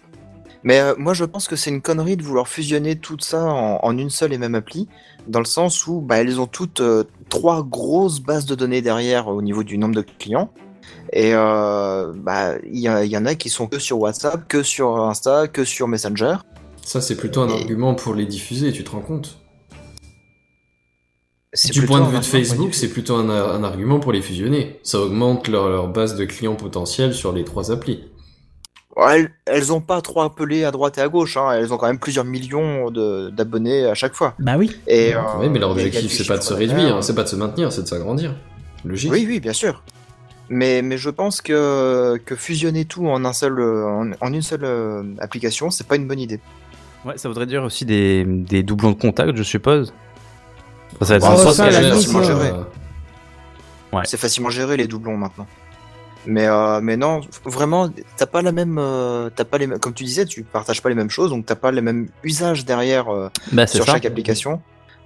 Speaker 4: Mais euh, moi, je pense que c'est une connerie de vouloir fusionner tout ça en, en une seule et même appli, dans le sens où bah, elles ont toutes euh, trois grosses bases de données derrière euh, au niveau du nombre de clients. Et euh, bah, il y, a- il y en a qui sont que sur WhatsApp, que sur Insta, que sur Messenger.
Speaker 5: Ça, c'est plutôt un
Speaker 4: Et-
Speaker 5: argument pour les diffuser, tu te rends compte
Speaker 4: C'est
Speaker 5: Du
Speaker 4: plutôt
Speaker 5: point de
Speaker 4: un
Speaker 5: vue de
Speaker 4: argument pour
Speaker 5: Facebook, c'est plutôt un, un argument pour les fusionner. Ça augmente leur, leur base de clients potentiels sur les trois applis.
Speaker 4: Ouais, elles- elles ont pas trop appelé à droite et à gauche, hein. elles ont quand même plusieurs millions de- d'abonnés à chaque fois.
Speaker 1: Bah oui.
Speaker 4: Et, euh,
Speaker 5: oui, mais leur
Speaker 4: il y a du
Speaker 5: objectif, c'est pas de se
Speaker 4: Ah, chiffre d'affaires.
Speaker 5: réduire, c'est pas de se maintenir, c'est de s'agrandir. Logique.
Speaker 4: Oui, oui, bien sûr. Mais, mais je pense que, que fusionner tout en, un seul, euh, en, en une seule euh, application, c'est pas une bonne idée.
Speaker 8: Ouais, ça voudrait dire aussi des, des doublons de contact, je suppose. Enfin, Ah, ça va être
Speaker 5: Bah,
Speaker 1: Oh,
Speaker 8: un sens-
Speaker 1: ça, la
Speaker 5: Généralement,
Speaker 1: liste,
Speaker 5: moi,
Speaker 4: ouais.
Speaker 5: j'aurais-
Speaker 8: Ouais.
Speaker 4: C'est facilement géré les doublons maintenant. Mais, euh, mais non, vraiment, t'as pas la même, euh, t'as pas les mêmes- comme tu disais, tu partages pas les mêmes choses, donc t'as pas les mêmes usages derrière euh,
Speaker 8: Bah, c'est
Speaker 4: sur
Speaker 8: ça.
Speaker 4: chaque application.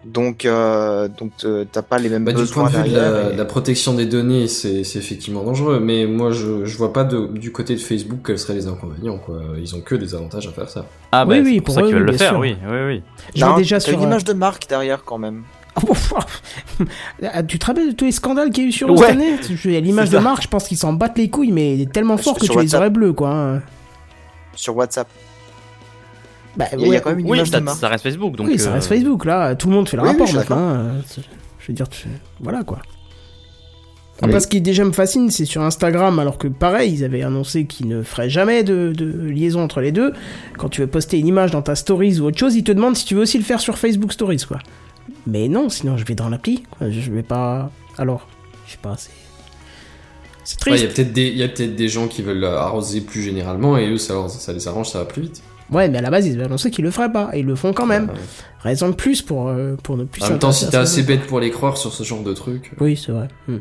Speaker 4: Donc, euh, donc euh, t'as pas les mêmes
Speaker 5: Bah, du point
Speaker 4: besoins
Speaker 5: de vue de
Speaker 4: derrière.
Speaker 5: la,
Speaker 4: et-
Speaker 5: de la protection des données, c'est c'est effectivement dangereux. Mais moi, je, je vois pas de, du côté de Facebook quels seraient les inconvénients. Quoi. Ils ont que des avantages à faire ça.
Speaker 8: Ah, bah,
Speaker 1: Oui,
Speaker 8: c'est
Speaker 1: oui,
Speaker 8: pour
Speaker 1: pour
Speaker 8: ça qu'ils
Speaker 1: eux,
Speaker 8: veulent le
Speaker 1: bien
Speaker 8: faire,
Speaker 1: sûr.
Speaker 8: oui, oui, oui.
Speaker 1: Je vais
Speaker 4: Non,
Speaker 1: déjà
Speaker 4: t'as
Speaker 1: sur.
Speaker 4: une
Speaker 1: euh,
Speaker 4: image de marque derrière quand même.
Speaker 1: Ah, tu te rappelles de tous les scandales qu'il y a eu sur eux
Speaker 8: Ouais.
Speaker 1: cette année Je- à L'image
Speaker 8: C'est
Speaker 1: de
Speaker 8: ça.
Speaker 1: marque, je pense qu'ils s'en battent les couilles, mais tellement
Speaker 4: Sur-
Speaker 1: fort que
Speaker 4: sur
Speaker 1: tu les
Speaker 4: WhatsApp.
Speaker 1: aurais bleus, quoi. hein.
Speaker 4: Sur WhatsApp,
Speaker 1: Bah,
Speaker 4: il y, a- il y a
Speaker 1: ouais.
Speaker 4: quand même une
Speaker 8: Oui,
Speaker 4: image
Speaker 8: ça,
Speaker 4: de marque.
Speaker 8: ça reste Facebook, donc.
Speaker 1: oui, ça
Speaker 8: euh,
Speaker 1: reste Facebook, là. Tout le monde fait le
Speaker 4: oui, oui,
Speaker 1: rapport
Speaker 4: je suis
Speaker 1: maintenant. hein. C'est- Je veux dire, tu- voilà, quoi. Après, ce qui déjà me fascine, c'est sur Instagram, alors que pareil, ils avaient annoncé qu'ils ne feraient jamais de, de liaison entre les deux. Quand tu veux poster une image dans ta stories ou autre chose, ils te demandent si tu veux aussi le faire sur Facebook Stories, quoi. Mais non, sinon je vais dans l'appli. quoi. Je vais pas. Alors, je sais pas, c'est. C'est
Speaker 5: Ouais, Il
Speaker 1: triste.
Speaker 5: y a peut-être des, il y a peut-être des gens qui veulent arroser plus généralement et eux, ça, leur- ça les arrange, ça va plus vite.
Speaker 1: Ouais, mais à la base, ils avaient annoncé qu'ils le feraient pas. Et ils le font quand même.
Speaker 5: Euh,
Speaker 1: Raison de plus pour, euh, pour ne plus
Speaker 5: en même temps, si
Speaker 1: s'intéresser
Speaker 5: t'es
Speaker 1: à
Speaker 5: assez
Speaker 1: ça.
Speaker 5: bête pour les croire sur ce genre de truc.
Speaker 1: Oui, c'est vrai. Hmm.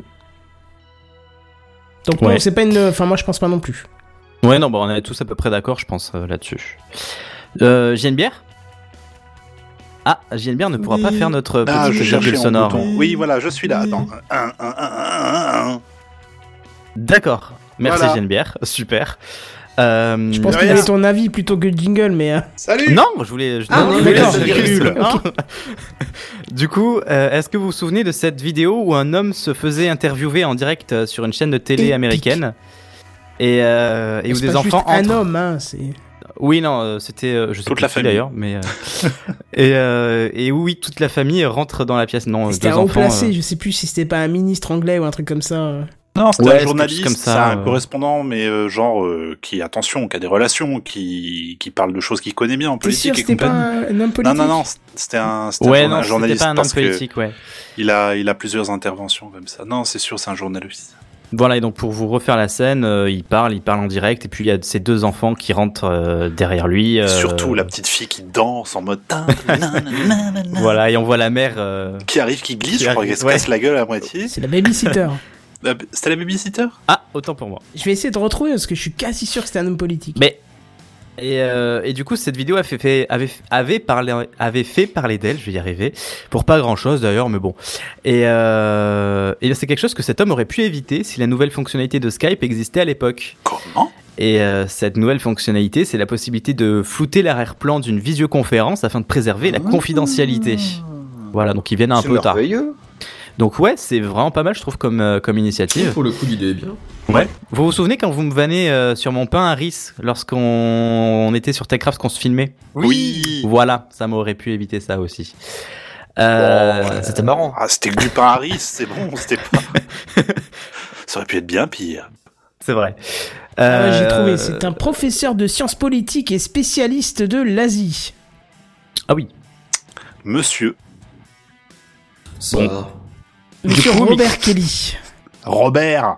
Speaker 1: Donc,
Speaker 8: Ouais.
Speaker 1: non, c'est pas une. Enfin, moi, je pense pas non plus.
Speaker 8: Ouais, non, bah, on est tous à peu près d'accord, je pense, euh, là-dessus. Euh, j'ai une bière Ah, j'ai une bière ne pourra pas faire notre petite
Speaker 10: Ah, je
Speaker 8: virgule
Speaker 10: cherchais mon
Speaker 8: sonore.
Speaker 10: bouton. Oui, voilà, je suis là. Attends. Un, un, un, un, un, un.
Speaker 8: D'accord. Merci,
Speaker 10: Voilà.
Speaker 8: j'ai une bière. Super. Euh,
Speaker 1: Je pense
Speaker 6: De
Speaker 1: qu'il
Speaker 6: rien.
Speaker 1: avait ton avis plutôt que le jingle, mais. euh,
Speaker 10: Salut
Speaker 8: Non, je voulais. je-
Speaker 5: Ah,
Speaker 8: non,
Speaker 5: oui,
Speaker 8: je voulais
Speaker 5: d'accord.
Speaker 8: la
Speaker 5: J'ai cru.
Speaker 8: virgule, hein. du coup, euh, est-ce que vous vous souvenez de cette vidéo où un homme se faisait interviewer en direct euh, sur une chaîne de télé
Speaker 1: Épique.
Speaker 8: américaine et, euh, et où
Speaker 1: c'est
Speaker 8: des
Speaker 1: pas
Speaker 8: enfants
Speaker 1: juste un
Speaker 8: entrent-
Speaker 1: homme, hein. C'est.
Speaker 8: Oui, non, euh, c'était euh, je sais
Speaker 10: Toute
Speaker 8: plus
Speaker 10: la
Speaker 8: qui
Speaker 10: famille.
Speaker 8: d'ailleurs, mais euh, et, euh, et où, oui, toute la famille rentre dans la pièce. Non,
Speaker 1: C'était
Speaker 8: deux
Speaker 1: un haut
Speaker 8: enfants.
Speaker 1: placé.
Speaker 8: euh,
Speaker 1: Je sais plus si c'était pas un ministre anglais ou un truc comme ça. euh.
Speaker 10: Non, c'est
Speaker 8: Ouais,
Speaker 10: un
Speaker 8: c'est
Speaker 10: journaliste,
Speaker 8: quelque chose comme ça,
Speaker 10: c'est un
Speaker 8: euh.
Speaker 10: correspondant, mais euh, genre euh, qui, attention, qui a des relations, qui, qui parle de choses qu'il connaît bien en
Speaker 1: T'es sûr
Speaker 10: politique et
Speaker 1: c'était pas
Speaker 10: compagnie.
Speaker 1: un, un homme
Speaker 10: Non,
Speaker 1: politique
Speaker 10: non, non, c'était un, c'était un
Speaker 8: Ouais,
Speaker 10: journa-
Speaker 8: non, c'était
Speaker 10: journaliste
Speaker 8: pas un homme
Speaker 10: parce que
Speaker 8: politique, ouais.
Speaker 10: il a, il a plusieurs interventions comme ça. Non, c'est sûr, c'est un journaliste.
Speaker 8: Voilà, et donc pour vous refaire la scène, euh, il parle, il parle en direct, et puis il y a ces deux enfants qui rentrent euh, derrière lui.
Speaker 10: Et
Speaker 8: euh,
Speaker 10: Surtout la petite fille qui danse en mode tin, nan, nan, nan, nan, nan.
Speaker 8: Voilà, et on voit la mère. euh,
Speaker 10: qui arrive, qui glisse,
Speaker 8: Qui
Speaker 10: je crois
Speaker 8: arrive,
Speaker 10: qu'elle se
Speaker 8: ouais.
Speaker 10: casse la gueule à moitié.
Speaker 1: C'est la babysitter.
Speaker 10: Euh, C'était la babysitter
Speaker 8: Ah, autant pour moi.
Speaker 1: je vais essayer de retrouver parce que je suis quasi sûr que c'était un homme politique.
Speaker 8: Mais et, euh, et du coup, cette vidéo a fait- fait- avait, avait, parlé, avait fait parler d'elle, je vais y arriver, pour pas grand-chose d'ailleurs, mais bon. Et, euh, et c'est quelque chose que cet homme aurait pu éviter si la nouvelle fonctionnalité de Skype existait à l'époque.
Speaker 10: Comment
Speaker 8: Et euh, cette nouvelle fonctionnalité, c'est la possibilité de flouter l'arrière-plan d'une visioconférence afin de préserver la confidentialité. Voilà, donc ils viennent un
Speaker 4: C'est
Speaker 8: peu tard.
Speaker 4: merveilleux.
Speaker 8: Donc ouais, c'est vraiment pas mal, je trouve, comme, euh, comme initiative.
Speaker 5: Pour le coup, l'idée est bien.
Speaker 8: Vous vous souvenez quand vous me vannez euh, sur mon pain à riz lorsqu'on on était sur Techcraft qu'on se filmait
Speaker 10: Oui,
Speaker 8: Voilà, ça m'aurait pu éviter ça aussi. Euh,
Speaker 4: Oh, c'était marrant.
Speaker 10: Ah, c'était que du pain à riz, c'est bon, c'était pas. Ça aurait pu être bien pire.
Speaker 8: c'est vrai.
Speaker 1: Ah ouais,
Speaker 8: Euh,
Speaker 1: J'ai trouvé. C'est un professeur de sciences politiques et spécialiste de l'Asie.
Speaker 8: Ah oui.
Speaker 10: Monsieur
Speaker 5: Ça
Speaker 8: Bon.
Speaker 5: va.
Speaker 1: Monsieur
Speaker 8: coup,
Speaker 1: Robert Kelly.
Speaker 10: Robert.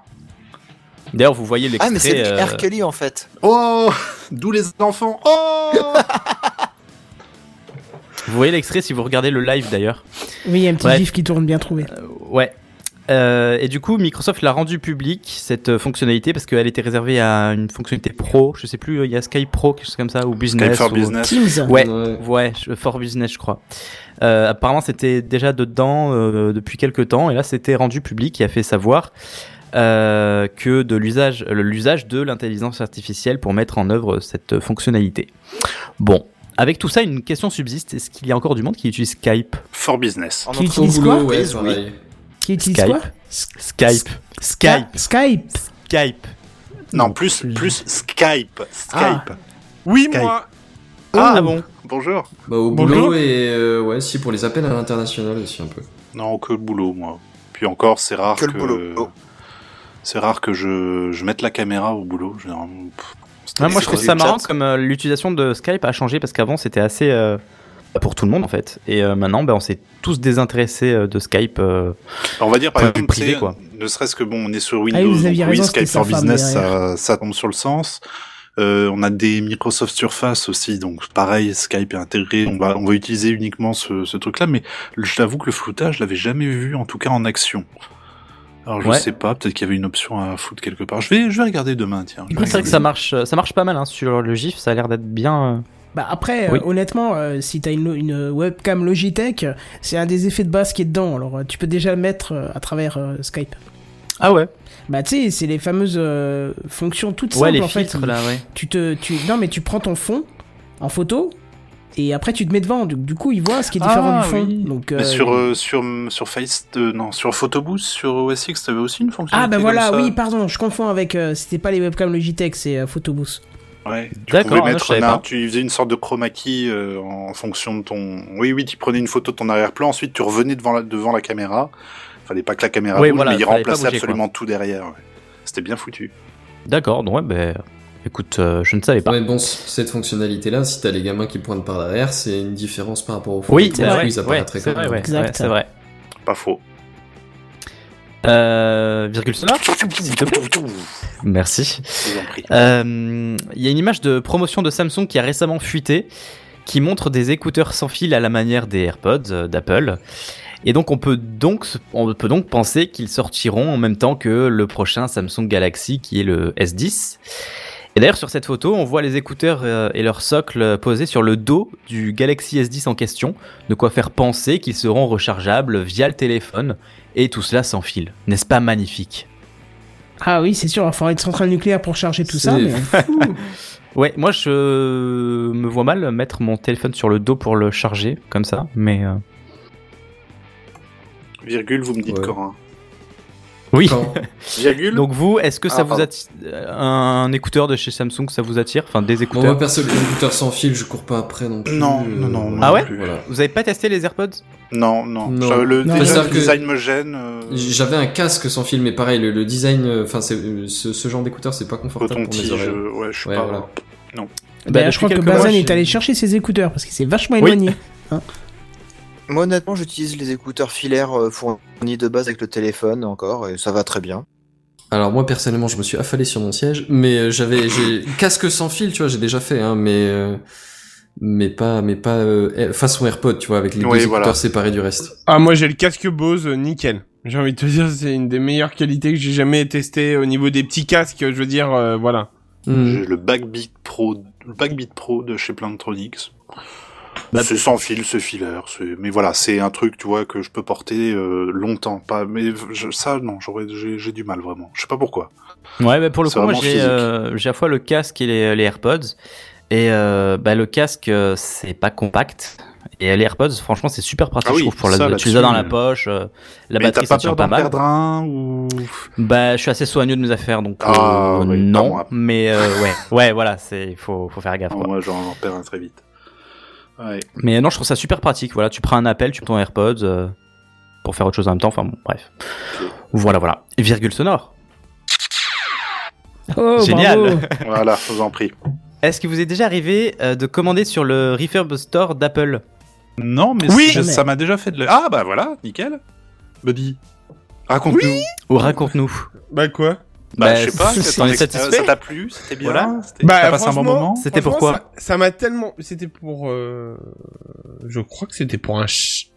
Speaker 8: D'ailleurs, vous voyez
Speaker 4: Ah,
Speaker 8: l'extrait.
Speaker 4: mais c'est
Speaker 8: euh,
Speaker 4: R. Kelly en fait.
Speaker 10: Oh D'où les enfants Oh
Speaker 8: vous voyez l'extrait si vous regardez le live d'ailleurs.
Speaker 1: Oui, il y a un petit
Speaker 8: Ouais.
Speaker 1: gif qui tourne bien trouvé.
Speaker 8: Euh, ouais. Euh, et du coup, Microsoft l'a rendu public cette euh, fonctionnalité parce qu'elle était réservée à une fonctionnalité pro. Je sais plus, euh, il y a Skype Pro, quelque chose comme ça, ou
Speaker 10: Skype
Speaker 8: business.
Speaker 10: for
Speaker 8: ou-
Speaker 10: Business.
Speaker 1: Teams.
Speaker 8: Ouais,
Speaker 5: Ouais.
Speaker 8: ouais, je- for business, je crois. Euh, apparemment, c'était déjà dedans euh, depuis quelques temps, et là, c'était rendu public et a fait savoir euh, que de l'usage, le- l'usage de l'intelligence artificielle pour mettre en œuvre cette fonctionnalité. Bon, avec tout ça, une question subsiste est-ce qu'il y a encore du monde qui utilise Skype
Speaker 10: For Business.
Speaker 4: En
Speaker 1: Qui
Speaker 5: Au
Speaker 1: utilise quoi
Speaker 5: boulot, ouais,
Speaker 4: Oui.
Speaker 5: pareil.
Speaker 1: Qui utilise
Speaker 8: Skype.
Speaker 1: quoi
Speaker 8: Skype, Skype, Ah,
Speaker 1: Ah, Skype.
Speaker 8: Skype.
Speaker 10: Non, plus, plus Skype. Skype.
Speaker 6: Oui,
Speaker 10: Skype.
Speaker 6: moi.
Speaker 8: Ah, bon
Speaker 10: Ah. Bonjour.
Speaker 5: Bah, au
Speaker 6: Bonjour.
Speaker 5: boulot et euh, ouais, si pour les appels à l'international aussi un peu.
Speaker 10: Non, que le boulot, moi. Puis encore, c'est rare
Speaker 4: Que
Speaker 10: que.
Speaker 4: le boulot. Oh.
Speaker 10: C'est rare que je, je mette la caméra au boulot, généralement. pff, c'est
Speaker 8: Ouais, Ah, moi,
Speaker 10: pas-
Speaker 8: je
Speaker 10: c'est
Speaker 8: trouve
Speaker 10: pas
Speaker 8: ça
Speaker 10: du
Speaker 8: marrant
Speaker 10: chat.
Speaker 8: comme euh, l'utilisation de Skype a changé parce qu'avant, c'était assez. euh, pour tout le monde en fait. Et euh, maintenant, bah, on s'est tous désintéressés euh, de Skype. euh,
Speaker 10: On va dire par
Speaker 8: Enfin,
Speaker 10: exemple,
Speaker 8: privé,
Speaker 10: c'est-
Speaker 8: quoi.
Speaker 10: ne serait-ce que bon, on est sur
Speaker 1: Ah oui,
Speaker 10: Windows,
Speaker 1: vous
Speaker 10: donc
Speaker 1: aviez
Speaker 10: oui,
Speaker 1: raison, c'était
Speaker 10: Skype for
Speaker 1: sa femme
Speaker 10: Business,
Speaker 1: derrière.
Speaker 10: ça, ça tombe sur le sens. Euh, on a des Microsoft Surface aussi, donc pareil, Skype est intégré. On va, on va utiliser uniquement ce, ce truc-là, mais je t'avoue que le floutage, je l'avais jamais vu, en tout cas en action. Alors je
Speaker 8: Ouais.
Speaker 10: sais pas, peut-être qu'il y avait une option à foutre quelque part. Je vais, je vais regarder demain, tiens. Je vais
Speaker 8: C'est vrai que
Speaker 10: regarder.
Speaker 8: ça marche, euh, ça marche pas mal hein, sur le GIF. Ça a l'air d'être bien. euh,
Speaker 1: Bah après, euh,
Speaker 8: Oui.
Speaker 1: honnêtement, euh, si t'as une, une webcam Logitech, euh, c'est un des effets de base qui est dedans. Alors euh, tu peux déjà le mettre euh, à travers euh, Skype.
Speaker 8: Ah ouais.
Speaker 1: Bah tu sais, c'est les fameuses euh, fonctions toutes
Speaker 8: Ouais,
Speaker 1: simples
Speaker 8: les
Speaker 1: en fait.
Speaker 8: filtres là, ouais.
Speaker 1: Tu te, tu, non mais tu prends ton fond en photo et après tu te mets devant. Du, du coup, ils voient ce qui est différent
Speaker 8: Ah,
Speaker 1: du fond.
Speaker 8: oui.
Speaker 1: Donc euh,
Speaker 10: Mais sur, euh, sur, sur Face, euh, non, sur Photobooth, sur OS X, t'avais aussi une fonctionnalité
Speaker 1: ah bah voilà,
Speaker 10: comme ça.
Speaker 1: oui, pardon, je confonds avec. euh, c'était pas les webcams Logitech, c'est euh, Photobooth.
Speaker 10: Ouais, tu
Speaker 8: D'accord,
Speaker 10: pouvais
Speaker 8: ah, je
Speaker 10: mettre
Speaker 8: savais
Speaker 10: un-
Speaker 8: pas.
Speaker 10: tu faisais une sorte de chroma key euh, en fonction de ton. Oui, oui, tu prenais une photo de ton arrière-plan, ensuite tu revenais devant la, devant la caméra. Fallait pas que la caméra
Speaker 8: Oui,
Speaker 10: bouge,
Speaker 8: voilà,
Speaker 10: mais il
Speaker 8: fallait pas
Speaker 10: remplaçait
Speaker 8: bouger,
Speaker 10: absolument tout derrière. ouais. C'était bien foutu.
Speaker 8: D'accord. Donc ouais, ben, écoute, euh, je ne savais pas.
Speaker 5: Ouais, bon, c- cette fonctionnalité-là, si t'as les gamins qui pointent par derrière, c'est une différence par rapport au fond.
Speaker 8: Oui,
Speaker 5: Du coup,
Speaker 8: c'est vrai.
Speaker 5: ils
Speaker 8: ouais,
Speaker 5: apparaîtraient
Speaker 8: c'est
Speaker 5: quand
Speaker 8: vrai,
Speaker 5: même.
Speaker 8: ouais,
Speaker 1: Exact.
Speaker 8: ouais, c'est vrai.
Speaker 10: Pas faux.
Speaker 8: Euh, virgule sonore, s'il te plaît. Merci.
Speaker 10: Je vous en prie.
Speaker 8: Euh, Il y a une image de promotion de Samsung qui a récemment fuité, qui montre des écouteurs sans fil à la manière des AirPods euh, d'Apple. Et donc on peut donc, on peut donc penser qu'ils sortiront en même temps que le prochain Samsung Galaxy qui est le S10. Et d'ailleurs sur cette photo, on voit les écouteurs euh, et leur socle posés sur le dos du Galaxy S10 en question, de quoi faire penser qu'ils seront rechargeables via le téléphone, et tout cela sans fil. N'est-ce pas magnifique
Speaker 1: Ah oui, c'est sûr, il faudrait une centrale nucléaire pour charger tout ça.
Speaker 5: C'est-
Speaker 1: Mais...
Speaker 8: Ouais, moi je me vois mal mettre mon téléphone sur le dos pour le charger comme ça, mais euh,
Speaker 10: Virgule, vous me dites
Speaker 5: Ouais.
Speaker 10: Corin.
Speaker 8: oui.
Speaker 5: Quand-
Speaker 10: Virgule
Speaker 8: Donc vous, est-ce que ça
Speaker 10: Ah,
Speaker 8: vous
Speaker 10: pardon.
Speaker 8: attire un écouteur de chez Samsung, ça vous attire, enfin des
Speaker 5: Bon, moi,
Speaker 8: écouteurs
Speaker 5: perso, les écouteurs sans fil, je cours pas après non plus. euh,
Speaker 10: Non, non, non, moi
Speaker 8: Ah ouais
Speaker 10: plus.
Speaker 5: Voilà.
Speaker 8: Vous avez pas testé les AirPods
Speaker 10: Non, non.
Speaker 5: Non.
Speaker 10: Ça, le,
Speaker 1: Non,
Speaker 10: déjà,
Speaker 5: c'est-à-dire
Speaker 10: le
Speaker 5: que-
Speaker 10: design me gêne. euh,
Speaker 5: J'avais un casque sans fil, mais pareil, le, le design, euh, enfin, c'est- euh, ce, ce genre d'écouteurs, c'est pas confortable pour mes
Speaker 10: Coton-tige,
Speaker 5: oreilles.
Speaker 10: euh, ouais, je suis
Speaker 5: Ouais,
Speaker 10: pas.
Speaker 5: voilà.
Speaker 1: D'ailleurs,
Speaker 8: depuis
Speaker 1: Bah, je crois que
Speaker 8: quelques mois,
Speaker 1: Bazan
Speaker 8: j'ai-
Speaker 1: est allé chercher ses écouteurs parce qu'il s'est vachement
Speaker 8: Oui.
Speaker 1: éloigné.
Speaker 4: Moi, honnêtement, j'utilise les écouteurs filaires euh, fournis de base avec le téléphone encore, et ça va très bien.
Speaker 5: Alors moi personnellement, je me suis affalé sur mon siège, mais euh, j'avais j'ai casque sans fil, tu vois, j'ai déjà fait, hein, mais euh, mais pas mais pas euh, Air- façon AirPod, tu vois, avec les
Speaker 10: Oui,
Speaker 5: deux
Speaker 10: voilà.
Speaker 5: écouteurs séparés du reste.
Speaker 6: Ah, moi, j'ai le casque Bose, euh, nickel. J'ai envie de te dire, c'est une des meilleures qualités que j'ai jamais testé au niveau des petits casques, je veux dire, euh, voilà.
Speaker 5: Hmm.
Speaker 8: Mm.
Speaker 10: J'ai le Backbeat Pro, le Backbeat Pro de chez Plantronics.
Speaker 8: Bah,
Speaker 10: c'est sans fil, c'est filaire, c'est- mais voilà, c'est un truc, tu vois, que je peux porter euh, longtemps. Pas, mais je- ça, non, j'aurais, j'ai, j'ai du mal vraiment. Je sais pas pourquoi.
Speaker 8: Ouais, bah pour le
Speaker 10: C'est
Speaker 8: coup, moi
Speaker 10: vraiment
Speaker 8: j'ai
Speaker 10: physique.
Speaker 8: euh, j'ai à la fois le casque et les, les AirPods, et euh, bah, le casque euh, c'est pas compact. Et les AirPods, franchement, c'est super pratique,
Speaker 10: Ah oui,
Speaker 8: je trouve, pour
Speaker 10: ça,
Speaker 8: la, tu les as dans
Speaker 10: là-dessus,
Speaker 8: la
Speaker 10: euh,
Speaker 8: poche, euh, la
Speaker 10: mais
Speaker 8: batterie ça
Speaker 10: t'as pas
Speaker 8: tient
Speaker 10: peur
Speaker 8: pas
Speaker 10: d'en
Speaker 8: mal.
Speaker 10: perdre un ou
Speaker 8: Bah, je suis assez soigneux de mes affaires, donc
Speaker 10: Ah,
Speaker 8: euh,
Speaker 10: oui, pas
Speaker 8: non.
Speaker 10: moi.
Speaker 8: Mais euh, ouais, ouais, voilà, c'est faut, faut faire gaffe.
Speaker 10: Non,
Speaker 8: Quoi.
Speaker 10: Moi, j'en j'en perds un très vite. Ouais.
Speaker 8: Mais euh, non, je trouve ça super pratique. Voilà, tu prends un appel, tu prends ton AirPods euh, pour faire autre chose en même temps. Enfin bon, bref. Voilà, voilà. Virgule sonore.
Speaker 1: Oh,
Speaker 8: Génial.
Speaker 1: bravo.
Speaker 10: voilà, je vous en prie.
Speaker 8: Est-ce que vous est déjà arrivé euh, de commander sur le Refurb Store d'Apple
Speaker 10: Non, mais
Speaker 1: Oui,
Speaker 10: c'est-
Speaker 1: mais-
Speaker 10: ça m'a déjà fait de. la- Ah bah voilà, nickel. Buddy, raconte-nous.
Speaker 8: Ou raconte-nous
Speaker 6: Bah, quoi
Speaker 10: Bah,
Speaker 8: Bah,
Speaker 10: je sais pas.
Speaker 8: si
Speaker 10: c'est
Speaker 8: on
Speaker 10: un
Speaker 8: est
Speaker 10: ex-
Speaker 8: satisfait.
Speaker 10: Ça t'a plu C'était bien.
Speaker 8: Voilà.
Speaker 10: c'était-
Speaker 6: Bah,
Speaker 10: T'as passé un bon
Speaker 6: franchement,
Speaker 10: moment.
Speaker 8: C'était
Speaker 6: Franchement, ça-
Speaker 8: pourquoi
Speaker 6: Ça m'a tellement. C'était pour. euh, Je crois que c'était pour un. ch-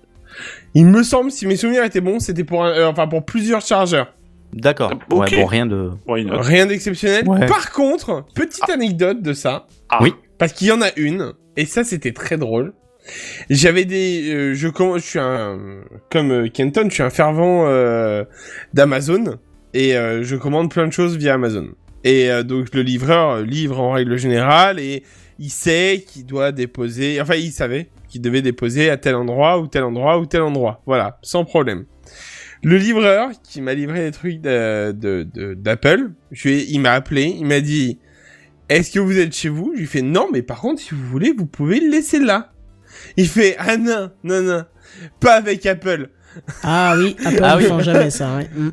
Speaker 6: Il me semble, si mes souvenirs étaient bons, c'était pour un... euh, enfin pour plusieurs chargeurs.
Speaker 8: D'accord.
Speaker 10: Ok.
Speaker 8: Ouais, bon, rien de.
Speaker 10: Why not
Speaker 6: Rien d'exceptionnel.
Speaker 8: Ouais.
Speaker 6: Par contre, petite anecdote de ça.
Speaker 10: Ah.
Speaker 8: Oui.
Speaker 6: Parce qu'il y en a une, et ça c'était très drôle. J'avais des, euh, je comm- je suis un, comme euh, Kenton, je suis un fervent euh, d'Amazon et euh, je commande plein de choses via Amazon. Et euh, donc le livreur euh, livre en règle générale et il sait qu'il doit déposer, enfin il savait qu'il devait déposer à tel endroit ou tel endroit ou tel endroit. Voilà, sans problème. Le livreur qui m'a livré les trucs de- de- de- d'Apple, je lui ai- il m'a appelé, il m'a dit Est-ce que vous êtes chez vous Je lui fais Non, mais par contre, si vous voulez, vous pouvez le laisser là. Il fait Ah non, non, non, pas avec Apple.
Speaker 1: Ah oui, Apple,
Speaker 8: Ah
Speaker 1: ah,
Speaker 8: oui.
Speaker 1: oui. jamais ça. ouais. Mm.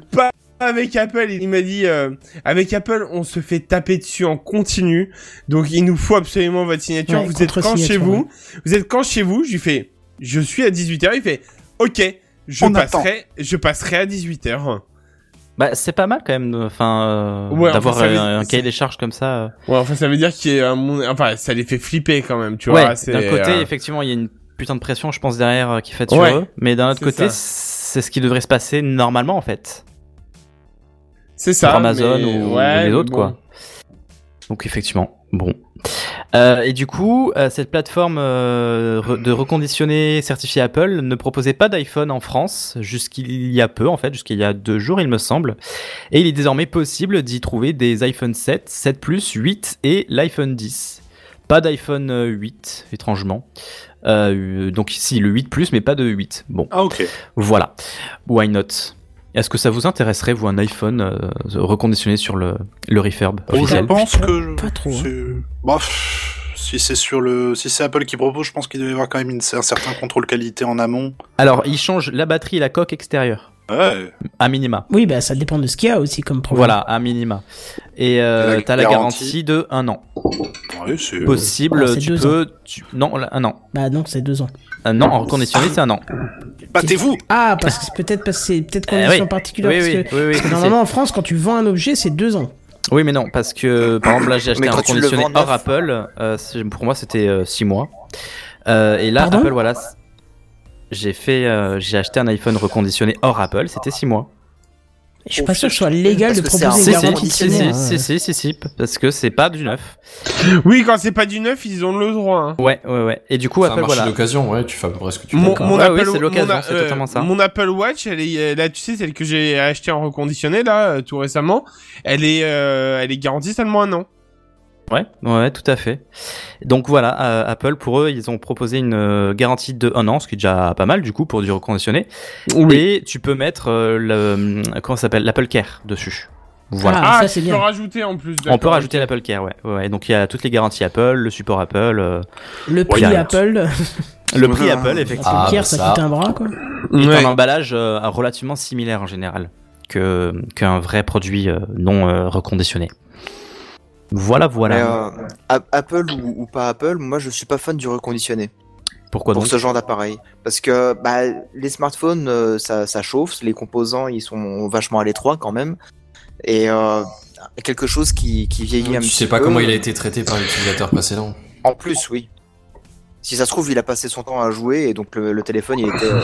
Speaker 6: avec Apple, il m'a dit euh, avec Apple, on se fait taper dessus en continu. Donc il nous faut absolument votre signature.
Speaker 1: Ouais,
Speaker 6: vous êtes quand
Speaker 1: contre-signature,
Speaker 6: chez vous Vous êtes quand chez vous Je lui fais je suis à 18h, il fait OK, je
Speaker 10: On attend.
Speaker 6: passerai je passerai à 18h.
Speaker 8: Bah, c'est pas mal quand même, de- enfin, euh,
Speaker 6: Ouais, enfin,
Speaker 8: d'avoir
Speaker 6: ça veut-
Speaker 8: euh, un
Speaker 6: c'est-
Speaker 8: cahier des charges comme ça. euh.
Speaker 6: Ouais, enfin ça veut dire qu'il y a un monde enfin ça les fait flipper quand même, tu vois,
Speaker 8: ouais,
Speaker 6: c'est
Speaker 8: d'un côté,
Speaker 6: euh,
Speaker 8: effectivement, il y a une putain de pression, je pense, derrière euh, qui fait sur
Speaker 6: Ouais,
Speaker 8: eux. Mais d'un autre
Speaker 6: c'est
Speaker 8: côté,
Speaker 6: ça.
Speaker 8: c'est ce qui devrait se passer normalement, en fait.
Speaker 6: c'est ça
Speaker 8: pour Amazon
Speaker 6: mais-
Speaker 8: ou
Speaker 6: ouais,
Speaker 8: les autres,
Speaker 6: bon.
Speaker 8: quoi. Donc, effectivement, bon. Euh, et du coup, euh, cette plateforme euh, re- de reconditionné certifié Apple ne proposait pas d'iPhone en France jusqu'il y a peu, en fait, jusqu'il y a deux jours, il me semble. Et il est désormais possible d'y trouver des iPhone 7, 7 Plus, 8 et l'iPhone 10. Pas d'iPhone euh, 8, étrangement. Euh, donc si, le 8 Plus, mais pas de 8. Bon,
Speaker 10: Ah, ok.
Speaker 8: voilà. Why not Est-ce que ça vous intéresserait, vous, un iPhone euh, reconditionné sur le, le refurb
Speaker 10: Oh, je
Speaker 8: officiel
Speaker 10: pense
Speaker 1: Pas-
Speaker 10: que.
Speaker 1: pas trop, hein.
Speaker 10: c'est- Bah, pff, si c'est sur le, si c'est Apple qui propose, je pense qu'il doit y avoir quand même une- un certain contrôle qualité en amont.
Speaker 8: Alors, il change la batterie et la coque extérieure,
Speaker 10: Ouais.
Speaker 8: à minima.
Speaker 1: Oui, bah ça dépend de ce qu'il y a aussi comme problème.
Speaker 8: Voilà, à minima. Et euh,
Speaker 10: Et la
Speaker 8: t'as la
Speaker 10: garantie
Speaker 8: garantie de un an.
Speaker 10: Ouais, c'est.
Speaker 8: Possible,
Speaker 1: Ah, c'est
Speaker 8: tu
Speaker 1: deux
Speaker 8: peux... tu- Non, là, un an.
Speaker 1: Bah donc c'est deux ans.
Speaker 8: Un an en reconditionné, c'est un an.
Speaker 10: Battez-vous.
Speaker 1: Ah, parce que c'est peut-être parce que c'est peut-être
Speaker 8: Eh oui.
Speaker 1: condition
Speaker 8: Oui,
Speaker 1: particulière.
Speaker 8: oui,
Speaker 1: parce que-
Speaker 8: oui. oui,
Speaker 1: parce que
Speaker 8: c'est-
Speaker 1: normalement en France, quand tu vends un objet, c'est deux ans.
Speaker 8: oui, mais non, parce que, par exemple, là, j'ai acheté
Speaker 4: Mais
Speaker 8: un
Speaker 4: quand tu le
Speaker 8: reconditionné
Speaker 4: vends neuf-
Speaker 8: hors Apple. euh, c'est- pour moi, c'était 6 mois. Euh, et là,
Speaker 1: Pardon
Speaker 8: Apple, voilà. c'est- J'ai fait, euh, j'ai acheté un iPhone reconditionné hors Apple, c'était 6 mois.
Speaker 1: Je suis
Speaker 4: Oh,
Speaker 1: pas sûr
Speaker 4: putain,
Speaker 1: que ce soit légal de
Speaker 4: parce que c'est un-
Speaker 1: proposer
Speaker 8: Si,
Speaker 1: une
Speaker 4: Ah, C'est-
Speaker 1: garantie
Speaker 8: si,
Speaker 1: de
Speaker 8: si,
Speaker 1: six mois,
Speaker 8: si,
Speaker 1: hein.
Speaker 8: si, si, si, si, parce que c'est pas du neuf.
Speaker 6: Oui, quand c'est pas du neuf, ils ont le droit. hein.
Speaker 8: Ouais, ouais, ouais. Et du coup,
Speaker 5: C'est un
Speaker 8: Apple,
Speaker 5: marché
Speaker 8: voilà.
Speaker 5: d'occasion, ouais, tu fais à peu près ce que tu veux.
Speaker 6: Mon,
Speaker 8: D'accord.
Speaker 6: mon
Speaker 8: Ouais, oui,
Speaker 6: Apple,
Speaker 8: c'est l'occasion,
Speaker 6: mon a- euh,
Speaker 8: c'est totalement ça.
Speaker 6: Mon Apple Watch, elle est là, tu sais, celle que j'ai achetée en reconditionné là, euh, tout récemment, elle est, euh, elle est garantie seulement un an.
Speaker 8: Ouais, ouais, tout à fait. Donc voilà, euh, Apple, pour eux, ils ont proposé une euh, garantie de un an, ce qui est déjà pas mal, du coup, pour du reconditionné. Et tu peux mettre euh, le, comment ça s'appelle, l'Apple Care dessus. Voilà.
Speaker 1: Ah,
Speaker 6: Ah,
Speaker 1: ça,
Speaker 6: tu
Speaker 1: c'est
Speaker 6: peux
Speaker 1: bien.
Speaker 6: rajouter en plus.
Speaker 8: On peut
Speaker 6: d'accord.
Speaker 8: rajouter l'Apple Care, ouais. ouais. Donc il y a toutes les garanties Apple, le support Apple, euh,
Speaker 1: Le prix
Speaker 8: Ouais,
Speaker 1: Apple,
Speaker 8: le prix
Speaker 10: Ah.
Speaker 8: Apple,
Speaker 1: parce
Speaker 8: effectivement.
Speaker 5: Ah,
Speaker 1: que Pierre,
Speaker 5: bah,
Speaker 1: ça,
Speaker 5: ça.
Speaker 1: coûte un bras quoi.
Speaker 8: Et
Speaker 6: Ouais.
Speaker 8: un emballage euh, relativement similaire en général que qu'un vrai produit euh, non euh, reconditionné. Voilà, voilà.
Speaker 4: Mais, euh, A- Apple ou, ou pas Apple, moi je suis pas fan du reconditionné
Speaker 8: Pourquoi
Speaker 4: pour
Speaker 8: donc
Speaker 4: ce genre d'appareil. Parce que bah, les smartphones, euh, ça, ça chauffe, les composants ils sont vachement à l'étroit quand même. Et euh, quelque chose qui, qui vieillit un
Speaker 5: Tu
Speaker 4: petit
Speaker 5: sais pas
Speaker 4: peu-
Speaker 5: comment il a été traité par l'utilisateur précédent.
Speaker 4: En plus, oui. Si ça se trouve, il a passé son temps à jouer et donc le, le téléphone il était euh,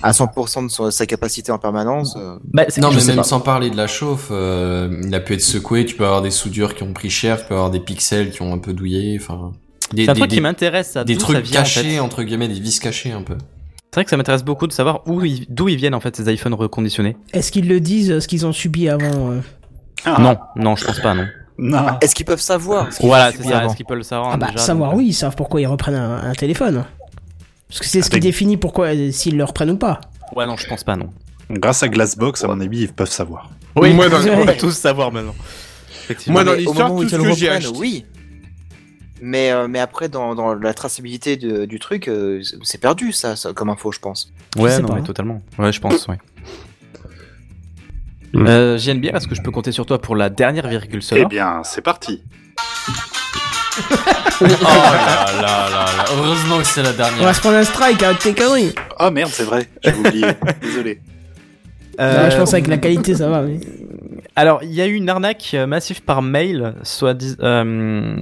Speaker 4: à 100% de son- sa capacité en permanence. euh.
Speaker 8: Bah, c'est-
Speaker 5: Non,
Speaker 8: je
Speaker 5: mais
Speaker 8: sais
Speaker 5: même
Speaker 8: pas.
Speaker 5: sans parler de la chauffe, euh, il a pu être secoué, tu peux avoir des soudures qui ont pris cher, tu peux avoir des pixels qui ont un peu douillé, enfin... Des,
Speaker 8: C'est un
Speaker 5: des-
Speaker 8: truc
Speaker 5: des-
Speaker 8: qui m'intéresse, ça.
Speaker 5: des
Speaker 8: d'où ça
Speaker 5: trucs
Speaker 8: vient, en fait.
Speaker 5: cachés, entre guillemets, des vis cachées un peu.
Speaker 8: C'est vrai que ça m'intéresse beaucoup de savoir où ils- d'où ils viennent en fait ces iPhones reconditionnés.
Speaker 1: Est-ce qu'ils le disent euh, ce qu'ils ont subi avant euh
Speaker 10: Ah.
Speaker 8: Non, non, je pense pas, non.
Speaker 10: Non.
Speaker 4: Est-ce qu'ils peuvent savoir ce qu'ils
Speaker 8: Voilà,
Speaker 4: ont
Speaker 8: c'est
Speaker 4: subi
Speaker 8: ça.
Speaker 4: avant
Speaker 8: Est-ce qu'ils peuvent le savoir
Speaker 1: Ah bah
Speaker 8: déjà,
Speaker 1: savoir
Speaker 8: donc, euh.
Speaker 1: oui, ils savent pourquoi ils reprennent un, un téléphone. Parce
Speaker 8: Ah,
Speaker 1: que c'est ce qui
Speaker 10: Avec-
Speaker 1: définit pourquoi euh, s'ils le reprennent ou pas.
Speaker 8: euh, Ouais, non, je pense pas, non.
Speaker 10: Grâce à Glassbox, à mon avis, ils peuvent savoir.
Speaker 6: Oui, Moi, dans-
Speaker 1: Ouais.
Speaker 8: on va tous savoir maintenant. Effectivement.
Speaker 6: Moi,
Speaker 4: Non,
Speaker 6: dans
Speaker 4: mais au
Speaker 6: l'histoire,
Speaker 4: moment
Speaker 6: tout
Speaker 4: où ils te
Speaker 6: ce
Speaker 4: le
Speaker 6: que j'ai
Speaker 4: reprennent,
Speaker 6: acheté-
Speaker 4: Oui. Mais, euh, mais après, dans, dans la traçabilité de- du truc, euh, c'est perdu, ça, ça, comme info, je pense.
Speaker 1: je
Speaker 8: Ouais,
Speaker 1: sais
Speaker 8: non,
Speaker 1: pas.
Speaker 8: mais totalement. Ouais, je pense, ouais.
Speaker 6: Mm.
Speaker 8: Euh, JNBR, est-ce que je peux compter sur toi pour la dernière virgule
Speaker 10: Eh
Speaker 8: sonore
Speaker 10: bien, c'est parti.
Speaker 5: Oh là là là là, heureusement que c'est la
Speaker 1: On va
Speaker 5: dernière.
Speaker 1: se prendre un strike, arrête tes conneries.
Speaker 10: Ah merde, c'est vrai. J'avais oublié. Désolé.
Speaker 8: Euh,
Speaker 1: Ouais, Eh je pense avec la qualité ça va. Mais...
Speaker 8: Alors, il y a eu une arnaque euh, massive par mail, soit dis- euh,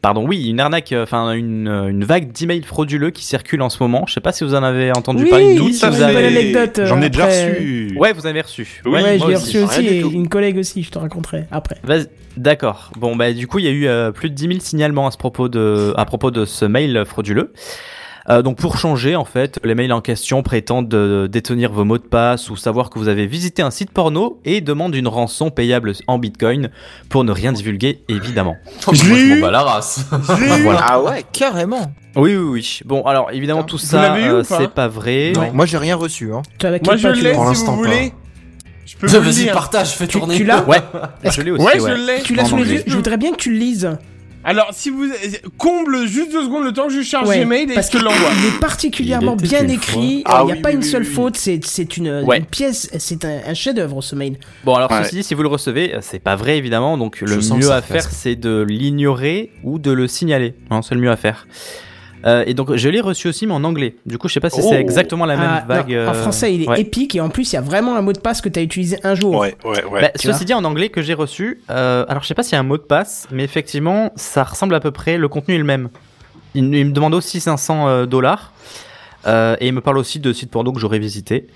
Speaker 8: pardon, oui, une arnaque, euh, enfin une, euh, une vague d'emails frauduleux qui circule en ce moment. Je sais pas si vous en avez entendu
Speaker 1: Oui,
Speaker 8: parler.
Speaker 1: tout
Speaker 8: ni si
Speaker 1: à
Speaker 8: vous
Speaker 1: fait.
Speaker 8: avez-
Speaker 1: Bonne anecdote, euh,
Speaker 10: J'en ai déjà
Speaker 1: après-
Speaker 10: reçu.
Speaker 8: Ouais, vous avez reçu.
Speaker 10: Oui,
Speaker 1: ouais, je
Speaker 8: moi
Speaker 1: l'ai reçu
Speaker 8: aussi.
Speaker 1: aussi
Speaker 4: Rien du
Speaker 1: et
Speaker 4: tout.
Speaker 1: une collègue aussi, je te raconterai après.
Speaker 8: Vas- D'accord. Bon, bah, du coup, il y a eu euh, plus de 10 000 signalements à ce propos de, à propos de ce mail frauduleux. Euh, donc, pour changer, en fait, les mails en question prétendent euh, détenir vos mots de passe ou savoir que vous avez visité un site porno et demandent une rançon payable en bitcoin pour ne rien divulguer, évidemment.
Speaker 5: Oh,
Speaker 6: Je
Speaker 5: moi,
Speaker 6: l'ai
Speaker 5: je
Speaker 6: eu.
Speaker 5: m'en bats la race.
Speaker 4: Ah ouais, carrément.
Speaker 8: Oui, oui, oui. Bon, alors, évidemment, tout
Speaker 6: Vous
Speaker 8: ça,
Speaker 6: l'avez eu
Speaker 8: euh,
Speaker 6: ou pas
Speaker 8: c'est pas vrai.
Speaker 6: Non.
Speaker 4: Moi, j'ai rien reçu. Hein.
Speaker 1: Tu as la
Speaker 6: Moi,
Speaker 1: quête
Speaker 6: je
Speaker 1: pas, tu
Speaker 6: l'ai
Speaker 1: l'as-
Speaker 5: Pour
Speaker 6: si
Speaker 5: l'instant,
Speaker 6: vous
Speaker 5: pas.
Speaker 6: voulez. Je peux vous le
Speaker 5: Vas-y,
Speaker 6: dire.
Speaker 5: partage, fais
Speaker 1: Tu-
Speaker 5: tourner.
Speaker 1: tu l'as
Speaker 8: Ouais, je l'ai aussi,
Speaker 6: Ouais,
Speaker 8: ouais.
Speaker 6: je l'ai.
Speaker 1: Tu l'as
Speaker 8: En
Speaker 1: sous les
Speaker 8: anglais.
Speaker 1: yeux Je voudrais bien que tu le lises.
Speaker 6: Alors, si vous comble juste deux secondes le temps que je charge
Speaker 1: Ouais,
Speaker 6: Gmail et
Speaker 1: parce
Speaker 6: je te
Speaker 1: que-
Speaker 6: l'envoie.
Speaker 1: Il est particulièrement
Speaker 5: Il était
Speaker 1: bien
Speaker 5: une
Speaker 1: écrit. Euh,
Speaker 10: fois.
Speaker 1: Il n'y
Speaker 10: Ah
Speaker 1: a
Speaker 10: oui,
Speaker 1: pas
Speaker 10: oui,
Speaker 1: une
Speaker 10: oui,
Speaker 1: seule
Speaker 10: oui.
Speaker 1: faute. C'est c'est une,
Speaker 8: Ouais.
Speaker 1: une pièce. C'est un, un chef-d'œuvre, ce mail.
Speaker 8: Bon, alors
Speaker 10: Ouais.
Speaker 8: ceci dit, si vous le recevez, euh, c'est pas vrai évidemment, donc
Speaker 5: Je
Speaker 8: le
Speaker 5: sens que
Speaker 8: mieux
Speaker 5: ça
Speaker 8: à
Speaker 5: fait
Speaker 8: faire, c'est de l'ignorer ou de le signaler. Hein, c'est le mieux à faire. Euh, et donc, je l'ai reçu aussi, mais en anglais. Du coup, je sais pas si
Speaker 10: Oh.
Speaker 8: c'est exactement la même
Speaker 1: Ah,
Speaker 8: vague.
Speaker 1: non, En
Speaker 8: euh,
Speaker 1: français, il est
Speaker 8: ouais.
Speaker 1: épique et en plus, il y a vraiment un mot de passe que tu as utilisé un jour.
Speaker 10: Ouais, ouais, ouais.
Speaker 8: Bah,
Speaker 1: tu vois.
Speaker 8: ceci dit, en anglais que j'ai reçu, euh, alors je sais pas s'il y a un mot de passe, mais effectivement, ça ressemble à peu près, le contenu est le même. Il, il me demande aussi 500 euh, dollars, euh, et il me parle aussi de sites porno que j'aurais visité.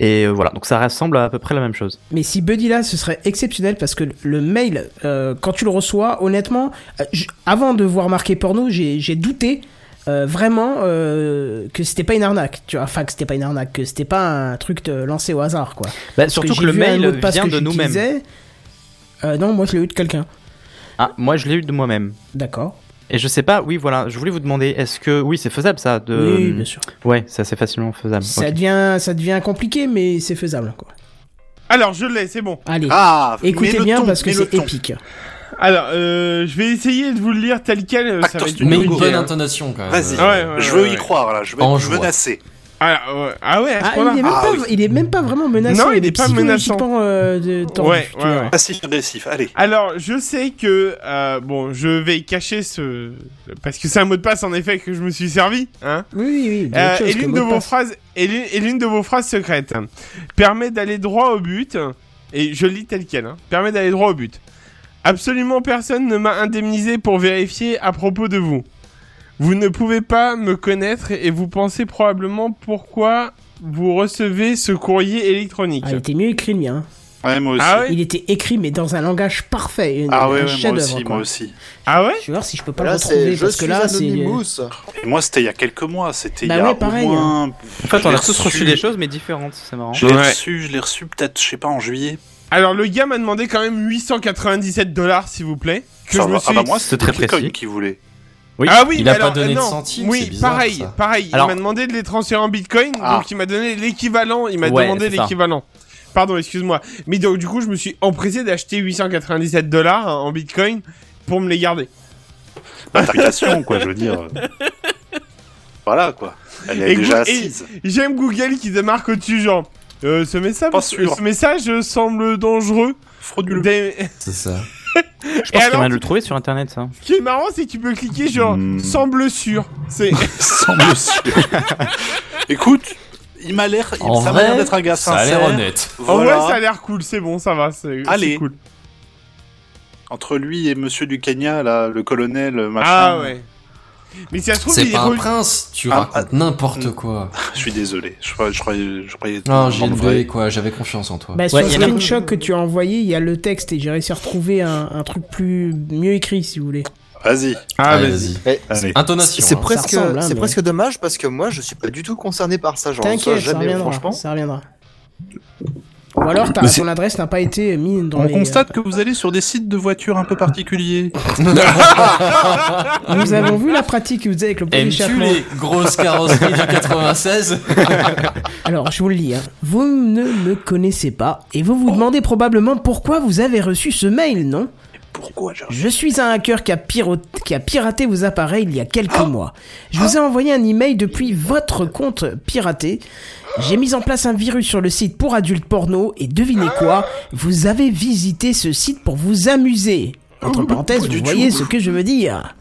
Speaker 8: Et euh, voilà, donc ça ressemble à, à peu près la même chose.
Speaker 1: Mais si Buddy là, ce serait exceptionnel parce que le mail, euh, quand tu le reçois, honnêtement, euh, j- avant de voir marqué porno, j'ai j'ai douté euh, vraiment euh, que c'était pas une arnaque. Tu vois, enfin que c'était pas une arnaque, que c'était pas un truc de lancé au hasard, quoi. Parce
Speaker 8: Bah, surtout que,
Speaker 1: j'ai
Speaker 8: le
Speaker 1: vu un
Speaker 8: mail
Speaker 1: mot de passe
Speaker 8: vient
Speaker 1: que
Speaker 8: de nous-mêmes.
Speaker 1: j'utilisais. Euh, non, moi je l'ai eu de quelqu'un.
Speaker 8: Ah, moi je l'ai eu de moi-même.
Speaker 1: D'accord.
Speaker 8: Et je sais pas, oui, voilà, je voulais vous demander, est-ce que, oui, c'est faisable ça de...
Speaker 1: oui, bien sûr.
Speaker 8: Ouais, c'est assez facilement faisable.
Speaker 1: Ça
Speaker 8: ok.
Speaker 1: devient, ça devient compliqué, mais c'est faisable, quoi.
Speaker 6: Alors, je l'ai, c'est bon.
Speaker 1: Allez.
Speaker 10: Ah, mets
Speaker 1: Écoutez
Speaker 10: le
Speaker 1: bien
Speaker 10: ton,
Speaker 1: parce que
Speaker 10: mets le
Speaker 1: c'est
Speaker 10: ton.
Speaker 1: épique.
Speaker 6: Alors, euh, je vais essayer de vous le lire tel quel. euh, Ça
Speaker 10: Actos
Speaker 6: va être
Speaker 5: Mais
Speaker 10: Bingo.
Speaker 5: Ah, une
Speaker 6: compliqué,
Speaker 5: bonne
Speaker 6: hein.
Speaker 5: intonation quand même.
Speaker 10: Vas-y.
Speaker 5: Euh,
Speaker 6: Ouais, ouais.
Speaker 10: Je veux y croire là, je veux
Speaker 5: En
Speaker 10: être
Speaker 5: joie.
Speaker 10: menacé.
Speaker 6: Ah ouais, ah ouais, à ce
Speaker 1: Ah,
Speaker 6: point-là.
Speaker 1: il est, même
Speaker 10: Ah,
Speaker 1: pas,
Speaker 10: oui.
Speaker 1: il est même pas vraiment menaçant.
Speaker 6: Non, il est pas
Speaker 1: psychologiquement, euh, de- tendu,
Speaker 6: Ouais,
Speaker 1: tu
Speaker 6: ouais,
Speaker 1: vois.
Speaker 6: ouais.
Speaker 10: Passif agressif, allez.
Speaker 6: Alors, je sais que euh, bon, je vais cacher ce parce que c'est un mot de passe en effet que je me suis servi, hein.
Speaker 1: Oui, oui, oui. il y a
Speaker 6: Euh,
Speaker 1: autre chose
Speaker 6: et
Speaker 1: que
Speaker 6: l'une
Speaker 1: mot
Speaker 6: de
Speaker 1: de
Speaker 6: vos
Speaker 1: passe.
Speaker 6: phrases et l'une- et l'une de vos phrases secrètes hein, permet d'aller droit au but et je lis tel quel hein, permet d'aller droit au but. Absolument personne ne m'a indemnisé pour vérifier à propos de vous. Vous ne pouvez pas me connaître et vous pensez probablement pourquoi vous recevez ce courrier électronique.
Speaker 1: Ah, il était mieux écrit le mien. hein.
Speaker 10: Ouais, moi aussi.
Speaker 6: Ah ouais
Speaker 1: Il était écrit, mais dans un langage parfait. une-
Speaker 10: Ah
Speaker 1: un
Speaker 10: ouais, ouais, moi
Speaker 1: chef-d'œuvre,
Speaker 10: aussi,
Speaker 1: quoi.
Speaker 10: moi aussi.
Speaker 6: Ah ouais
Speaker 1: Je vais voir si je peux pas
Speaker 4: Là,
Speaker 1: le retrouver
Speaker 4: c'est je
Speaker 1: parce que
Speaker 4: suis
Speaker 1: là, c'est.
Speaker 4: Anonymous.
Speaker 10: Et moi, c'était il y a quelques mois, c'était
Speaker 1: Bah
Speaker 10: il y a
Speaker 1: ouais, pareil,
Speaker 10: au moins...
Speaker 8: En fait,
Speaker 10: Je
Speaker 8: on
Speaker 10: l'ai
Speaker 8: a tous reçu des choses, mais différentes, c'est marrant.
Speaker 10: Je l'ai
Speaker 6: Ouais.
Speaker 10: reçu, je l'ai reçu peut-être, je sais pas, en juillet.
Speaker 6: Alors le gars m'a demandé quand même 897 dollars s'il vous plaît. Que
Speaker 10: Ça
Speaker 6: je me
Speaker 10: va.
Speaker 6: suis...
Speaker 10: Ah bah moi,
Speaker 8: C'est
Speaker 10: c'était
Speaker 8: très
Speaker 10: Bitcoin
Speaker 8: précis.
Speaker 10: qui voulait.
Speaker 8: Oui,
Speaker 6: Ah oui,
Speaker 5: il
Speaker 6: mais
Speaker 5: a
Speaker 6: alors,
Speaker 5: pas donné
Speaker 6: euh,
Speaker 5: de
Speaker 6: non.
Speaker 5: centimes,
Speaker 6: Oui,
Speaker 5: c'est bizarre,
Speaker 6: pareil,
Speaker 5: ça.
Speaker 6: pareil.
Speaker 8: Alors-
Speaker 6: Il m'a demandé de les transférer en bitcoin,
Speaker 10: Ah.
Speaker 6: donc il m'a donné l'équivalent. Il m'a
Speaker 8: Ouais,
Speaker 6: demandé
Speaker 8: c'est ça.
Speaker 6: l'équivalent. Pardon, excuse-moi. Mais donc, du coup, je me suis empressé d'acheter 897 dollars hein, en bitcoin pour me les garder.
Speaker 10: L'application, quoi, je veux dire. Voilà, quoi. Elle est
Speaker 6: Écoute,
Speaker 10: déjà
Speaker 6: et-
Speaker 10: assise.
Speaker 6: J'aime Google qui démarque au-dessus, genre. euh, ce, message,
Speaker 10: Pas sûr.
Speaker 6: ce message euh, semble dangereux.
Speaker 10: Frauduleux.
Speaker 6: Des-
Speaker 5: C'est ça.
Speaker 8: Je
Speaker 6: Et
Speaker 8: pense qu'il y a
Speaker 6: alors,
Speaker 8: moyen de le trouver sur internet, ça.
Speaker 6: ce qui est marrant, c'est que tu peux cliquer genre
Speaker 10: Hmm.
Speaker 6: semble sûr. C'est
Speaker 10: Semble sûr. Écoute, il m'a l'air... il-
Speaker 5: En
Speaker 10: Ça m'a
Speaker 5: vrai,
Speaker 10: l'air d'être un gars
Speaker 5: ça a
Speaker 10: sincère.
Speaker 5: l'air honnête.
Speaker 6: en vrai,
Speaker 10: Voilà.
Speaker 6: ça a l'air cool. C'est bon, ça va. C'est c'est
Speaker 10: Allez.
Speaker 6: cool.
Speaker 10: Entre lui et monsieur du Kenya, là, le colonel, machin.
Speaker 6: Ah ouais. Mais si ça se trouve,
Speaker 5: C'est
Speaker 6: il est
Speaker 5: pas un
Speaker 6: revenu-
Speaker 5: prince, tu
Speaker 10: Ah,
Speaker 5: racontes n'importe quoi.
Speaker 10: Je suis désolé. Je croyais... Je croyais... Je croyais
Speaker 5: Non,
Speaker 10: en
Speaker 5: Gilles,
Speaker 10: vrai.
Speaker 5: vrai, quoi, j'avais confiance en toi.
Speaker 1: Bah,
Speaker 8: Ouais,
Speaker 1: sur le
Speaker 8: il y en a-
Speaker 1: screenshot que tu as envoyé, il y a le texte et j'ai réussi à retrouver un, un truc plus mieux écrit si vous voulez.
Speaker 10: Vas-y.
Speaker 6: Ah,
Speaker 5: Allez,
Speaker 6: vas-y.
Speaker 4: Eh,
Speaker 10: Allez.
Speaker 5: Intonation.
Speaker 4: C'est
Speaker 5: hein.
Speaker 4: presque,
Speaker 1: Ça ressemble, hein,
Speaker 4: c'est
Speaker 1: mais-
Speaker 4: presque dommage parce que moi je suis pas du tout concerné par ça. Genre,
Speaker 1: T'inquiète, ça
Speaker 4: jamais,
Speaker 1: reviendra.
Speaker 4: franchement.
Speaker 1: Ça reviendra. Ou alors, ta-
Speaker 10: Mais c'est-
Speaker 1: ton adresse n'a pas été mise dans
Speaker 10: On
Speaker 1: les.
Speaker 10: constate que vous allez sur des sites de voitures un peu particuliers.
Speaker 1: Nous avons vu la pratique que vous euh, Ah, avez avec le pot
Speaker 5: Aimes-tu
Speaker 1: d'échappement.
Speaker 5: les grosses carrosseries du 96
Speaker 1: Alors, je vous le lis. hein. Vous ne me connaissez pas et vous vous demandez probablement pourquoi vous avez reçu ce mail, non
Speaker 10: Pourquoi j'ai
Speaker 1: Je suis un hacker qui a, piro- qui a piraté vos appareils il y a quelques mois. Je vous ai envoyé un email depuis votre compte piraté. J'ai mis en place un virus sur le site pour adultes porno et devinez quoi Vous avez visité ce site pour vous amuser. Entre parenthèses, vous voyez ce que je veux dire.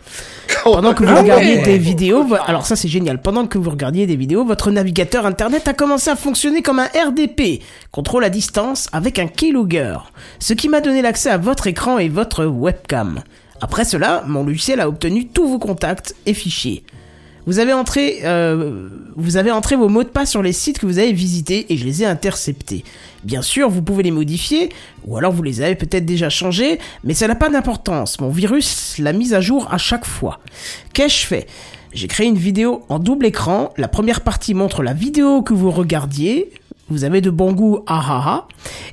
Speaker 1: Pendant que vous regardiez des vidéos, vo- alors ça c'est génial, pendant que vous regardiez des vidéos, votre navigateur internet a commencé à fonctionner comme un RDP, contrôle à distance avec un keylogger, ce qui m'a donné l'accès à votre écran et votre webcam. Après cela, mon logiciel a obtenu tous vos contacts et fichiers. Vous avez entré, euh, vous avez entré vos mots de passe sur les sites que vous avez visités et je les ai interceptés. Bien sûr, vous pouvez les modifier, ou alors vous les avez peut-être déjà changés, mais ça n'a pas d'importance. Mon virus l'a mise à jour à chaque fois. Qu'ai-je fait J'ai créé une vidéo en double écran. La première partie montre la vidéo que vous regardiez. Vous avez de bon goût, ah ah ah.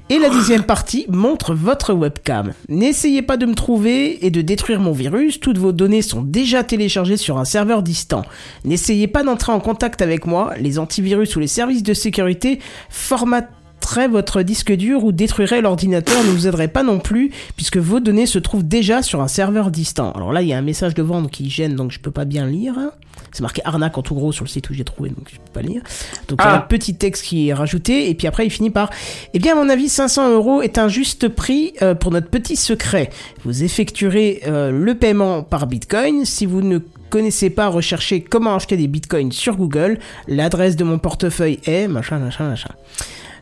Speaker 1: Et la deuxième partie montre votre webcam. N'essayez pas de me trouver et de détruire mon virus. Toutes vos données sont déjà téléchargées sur un serveur distant. N'essayez pas d'entrer en contact avec moi. Les antivirus ou les services de sécurité formatent emporterait votre disque dur ou détruirait l'ordinateur ne vous aiderait pas non plus, puisque vos données se trouvent déjà sur un serveur distant. Alors là, il y a un message de vente qui gêne, donc je peux pas bien lire. hein. C'est marqué arnaque en tout gros sur le site où j'ai trouvé, donc je peux pas lire. Donc il y a
Speaker 6: Ah.
Speaker 1: un petit texte qui est rajouté, et puis après il finit par Eh bien, à mon avis, 500 euros est un juste prix euh, pour notre petit secret. Vous effectuerez euh, le paiement par bitcoin. Si vous ne connaissez pas, recherchez comment acheter des bitcoins sur Google. L'adresse de mon portefeuille est machin, machin, machin.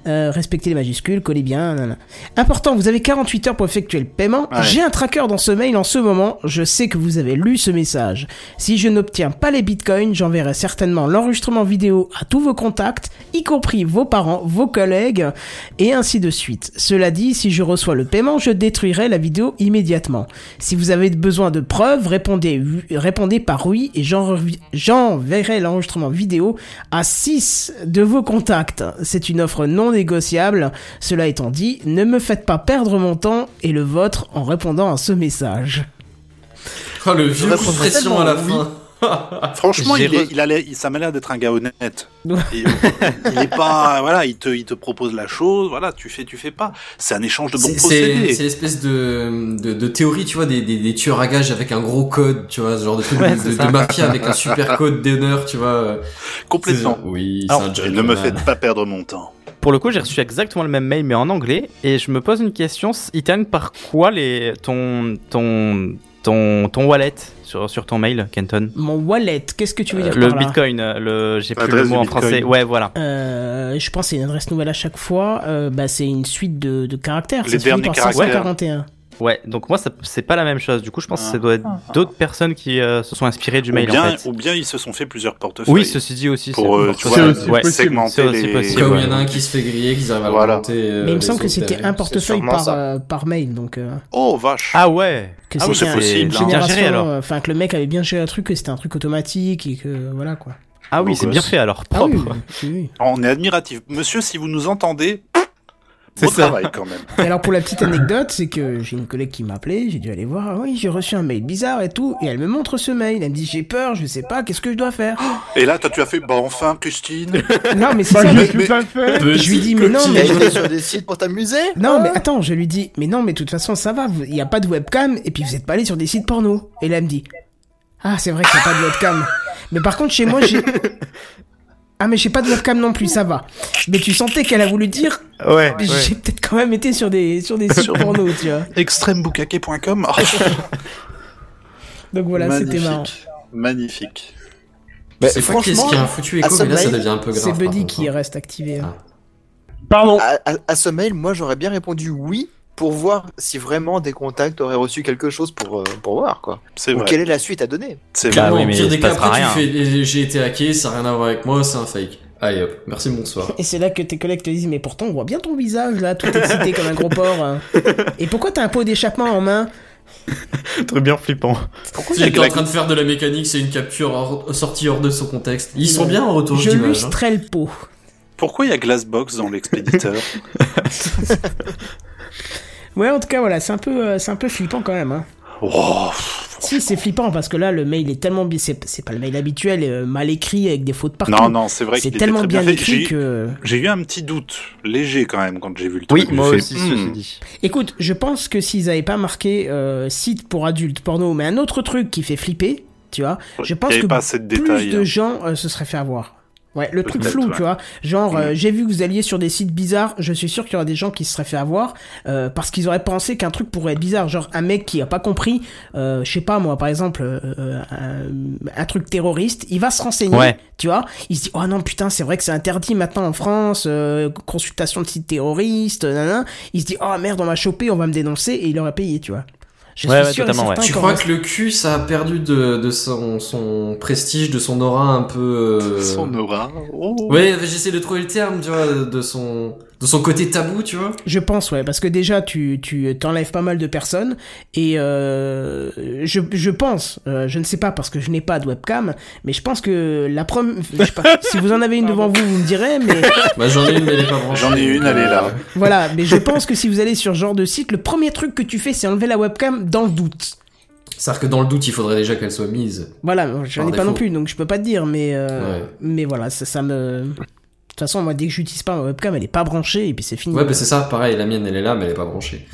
Speaker 1: Euh, respectez les majuscules, collez bien. nanana. Important, vous avez 48 heures pour effectuer le paiement.
Speaker 10: Ouais.
Speaker 1: J'ai un tracker dans ce mail en ce moment. Je sais que vous avez lu ce message. Si je n'obtiens pas les bitcoins, j'enverrai certainement l'enregistrement vidéo à tous vos contacts, y compris vos parents, vos collègues, et ainsi de suite. Cela dit, si je reçois le paiement, je détruirai la vidéo immédiatement. Si vous avez besoin de preuves, répondez, oui- répondez par oui et j'en revi- j'enverrai l'enregistrement vidéo à 6 de vos contacts. C'est une offre non négociable. Cela étant dit, ne me faites pas perdre mon temps et le vôtre en répondant à ce message.
Speaker 5: Oh, le vieux coup de
Speaker 10: répondrais
Speaker 5: pression à la fin.
Speaker 10: Franchement,
Speaker 8: J'ai
Speaker 10: il, est-
Speaker 8: re-
Speaker 10: il a l'air- il- ça m'a l'air d'être un gars honnête.
Speaker 1: Ouais.
Speaker 10: Et, euh, il est pas, voilà, il te, il te propose la chose, voilà, tu fais, tu fais pas. C'est un échange de bons
Speaker 5: C'est- C'est c'est
Speaker 10: procédés.
Speaker 5: l'espèce de, de, de théorie, tu vois, des, des, des tueurs à gages avec un gros code, tu vois, ce genre de truc de, de mafia avec un super code d'honneur, tu vois. C'est
Speaker 10: Complètement.
Speaker 5: genre, Oui,
Speaker 10: Alors,
Speaker 5: c'est un
Speaker 10: et ne me
Speaker 5: gentleman.
Speaker 10: faites pas perdre mon temps.
Speaker 8: Pour le coup, j'ai reçu exactement le même mail, mais en anglais, et je me pose une question. Il termine par quoi les... ton, ton, ton, ton wallet sur, sur ton mail, Kenton
Speaker 1: Mon wallet, qu'est-ce que tu veux
Speaker 8: Euh,
Speaker 1: dire
Speaker 8: Le
Speaker 1: par là
Speaker 8: bitcoin, euh, le... j'ai plus le
Speaker 10: L'adresse
Speaker 8: mot
Speaker 10: du
Speaker 8: en
Speaker 10: Bitcoin.
Speaker 8: français. Ouais, voilà.
Speaker 1: Euh, je pense que c'est une adresse nouvelle à chaque fois. Euh, bah, c'est une suite de, de caractères.
Speaker 10: Les
Speaker 1: ça se finit
Speaker 10: derniers
Speaker 1: par
Speaker 10: caractères.
Speaker 1: 541.
Speaker 8: Ouais, donc moi, ça- c'est pas la même chose. Du coup, je pense que ça
Speaker 10: Ah.
Speaker 8: doit être d'autres personnes qui euh, se sont inspirées du
Speaker 10: Ou
Speaker 8: mail,
Speaker 10: bien,
Speaker 8: en fait.
Speaker 10: ou bien ils se sont fait plusieurs portefeuilles.
Speaker 8: Oui, ceci dit aussi.
Speaker 10: pour euh,
Speaker 8: c'est-
Speaker 10: tu
Speaker 6: C'est
Speaker 10: vois,
Speaker 6: aussi
Speaker 8: ouais.
Speaker 6: possible.
Speaker 8: C'est
Speaker 10: segmenter
Speaker 8: aussi
Speaker 10: les.
Speaker 8: possible.
Speaker 5: Comme il y en
Speaker 8: ouais.
Speaker 5: a un qui se fait griller, qu'ils arrivent à
Speaker 10: Voilà.
Speaker 5: le monter. euh,
Speaker 6: Euh,
Speaker 1: Mais il me semble que c'était un portefeuille
Speaker 6: sûrement
Speaker 1: par,
Speaker 6: ça.
Speaker 1: euh, par mail, donc euh,
Speaker 10: Oh vache.
Speaker 8: Ah ouais
Speaker 1: que
Speaker 10: Ah oui, c'est
Speaker 1: un-
Speaker 10: possible,
Speaker 1: une
Speaker 10: hein.
Speaker 8: Bien géré,
Speaker 1: génération,
Speaker 8: alors.
Speaker 1: euh, enfin que le mec avait bien géré le truc, que c'était un truc automatique et que voilà quoi.
Speaker 8: Ah oui,
Speaker 10: Beau
Speaker 8: c'est
Speaker 10: gosse.
Speaker 8: bien fait alors,
Speaker 1: Ah oui,
Speaker 8: propre.
Speaker 1: oui, oui.
Speaker 10: On est admiratif. Monsieur, si vous nous entendez, beau
Speaker 8: ça.
Speaker 10: travail quand même.
Speaker 1: Et alors pour la petite anecdote, c'est que j'ai une collègue qui m'a appelé, j'ai dû aller voir, Ah oui j'ai reçu un mail bizarre et tout, et elle me montre ce mail, elle me dit j'ai peur, je sais pas, qu'est-ce que je dois faire
Speaker 10: Et là, toi, tu as fait, bah enfin, Christine.
Speaker 1: Non mais c'est
Speaker 6: Bah,
Speaker 1: ça,
Speaker 6: je
Speaker 1: mais-
Speaker 6: suis pas fait.
Speaker 1: je lui dis mais non mais...
Speaker 4: T'es sur des sites pour t'amuser
Speaker 1: Non mais attends, je lui dis mais non mais de toute façon ça va, il y a pas de webcam et puis vous êtes pas allé sur des sites porno. Et là elle me dit ah c'est vrai qu'il y a pas de webcam, mais par contre chez moi j'ai ah mais j'ai pas de webcam non plus ça va. Mais tu sentais qu'elle a voulu dire
Speaker 8: Ouais.
Speaker 1: mais j'ai peut-être quand même été sur des sur des sites porno tu vois.
Speaker 10: Extrêmebukake.com.
Speaker 1: Donc voilà c'était marrant.
Speaker 10: Magnifique. Magnifique.
Speaker 5: Je
Speaker 4: Mais
Speaker 5: sais pas qu'est-ce
Speaker 4: franchement,
Speaker 5: qui a un foutu
Speaker 4: à
Speaker 5: écho,
Speaker 4: ce
Speaker 5: mais là, ça
Speaker 4: mail,
Speaker 5: devient un peu grave.
Speaker 1: C'est
Speaker 5: par
Speaker 1: Buddy
Speaker 5: contre,
Speaker 1: qui
Speaker 5: hein.
Speaker 1: reste activé. hein.
Speaker 6: Pardon.
Speaker 4: à, à- à ce mail, moi j'aurais bien répondu oui pour voir si vraiment des contacts auraient reçu quelque chose pour, euh, pour voir quoi.
Speaker 10: C'est
Speaker 4: Ou
Speaker 10: vrai.
Speaker 4: quelle est la suite à donner
Speaker 10: C'est vrai.
Speaker 8: Bah oui,
Speaker 5: Au
Speaker 8: mais
Speaker 5: pire
Speaker 8: il
Speaker 5: des
Speaker 8: se
Speaker 5: cas,
Speaker 8: passera
Speaker 5: après, tu
Speaker 8: rien.
Speaker 5: fais, eh, j'ai été hacké, ça n'a rien à voir avec moi, c'est un fake. Allez hop, merci, bonsoir.
Speaker 1: Et c'est là que tes collègues te disent mais pourtant on voit bien ton visage là, tout excité comme un gros porc. hein. Et pourquoi t'as un pot d'échappement en main
Speaker 8: Très bien flippant.
Speaker 1: Pourquoi
Speaker 5: Il
Speaker 1: t'as-
Speaker 5: est en train de faire de la mécanique, c'est une capture hors- sortie hors de son contexte. Ils sont bien en retour
Speaker 1: Je
Speaker 5: d'image. hein.
Speaker 1: lustrais le pot.
Speaker 10: Pourquoi il y a Glassbox dans l'expéditeur
Speaker 1: Ouais, en tout cas, voilà, c'est un peu, euh, c'est un peu flippant quand même. Hein.
Speaker 10: Oh,
Speaker 1: Si, c'est flippant parce que là, le mail est tellement bien, c'est c'est pas le mail habituel, euh, mal écrit avec des fautes partout.
Speaker 10: Non, non, c'est vrai
Speaker 1: c'est
Speaker 10: qu'il était
Speaker 1: tellement
Speaker 10: très
Speaker 1: bien,
Speaker 10: bien, fait.
Speaker 1: écrit
Speaker 10: J'ai-
Speaker 1: que.
Speaker 10: J'ai eu un petit doute léger quand même quand j'ai vu le truc.
Speaker 8: Oui, moi
Speaker 10: J'ai
Speaker 8: aussi,
Speaker 10: fait,
Speaker 8: ceci
Speaker 10: hmm,
Speaker 8: dit.
Speaker 1: Écoute, je pense que s'ils avaient pas marqué euh, site pour adultes porno, mais un autre truc qui fait flipper, tu vois, je
Speaker 10: il y
Speaker 1: pense
Speaker 10: avait
Speaker 1: que
Speaker 10: pas assez de
Speaker 1: plus
Speaker 10: détails.
Speaker 1: de
Speaker 10: hein.
Speaker 1: gens euh, se seraient fait avoir. Ouais, le truc
Speaker 10: Peut-être,
Speaker 1: flou,
Speaker 10: ouais.
Speaker 1: tu vois. Genre, euh,
Speaker 10: Mm.
Speaker 1: j'ai vu que vous alliez sur des sites bizarres, je suis sûr qu'il y aura des gens qui se seraient fait avoir euh, parce qu'ils auraient pensé qu'un truc pourrait être bizarre. Genre, un mec qui a pas compris, euh, je sais pas moi, par exemple, euh, euh, un, un truc terroriste, il va se renseigner,
Speaker 8: Ouais.
Speaker 1: tu vois. Il se dit, oh non, putain, c'est vrai que c'est interdit maintenant en France, euh, consultation de sites terroristes, nanana. Il se dit, oh merde, on m'a chopé, on va me dénoncer et il aurait payé, tu vois. Je
Speaker 8: Ouais,
Speaker 1: suis
Speaker 8: ouais,
Speaker 1: sûr et
Speaker 8: totalement, ouais.
Speaker 1: certain
Speaker 5: Tu
Speaker 1: qu'en
Speaker 5: crois que le cul, ça a perdu de, de son, son prestige, de son aura un peu. euh,
Speaker 10: Son aura. Oh.
Speaker 5: Ouais, j'essaie de trouver le terme, tu vois, de son, de son côté tabou, tu vois.
Speaker 1: Je pense, ouais, parce que déjà, tu tu t'enlèves pas mal de personnes, et euh, je, je pense, euh, je ne sais pas parce que je n'ai pas de webcam, mais je pense que la première... je sais pas, si vous en avez une devant vous, vous me direz, mais
Speaker 5: Bah, j'en ai une, mais elle est pas branchée.
Speaker 10: J'en ai une,
Speaker 5: donc,
Speaker 10: elle est là.
Speaker 5: euh,
Speaker 1: voilà, mais je pense que si vous allez sur ce genre de site, le premier truc que tu fais, c'est enlever la webcam dans le doute.
Speaker 5: C'est-à-dire que dans le doute, il faudrait déjà qu'elle soit mise.
Speaker 1: Voilà, j'en ai pas
Speaker 5: Par
Speaker 1: non
Speaker 5: défaut.
Speaker 1: plus, donc je peux pas te dire, mais, euh,
Speaker 5: Ouais.
Speaker 1: mais voilà, ça, ça me... toute façon, moi, dès que j'utilise pas ma webcam, elle est pas branchée et puis c'est fini.
Speaker 5: Ouais, bah c'est ça, pareil, la mienne elle est là, mais elle est pas branchée.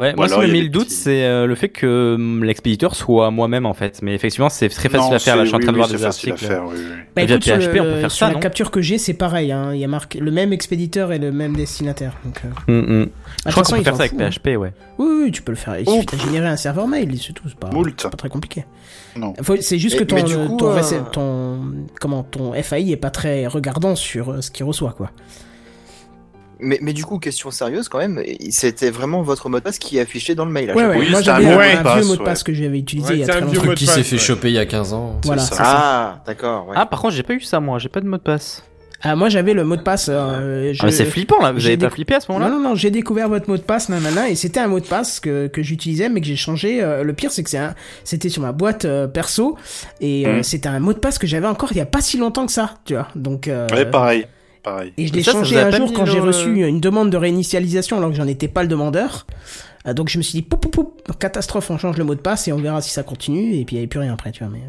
Speaker 8: Ouais,
Speaker 10: Ou
Speaker 8: moi, ce
Speaker 10: alors,
Speaker 8: qui
Speaker 10: il y
Speaker 8: m'a mis
Speaker 10: a des
Speaker 8: le doute,
Speaker 10: petits-
Speaker 8: c'est euh, le fait que hum, l'expéditeur soit moi-même, en fait. Mais effectivement, c'est très facile
Speaker 10: Non,
Speaker 8: à faire. Là, je
Speaker 10: c'est-
Speaker 8: suis en
Speaker 10: oui,
Speaker 8: train de
Speaker 10: oui,
Speaker 8: voir
Speaker 10: c'est
Speaker 8: des
Speaker 10: facile à
Speaker 8: articles.
Speaker 10: faire, oui, oui.
Speaker 8: Via
Speaker 1: sur,
Speaker 8: PHP, on peut
Speaker 1: Bah, le-
Speaker 8: faire
Speaker 1: sur
Speaker 8: ça,
Speaker 1: la
Speaker 8: non
Speaker 1: capture que j'ai, c'est pareil. hein. Il y a marqué le même expéditeur et le même destinataire. Donc, euh,
Speaker 8: Mm, mm.
Speaker 1: de
Speaker 8: Je
Speaker 1: toute
Speaker 8: crois
Speaker 1: façon,
Speaker 8: qu'on peut
Speaker 1: ils
Speaker 8: faire
Speaker 1: s'en
Speaker 8: ça avec
Speaker 1: foutent.
Speaker 8: PHP, ouais.
Speaker 1: Oui, oui, tu peux le faire. Il suffit de générer un serveur mail, c'est tout. C'est pas,
Speaker 10: Moult.
Speaker 8: Euh,
Speaker 1: c'est pas très compliqué.
Speaker 10: Non.
Speaker 1: Faut- C'est juste que
Speaker 4: Mais-
Speaker 1: ton,
Speaker 4: mais du
Speaker 1: euh,
Speaker 4: coup,
Speaker 1: ton,
Speaker 4: euh,
Speaker 1: récep- ton- comment, ton FAI est pas très regardant sur euh, ce qu'il reçoit, quoi.
Speaker 4: Mais, mais du coup, question sérieuse quand même, et c'était vraiment votre mot de passe qui est affiché dans le mail. à
Speaker 1: Ouais,
Speaker 4: chaque
Speaker 1: ouais.
Speaker 10: Ah, Oui,
Speaker 1: Moi,
Speaker 10: c'est un
Speaker 1: j'avais
Speaker 10: mot de
Speaker 1: un, vieux
Speaker 10: passe,
Speaker 1: mot de passe
Speaker 10: ouais.
Speaker 1: que j'avais utilisé
Speaker 6: Ouais,
Speaker 1: il y a
Speaker 6: c'est un
Speaker 1: très
Speaker 6: vieux
Speaker 1: longtemps.
Speaker 6: mot
Speaker 5: Truc
Speaker 6: de
Speaker 5: qui
Speaker 6: passe,
Speaker 5: s'est fait
Speaker 6: ouais.
Speaker 5: choper il y a 15 ans.
Speaker 1: Voilà,
Speaker 4: fois.
Speaker 1: c'est ça.
Speaker 4: Ah, d'accord, ouais.
Speaker 8: Ah, par contre, j'ai pas eu ça, moi. J'ai pas de mot de passe.
Speaker 1: Ah, moi, j'avais le mot de passe. euh,
Speaker 8: Ah, mais
Speaker 1: je-
Speaker 8: c'est flippant, là. Vous
Speaker 1: j'ai
Speaker 8: avez pas
Speaker 1: décou-
Speaker 8: flippé à ce
Speaker 1: Non,
Speaker 8: moment-là
Speaker 1: non, non, j'ai découvert votre mot de passe, nanana, et c'était un mot de passe que, que j'utilisais, mais que j'ai changé. Euh, le pire, c'est que c'est un- c'était sur ma boîte euh, perso, et
Speaker 8: Mm.
Speaker 1: euh, c'était un mot de passe que j'avais encore il y a pas si longtemps que ça, tu vois. Donc, euh,
Speaker 10: Ouais, pareil. Pareil.
Speaker 1: et je l'ai
Speaker 8: Ça, ça
Speaker 1: changé
Speaker 8: vous a
Speaker 1: un
Speaker 8: pas
Speaker 1: jour
Speaker 8: mis
Speaker 1: quand
Speaker 8: dans
Speaker 1: j'ai
Speaker 8: le-
Speaker 1: reçu une demande de réinitialisation, alors que j'en étais pas le demandeur. Euh, donc, je me suis dit, poup, poup, poup, catastrophe, on change le mot de passe et on verra si ça continue, et puis il n'y avait plus rien après, tu vois. Mais,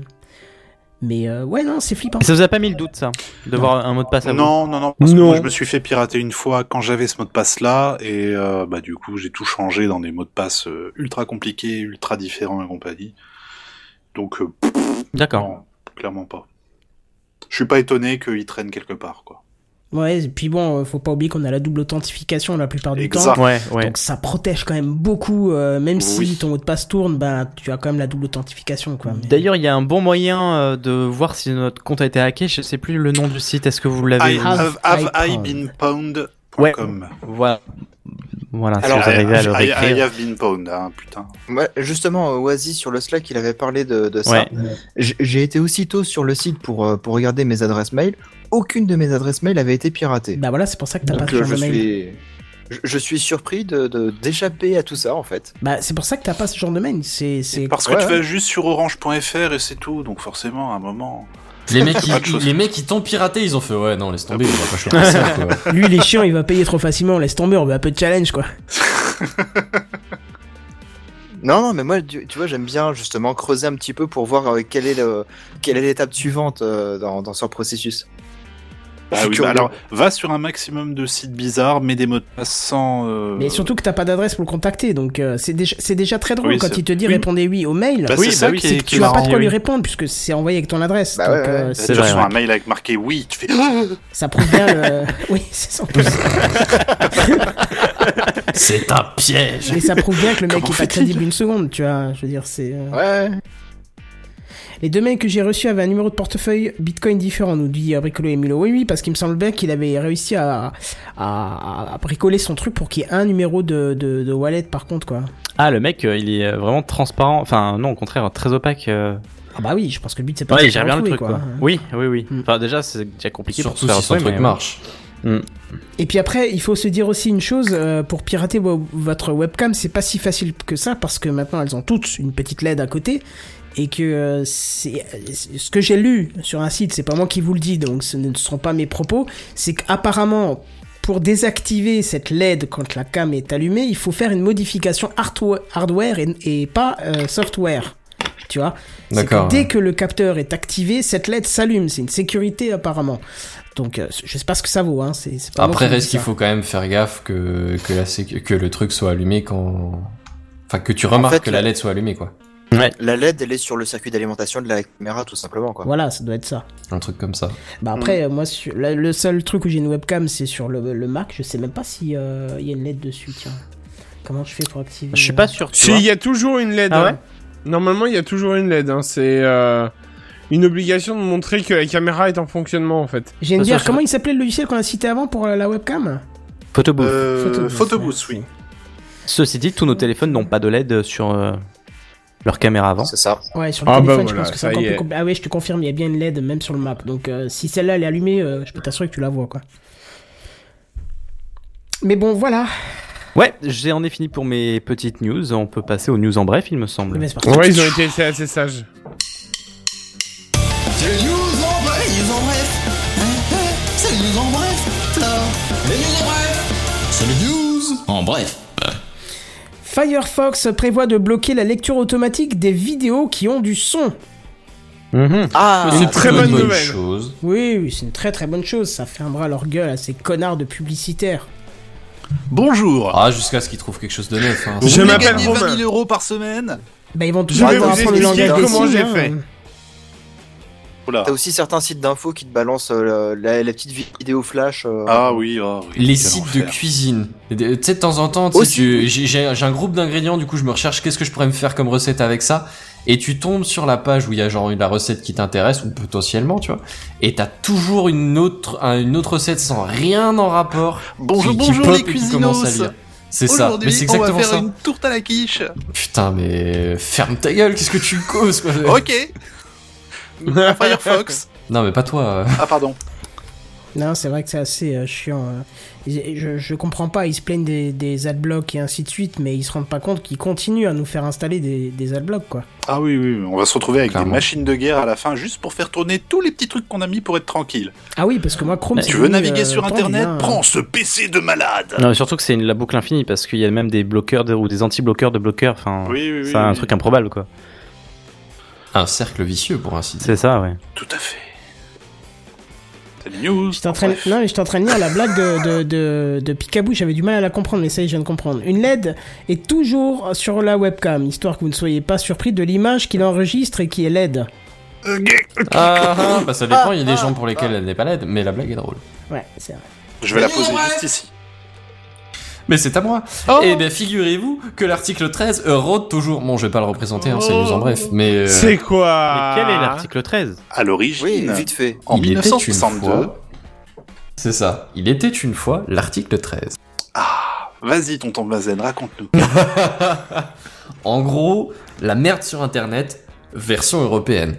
Speaker 1: mais euh, ouais, non, c'est flippant.
Speaker 8: Mais Ça vous a pas mis le doute, ça De voir un mot de passe à vous
Speaker 10: Non, non, non, parce que
Speaker 6: Non.
Speaker 10: moi, je me suis fait pirater une fois quand j'avais ce mot de passe là, et euh, bah du coup j'ai tout changé dans des mots de passe euh, ultra compliqués, ultra différents et compagnie. Donc euh, pff,
Speaker 8: D'accord.
Speaker 10: non, clairement pas. Je suis pas étonné qu'il traîne quelque part quoi.
Speaker 1: Ouais, et puis bon, euh, faut pas oublier qu'on a la double authentification la plupart du temps.
Speaker 10: Exact.
Speaker 8: Ouais, ouais.
Speaker 1: Donc ça protège quand même beaucoup, euh, même si
Speaker 10: Oui.
Speaker 1: ton mot de passe tourne, ben tu as quand même la double authentification quoi. mais-
Speaker 8: D'ailleurs, il y a un bon moyen euh, de voir si notre compte a été hacké. Je sais plus le nom du site. Est-ce que vous l'avez
Speaker 10: I have, have I
Speaker 1: iPound.
Speaker 10: been pwned
Speaker 8: Ouais.
Speaker 10: .com.
Speaker 8: Voilà. Voilà, si
Speaker 4: Alors,
Speaker 8: vous arrivez à le
Speaker 10: I, I- I
Speaker 8: réécrire.
Speaker 10: have been pwned, hein, putain.
Speaker 4: Ouais, justement, euh, Oasis sur le Slack, il avait parlé de, de ça.
Speaker 8: Ouais.
Speaker 4: J- J'ai été aussitôt sur le site pour, euh, pour regarder mes adresses mail. Aucune de mes adresses mail avait été piratée.
Speaker 1: Bah voilà, c'est pour ça que t'as pas
Speaker 4: Donc euh,
Speaker 1: ce
Speaker 4: je
Speaker 1: genre de mail.
Speaker 4: suis, je, je suis surpris de de- d'échapper à tout ça en fait.
Speaker 1: Bah c'est pour ça que t'as pas ce genre de mail. C'est c'est
Speaker 10: Parce que
Speaker 4: ouais,
Speaker 10: tu
Speaker 4: ouais.
Speaker 10: vas juste sur orange.fr et c'est tout, donc forcément à un moment.
Speaker 5: Les mecs,
Speaker 10: Pas de
Speaker 5: ils,
Speaker 10: choses.
Speaker 5: les mecs, ils t'ont piraté, ils ont fait ouais, non, laisse tomber, on va pas choper ça, quoi.
Speaker 1: lui il est chiant, il va payer trop facilement, laisse tomber, on veut un peu de challenge quoi.
Speaker 4: Non, non, mais moi, tu, tu vois, j'aime bien justement creuser un petit peu pour voir euh, quelle est le, quelle est l'étape suivante euh, dans, dans ce processus. Je
Speaker 10: Ah
Speaker 4: suis
Speaker 10: oui, bah
Speaker 4: curieux.
Speaker 10: alors va sur un maximum de sites bizarres, mets des mots de passe sans. euh,
Speaker 1: Mais surtout que t'as pas d'adresse pour le contacter, donc euh, c'est déjà c'est déjà très drôle
Speaker 10: Oui,
Speaker 1: quand
Speaker 10: c'est-
Speaker 1: il te dit
Speaker 10: oui.
Speaker 1: répondez oui au mail.
Speaker 10: Bah,
Speaker 5: Oui,
Speaker 10: c'est
Speaker 5: bah
Speaker 10: ça
Speaker 5: oui,
Speaker 10: qui
Speaker 5: c'est
Speaker 10: est,
Speaker 5: que
Speaker 10: qui
Speaker 1: tu
Speaker 10: est
Speaker 1: vas pas
Speaker 10: marrant.
Speaker 1: de quoi lui
Speaker 5: oui.
Speaker 1: répondre puisque c'est envoyé avec ton adresse.
Speaker 4: Bah
Speaker 1: donc,
Speaker 4: ouais, ouais,
Speaker 1: euh,
Speaker 4: ouais.
Speaker 1: c'est-
Speaker 10: Tu
Speaker 8: vrai,
Speaker 10: reçois
Speaker 8: ouais.
Speaker 10: un mail avec marqué oui, tu fais.
Speaker 1: ça prouve bien le. Oui, c'est sans plus.
Speaker 5: C'est un piège.
Speaker 1: Mais ça prouve bien que le mec
Speaker 10: Comment
Speaker 1: est pas
Speaker 10: fait-il
Speaker 1: crédible une seconde, tu vois. Je veux dire, c'est. euh,
Speaker 4: Ouais.
Speaker 1: Les deux mails que j'ai reçus avaient un numéro de portefeuille Bitcoin différent, nous dit euh, Bricolo et Milo. Oui, oui, parce qu'il me semble bien qu'il avait réussi à, à, à bricoler son truc pour qu'il y ait un numéro de, de, de wallet par contre, quoi.
Speaker 8: Ah, le mec, euh, il est euh, vraiment transparent. Enfin, non, au contraire, très opaque. euh.
Speaker 1: Ah bah oui, je pense que le but c'est pas
Speaker 8: Ouais,
Speaker 1: de
Speaker 8: il gère bien le
Speaker 1: retrouver,
Speaker 8: truc, quoi. Oui, oui, oui.
Speaker 1: Mm.
Speaker 8: Enfin, déjà, c'est déjà compliqué pour se
Speaker 5: Surtout
Speaker 8: faire
Speaker 5: si son
Speaker 8: retrouver,
Speaker 5: truc
Speaker 8: mais-
Speaker 5: marche.
Speaker 1: Et puis après, il faut se dire aussi une chose, euh, pour pirater vo- votre webcam, c'est pas si facile que ça, parce que maintenant elles ont toutes une petite LED à côté, et que euh, c'est euh, ce que j'ai lu sur un site, c'est pas moi qui vous le dis, donc ce ne sont pas mes propos, c'est qu'apparemment, pour désactiver cette LED quand la cam est allumée, il faut faire une modification hardwa- hardware et, et pas euh, software. Tu vois C'est que
Speaker 5: D'accord.
Speaker 1: Dès que le capteur est activé, cette LED s'allume. C'est une sécurité apparemment. Donc, euh, je sais pas ce que ça vaut. Hein. c'est c'est pas moi
Speaker 5: Après,
Speaker 1: qui dis
Speaker 5: reste qu'il
Speaker 1: ça.
Speaker 5: faut quand même faire gaffe que, que, la sécu- que le truc soit allumé quand. Enfin, que tu remarques
Speaker 4: En fait,
Speaker 5: que la
Speaker 4: la-
Speaker 5: LED soit allumée, quoi.
Speaker 4: La LED, elle est sur le circuit d'alimentation de la caméra, tout simplement, quoi.
Speaker 1: Voilà, ça doit être ça.
Speaker 5: Un truc comme ça.
Speaker 1: Bah après,
Speaker 5: Mm.
Speaker 1: euh, moi, sur- la- le seul truc où j'ai une webcam, c'est sur le, le Mac. Je sais même pas si euh, il y a une LED dessus. Tiens, comment je fais pour activer
Speaker 8: Je suis
Speaker 1: euh,
Speaker 8: pas sûr. tu
Speaker 6: Si,
Speaker 8: vois.
Speaker 6: il y a toujours une LED.
Speaker 8: Ah
Speaker 6: hein. Normalement, il y a toujours une LED. Hein. C'est euh, une obligation de montrer que la caméra est en fonctionnement, en fait.
Speaker 1: J'ai une
Speaker 8: Parce que
Speaker 1: dire,
Speaker 8: je-
Speaker 1: comment il s'appelait le logiciel qu'on a cité avant pour euh, la webcam
Speaker 8: Photobooth.
Speaker 10: Euh, Photobooth,
Speaker 1: merci.
Speaker 10: oui.
Speaker 8: Ceci dit, tous nos téléphones n'ont pas de LED sur euh, leur caméra avant.
Speaker 4: C'est ça.
Speaker 1: Ouais, sur le
Speaker 6: Ah bah
Speaker 1: téléphone, je
Speaker 6: voilà,
Speaker 1: pense que c'est
Speaker 6: ça
Speaker 1: encore
Speaker 6: y
Speaker 1: plus
Speaker 6: est.
Speaker 1: compliqué. Ah oui, je te confirme, il y a bien une LED même sur le map. Donc euh, si celle-là elle est allumée, euh, je peux t'assurer que tu la vois quoi. Mais bon, voilà.
Speaker 8: Ouais, j'ai en ai fini pour mes petites news. On peut passer aux news en bref, il me semble.
Speaker 1: Mais bah, c'est parti.
Speaker 6: Ouais, ils ont été assez- assez sages.
Speaker 1: Firefox prévoit de bloquer la lecture automatique des vidéos qui ont du son.
Speaker 5: Mhm.
Speaker 4: Ah,
Speaker 6: C'est une très bonne nouvelle.
Speaker 5: chose.
Speaker 1: Oui, oui, c'est une très très bonne chose. Ça fermera leur gueule à ces connards de publicitaires.
Speaker 10: Bonjour
Speaker 5: Ah, jusqu'à ce qu'ils trouvent quelque chose de neuf. hein.
Speaker 10: Vous
Speaker 6: Je
Speaker 10: voulez
Speaker 6: m'appelle
Speaker 10: gagner
Speaker 6: Romain.
Speaker 10: 20 000 euros par semaine
Speaker 1: Bah, ils vont
Speaker 6: Je
Speaker 1: toujours
Speaker 6: vais
Speaker 1: leur
Speaker 6: vous
Speaker 1: apprendre le
Speaker 6: expliquer
Speaker 1: langage des
Speaker 6: comment
Speaker 1: signes,
Speaker 6: j'ai
Speaker 1: hein.
Speaker 6: fait.
Speaker 10: Oula.
Speaker 4: T'as aussi certains sites d'infos qui te balancent euh, la, la petite vidéo flash. euh,
Speaker 10: Ah oui, ah oui.
Speaker 5: Les
Speaker 10: quel
Speaker 5: sites de
Speaker 10: enfer.
Speaker 5: cuisine. Et de- Tu sais, de temps en temps, tu sais,
Speaker 4: Aussi.
Speaker 5: tu- j'ai j'ai- j'ai un groupe d'ingrédients, du coup, je me recherche qu'est-ce que je pourrais me faire comme recette avec ça. Et tu tombes sur la page où il y a genre la recette qui t'intéresse, ou potentiellement, tu vois. Et t'as toujours une autre, un- une autre recette sans rien en rapport.
Speaker 10: Bonjour,
Speaker 5: qui- qui
Speaker 10: bonjour
Speaker 5: pop
Speaker 10: les
Speaker 5: et qui commence à
Speaker 10: cuisinos
Speaker 5: lire. C'est ça, mais
Speaker 10: Aujourd'hui,
Speaker 5: c'est
Speaker 10: on va
Speaker 5: exactement
Speaker 10: faire
Speaker 5: ça.
Speaker 10: une tourte à la quiche
Speaker 5: Putain, mais ferme ta gueule, qu'est-ce que tu causes, quoi.
Speaker 10: Ok
Speaker 6: Euh,
Speaker 10: Firefox
Speaker 5: Non, mais pas toi. euh.
Speaker 10: Ah pardon.
Speaker 1: Non, c'est vrai que c'est assez euh, chiant. euh. Ils- Je, je comprends pas, ils se plaignent des, des adblocks et ainsi de suite, mais ils se rendent pas compte qu'ils continuent à nous faire installer des, des adblocks, quoi.
Speaker 10: Ah oui, oui, oui, on va se retrouver avec
Speaker 5: Clairement.
Speaker 10: des machines de guerre à la fin juste pour faire tourner tous les petits trucs qu'on a mis pour être tranquille.
Speaker 1: Ah oui, parce que moi, Chrome...
Speaker 10: Bah, tu
Speaker 1: c'est
Speaker 10: veux
Speaker 1: devenu,
Speaker 10: naviguer
Speaker 1: euh,
Speaker 10: sur
Speaker 1: tendu,
Speaker 10: internet
Speaker 1: hein.
Speaker 10: Prends ce PC de malade
Speaker 8: Non, mais surtout que c'est une, la boucle infinie parce qu'il y a même des bloqueurs de- ou des anti-bloqueurs de bloqueurs. Enfin,
Speaker 10: Oui, oui, oui.
Speaker 8: c'est un
Speaker 10: oui.
Speaker 8: truc improbable quoi.
Speaker 5: Un cercle vicieux, pour ainsi dire.
Speaker 8: C'est ça, ouais.
Speaker 10: Tout à fait. C'est les news.
Speaker 1: J'étais en train, non, mais j'étais en train de lire la blague de, de, de, de Picaboo, j'avais du mal à la comprendre, mais ça y est, je viens de comprendre. Une LED est toujours sur la webcam, histoire que vous ne soyez pas surpris de l'image qu'il enregistre et qui est LED.
Speaker 5: Ah, ah, bah ça dépend, il y a des gens pour
Speaker 10: ah.
Speaker 5: lesquels elle n'est pas laide, mais la blague est drôle.
Speaker 1: Ouais, c'est vrai.
Speaker 10: Je vais la poser juste ici.
Speaker 5: Mais c'est à moi. Et bien Eh ben, figurez-vous que l'article 13 euh, rôde toujours. Bon, je vais pas le représenter, hein, c'est news en bref, mais. euh,
Speaker 6: C'est
Speaker 8: Mais
Speaker 6: quoi
Speaker 10: Ah.
Speaker 8: quel est l'article 13
Speaker 10: À
Speaker 4: Oui,
Speaker 10: l'origine,
Speaker 4: vite fait.
Speaker 10: en
Speaker 5: il était une
Speaker 10: 1962.
Speaker 5: fois. C'est ça. Il était une fois l'article 13.
Speaker 10: Vas-y, tonton Bazen, raconte-nous.
Speaker 5: En gros, la merde sur internet, version européenne.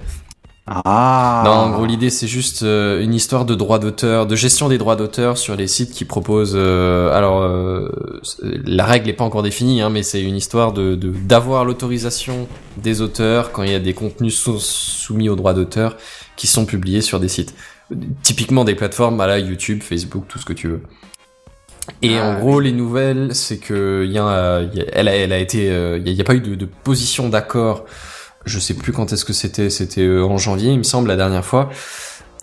Speaker 10: Ah
Speaker 5: Non, en gros, l'idée, c'est juste euh, une histoire de droits d'auteur, de gestion des droits d'auteur sur les sites qui proposent. euh, alors, euh, c'est- la règle n'est pas encore définie, hein, mais c'est une histoire de de- d'avoir l'autorisation des auteurs quand il y a des contenus sou- soumis aux droits d'auteur qui sont publiés sur des sites. Typiquement des plateformes à la YouTube, Facebook, tout ce que tu veux. Et en gros, les nouvelles, c'est que y a, un- y a- elle, a, elle a été, euh, il n'y a, pas eu de, de position d'accord. Je sais plus quand est-ce que c'était, c'était euh, en janvier, il me semble, la dernière fois.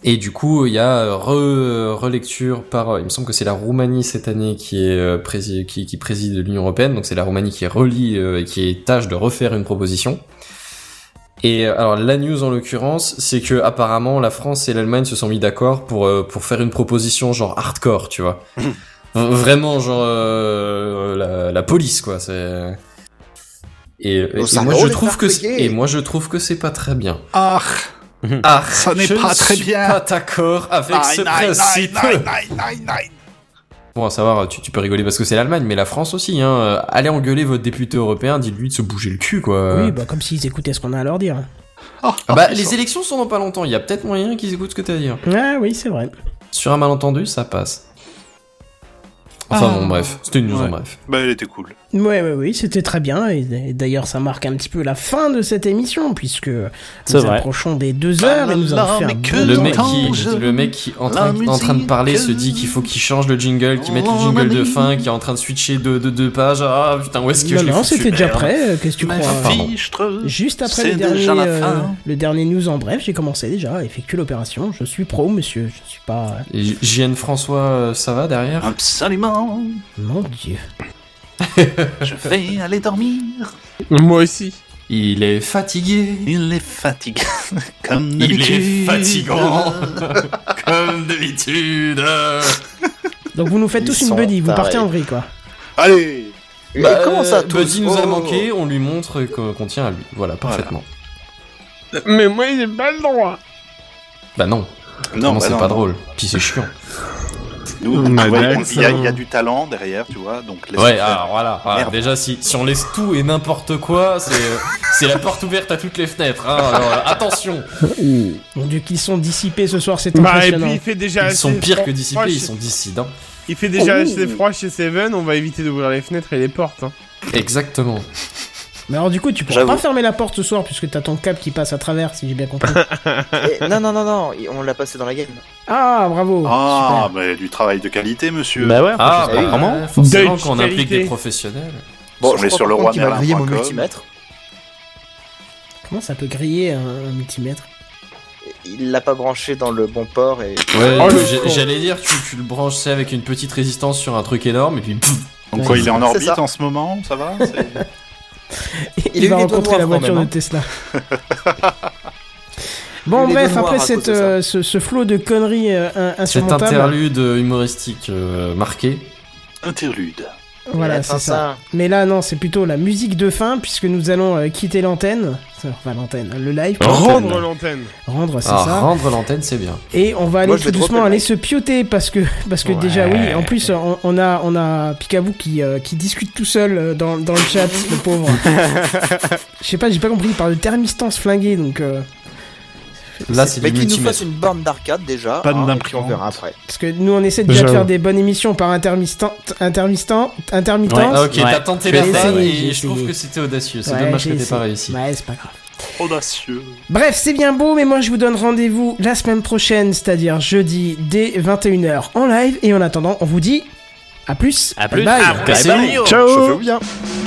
Speaker 5: Et du coup, il y a euh, re- relecture par, euh, il me semble que c'est la Roumanie cette année qui est euh, prési- qui, qui préside l'Union européenne, donc c'est la Roumanie qui relie euh, et qui est tâche de refaire une proposition. Et euh, alors la news en l'occurrence, c'est que apparemment la France et l'Allemagne se sont mis d'accord pour euh, pour faire une proposition genre hardcore, tu vois. V- Vraiment genre euh, la, la police quoi, c'est et, et-
Speaker 4: Oh,
Speaker 5: et
Speaker 4: ça
Speaker 5: moi
Speaker 4: drôle
Speaker 5: je
Speaker 4: de
Speaker 5: trouve
Speaker 4: faire
Speaker 5: que c'est-
Speaker 4: payer.
Speaker 5: et moi je trouve que c'est pas très bien.
Speaker 10: Ah
Speaker 5: Ah,
Speaker 10: Ça n'est
Speaker 5: je
Speaker 10: pas
Speaker 5: ne
Speaker 10: très
Speaker 5: suis
Speaker 10: bien.
Speaker 5: Pas d'accord avec
Speaker 10: Nine,
Speaker 5: ce
Speaker 10: nine,
Speaker 5: principe.
Speaker 10: nine, nine, nine, nine.
Speaker 5: Bon, à savoir, tu, tu peux rigoler parce que c'est l'Allemagne, mais la France aussi. Hein. Euh, Allez engueuler votre député européen, dites-lui de se bouger le cul, quoi.
Speaker 10: Euh.
Speaker 1: Oui, bah, comme s'ils écoutaient ce qu'on a à leur dire.
Speaker 10: Ah,
Speaker 5: Ah bah,
Speaker 10: ils
Speaker 5: les
Speaker 10: sont-
Speaker 5: élections sont dans pas longtemps, il y a peut-être moyen qu'ils écoutent ce que t'as à dire.
Speaker 1: Ah oui, c'est vrai.
Speaker 5: Sur un malentendu, ça passe. Enfin
Speaker 10: Ah.
Speaker 5: bon, bref, c'était une news en
Speaker 10: Ouais.
Speaker 5: bref.
Speaker 10: Bah, elle était cool.
Speaker 1: Ouais, ouais, oui, c'était très bien. Et, et d'ailleurs, ça marque un petit peu la fin de cette émission, puisque nous
Speaker 8: C'est vrai.
Speaker 1: approchons des deux heures et nous allons
Speaker 10: Ah,
Speaker 1: faire
Speaker 10: mais que
Speaker 5: Le
Speaker 10: Dans
Speaker 5: mec,
Speaker 10: la
Speaker 5: qui,
Speaker 10: bouche.
Speaker 5: le mec qui en train,
Speaker 10: La
Speaker 5: en train de parler se
Speaker 10: musique.
Speaker 5: dit qu'il faut qu'il change le jingle, qu'il mette le
Speaker 10: Oh,
Speaker 5: jingle de
Speaker 10: mamie.
Speaker 5: fin, qui est en train de switcher de deux de, pages. Ah putain, où est-ce que
Speaker 1: Non,
Speaker 5: je l'ai
Speaker 1: non,
Speaker 5: foutu
Speaker 1: c'était déjà
Speaker 5: Merde.
Speaker 1: prêt. euh, Qu'est-ce que tu
Speaker 10: Ma
Speaker 1: crois
Speaker 5: Ah, pardon.
Speaker 10: fichtre,
Speaker 1: Juste après
Speaker 10: c'est
Speaker 1: le dernier,
Speaker 10: déjà la
Speaker 1: euh,
Speaker 4: hein.
Speaker 10: fin.
Speaker 1: le dernier news en bref, j'ai commencé déjà à effectuer l'opération. Je suis pro, monsieur. Je suis pas.
Speaker 5: Et J- JN François, euh, ça va derrière
Speaker 10: Absolument,
Speaker 1: Mon dieu.
Speaker 10: je vais aller dormir.
Speaker 6: Moi aussi.
Speaker 5: Il est fatigué.
Speaker 10: Il est fatigué, comme
Speaker 5: Il est
Speaker 10: d'habitude.
Speaker 5: fatigant, comme d'habitude.
Speaker 1: Donc vous nous faites
Speaker 4: Ils
Speaker 1: tous une
Speaker 4: sont
Speaker 1: buddy, vous
Speaker 4: tarés.
Speaker 1: partez en vrille quoi.
Speaker 10: Allez
Speaker 4: Et comment ça, tous
Speaker 5: Bah, euh, Buddy nous a
Speaker 4: Oh.
Speaker 5: manqué, on lui montre qu'on qu'on tient à lui. Voilà, parfaitement.
Speaker 6: Mais moi, j'ai pas le droit.
Speaker 5: Bah non,
Speaker 10: Non,
Speaker 5: vraiment,
Speaker 10: bah
Speaker 5: c'est
Speaker 10: non,
Speaker 5: pas
Speaker 10: non.
Speaker 5: drôle. Puis c'est chiant.
Speaker 10: Nous,
Speaker 6: On
Speaker 10: tu vois,
Speaker 6: a
Speaker 10: on- il
Speaker 6: Dax,
Speaker 10: y, a-
Speaker 6: hein.
Speaker 10: il y a du talent derrière, tu vois, donc laisse
Speaker 5: Ouais, ah.
Speaker 10: faire.
Speaker 5: alors voilà. voilà.
Speaker 10: Merde.
Speaker 5: déjà, si, si on laisse tout et n'importe quoi, c'est euh, c'est la porte ouverte à toutes les fenêtres. hein. Alors, euh, attention,
Speaker 1: Mon dieu, qu'ils sont dissipés ce soir, c'est
Speaker 6: Bah, et puis,
Speaker 1: impressionnant.
Speaker 6: il fait déjà
Speaker 5: ils sont
Speaker 6: assez
Speaker 5: pires
Speaker 6: froid-
Speaker 5: que
Speaker 6: froid
Speaker 5: dissipés, ils
Speaker 6: chez-
Speaker 5: sont dissidents.
Speaker 6: Il fait déjà
Speaker 10: Oh.
Speaker 6: assez froid chez Seven, on va éviter d'ouvrir les fenêtres et les portes. hein.
Speaker 5: Exactement.
Speaker 1: Mais alors du coup, tu pourras
Speaker 4: J'avoue.
Speaker 1: pas fermer la porte ce soir puisque t'as ton câble qui passe à travers, si j'ai bien compris.
Speaker 4: Eh, non, non, non, non, on l'a passé dans la game.
Speaker 1: ah, bravo.
Speaker 10: Ah, mais du travail de qualité, monsieur.
Speaker 8: Bah ouais.
Speaker 5: Ah, bah,
Speaker 4: oui.
Speaker 5: vraiment Forcément
Speaker 6: Dutch
Speaker 5: qu'on implique
Speaker 6: qualité.
Speaker 5: des professionnels.
Speaker 10: Bon, on est sur le roi
Speaker 4: qui m'a grillé mon
Speaker 10: merlin.com.
Speaker 4: multimètre.
Speaker 1: Super. Comment ça peut griller un, un multimètre
Speaker 4: il l'a pas branché dans le bon port et
Speaker 5: Ouais,
Speaker 6: Oh, le
Speaker 5: j'ai-
Speaker 6: con.
Speaker 5: j'allais dire, tu, tu le branches c'est avec une petite résistance sur un truc énorme et puis. pff,
Speaker 10: Donc quoi, il est en
Speaker 4: C'est
Speaker 10: orbite
Speaker 4: ça.
Speaker 10: en ce moment, ça va C'est-
Speaker 1: Il,
Speaker 4: Il a eu
Speaker 1: va
Speaker 4: les doigts
Speaker 1: rencontrer
Speaker 4: noirs
Speaker 1: la
Speaker 4: quand
Speaker 1: voiture
Speaker 4: même, hein.
Speaker 1: de Tesla. bon,
Speaker 4: Il a eu les
Speaker 1: bref,
Speaker 4: doigts noirs
Speaker 1: après
Speaker 4: à
Speaker 1: cette,
Speaker 4: cause de ça.
Speaker 1: euh, ce, ce flot de conneries euh, in-
Speaker 5: Cet
Speaker 1: insurmontables.
Speaker 5: interlude humoristique euh, marqué.
Speaker 10: Interlude.
Speaker 1: Voilà,
Speaker 4: Attends
Speaker 1: c'est ça. Mais là, non, c'est plutôt la musique de fin, puisque nous allons euh, quitter l'antenne. Enfin, l'antenne, le live.
Speaker 6: Rendre l'antenne.
Speaker 1: Rendre, c'est
Speaker 5: Ah,
Speaker 1: ça.
Speaker 5: rendre l'antenne, c'est bien.
Speaker 1: Et on va aller
Speaker 4: Moi, je
Speaker 1: tout
Speaker 4: vais dropper
Speaker 1: doucement
Speaker 4: le
Speaker 1: aller
Speaker 4: mic.
Speaker 1: se pioter parce que parce que déjà
Speaker 5: Ouais.
Speaker 1: oui en plus on, on a on a Picabou qui euh, qui discute tout seul euh, dans, dans le chat le pauvre. Je sais pas j'ai pas compris il parle de thermistance flinguée donc euh,
Speaker 5: Là, c'est
Speaker 4: Mais
Speaker 5: du
Speaker 4: qu'il nous fasse
Speaker 5: multimètre.
Speaker 4: une borne d'arcade déjà. hein, et
Speaker 10: Pas
Speaker 4: puis on
Speaker 10: d'imprimante.
Speaker 4: verra après.
Speaker 1: parce que nous on essaie déjà de
Speaker 6: J'avoue.
Speaker 1: faire des bonnes émissions par intermittent intermittent intermittent.
Speaker 8: Ouais,
Speaker 5: Ah, ok,
Speaker 8: Ouais.
Speaker 5: t'as tenté
Speaker 1: J'ai
Speaker 5: la fin
Speaker 1: essayé, j'ai
Speaker 5: et je trouve
Speaker 1: essayé.
Speaker 5: que c'était audacieux. C'est
Speaker 1: Ouais,
Speaker 5: dommage que
Speaker 1: j'ai
Speaker 5: t'aies pas
Speaker 1: essayé.
Speaker 5: réussi.
Speaker 1: Ouais c'est pas grave.
Speaker 10: Audacieux.
Speaker 1: Bref, c'est bien beau, mais moi je vous donne rendez-vous la semaine prochaine, c'est-à-dire jeudi dès 21h en live. Et en attendant, on vous dit à plus.
Speaker 8: À plus.
Speaker 1: Bye bye.
Speaker 8: Bye bye.
Speaker 6: Ciao.
Speaker 4: Je fais bien.
Speaker 5: Ciao.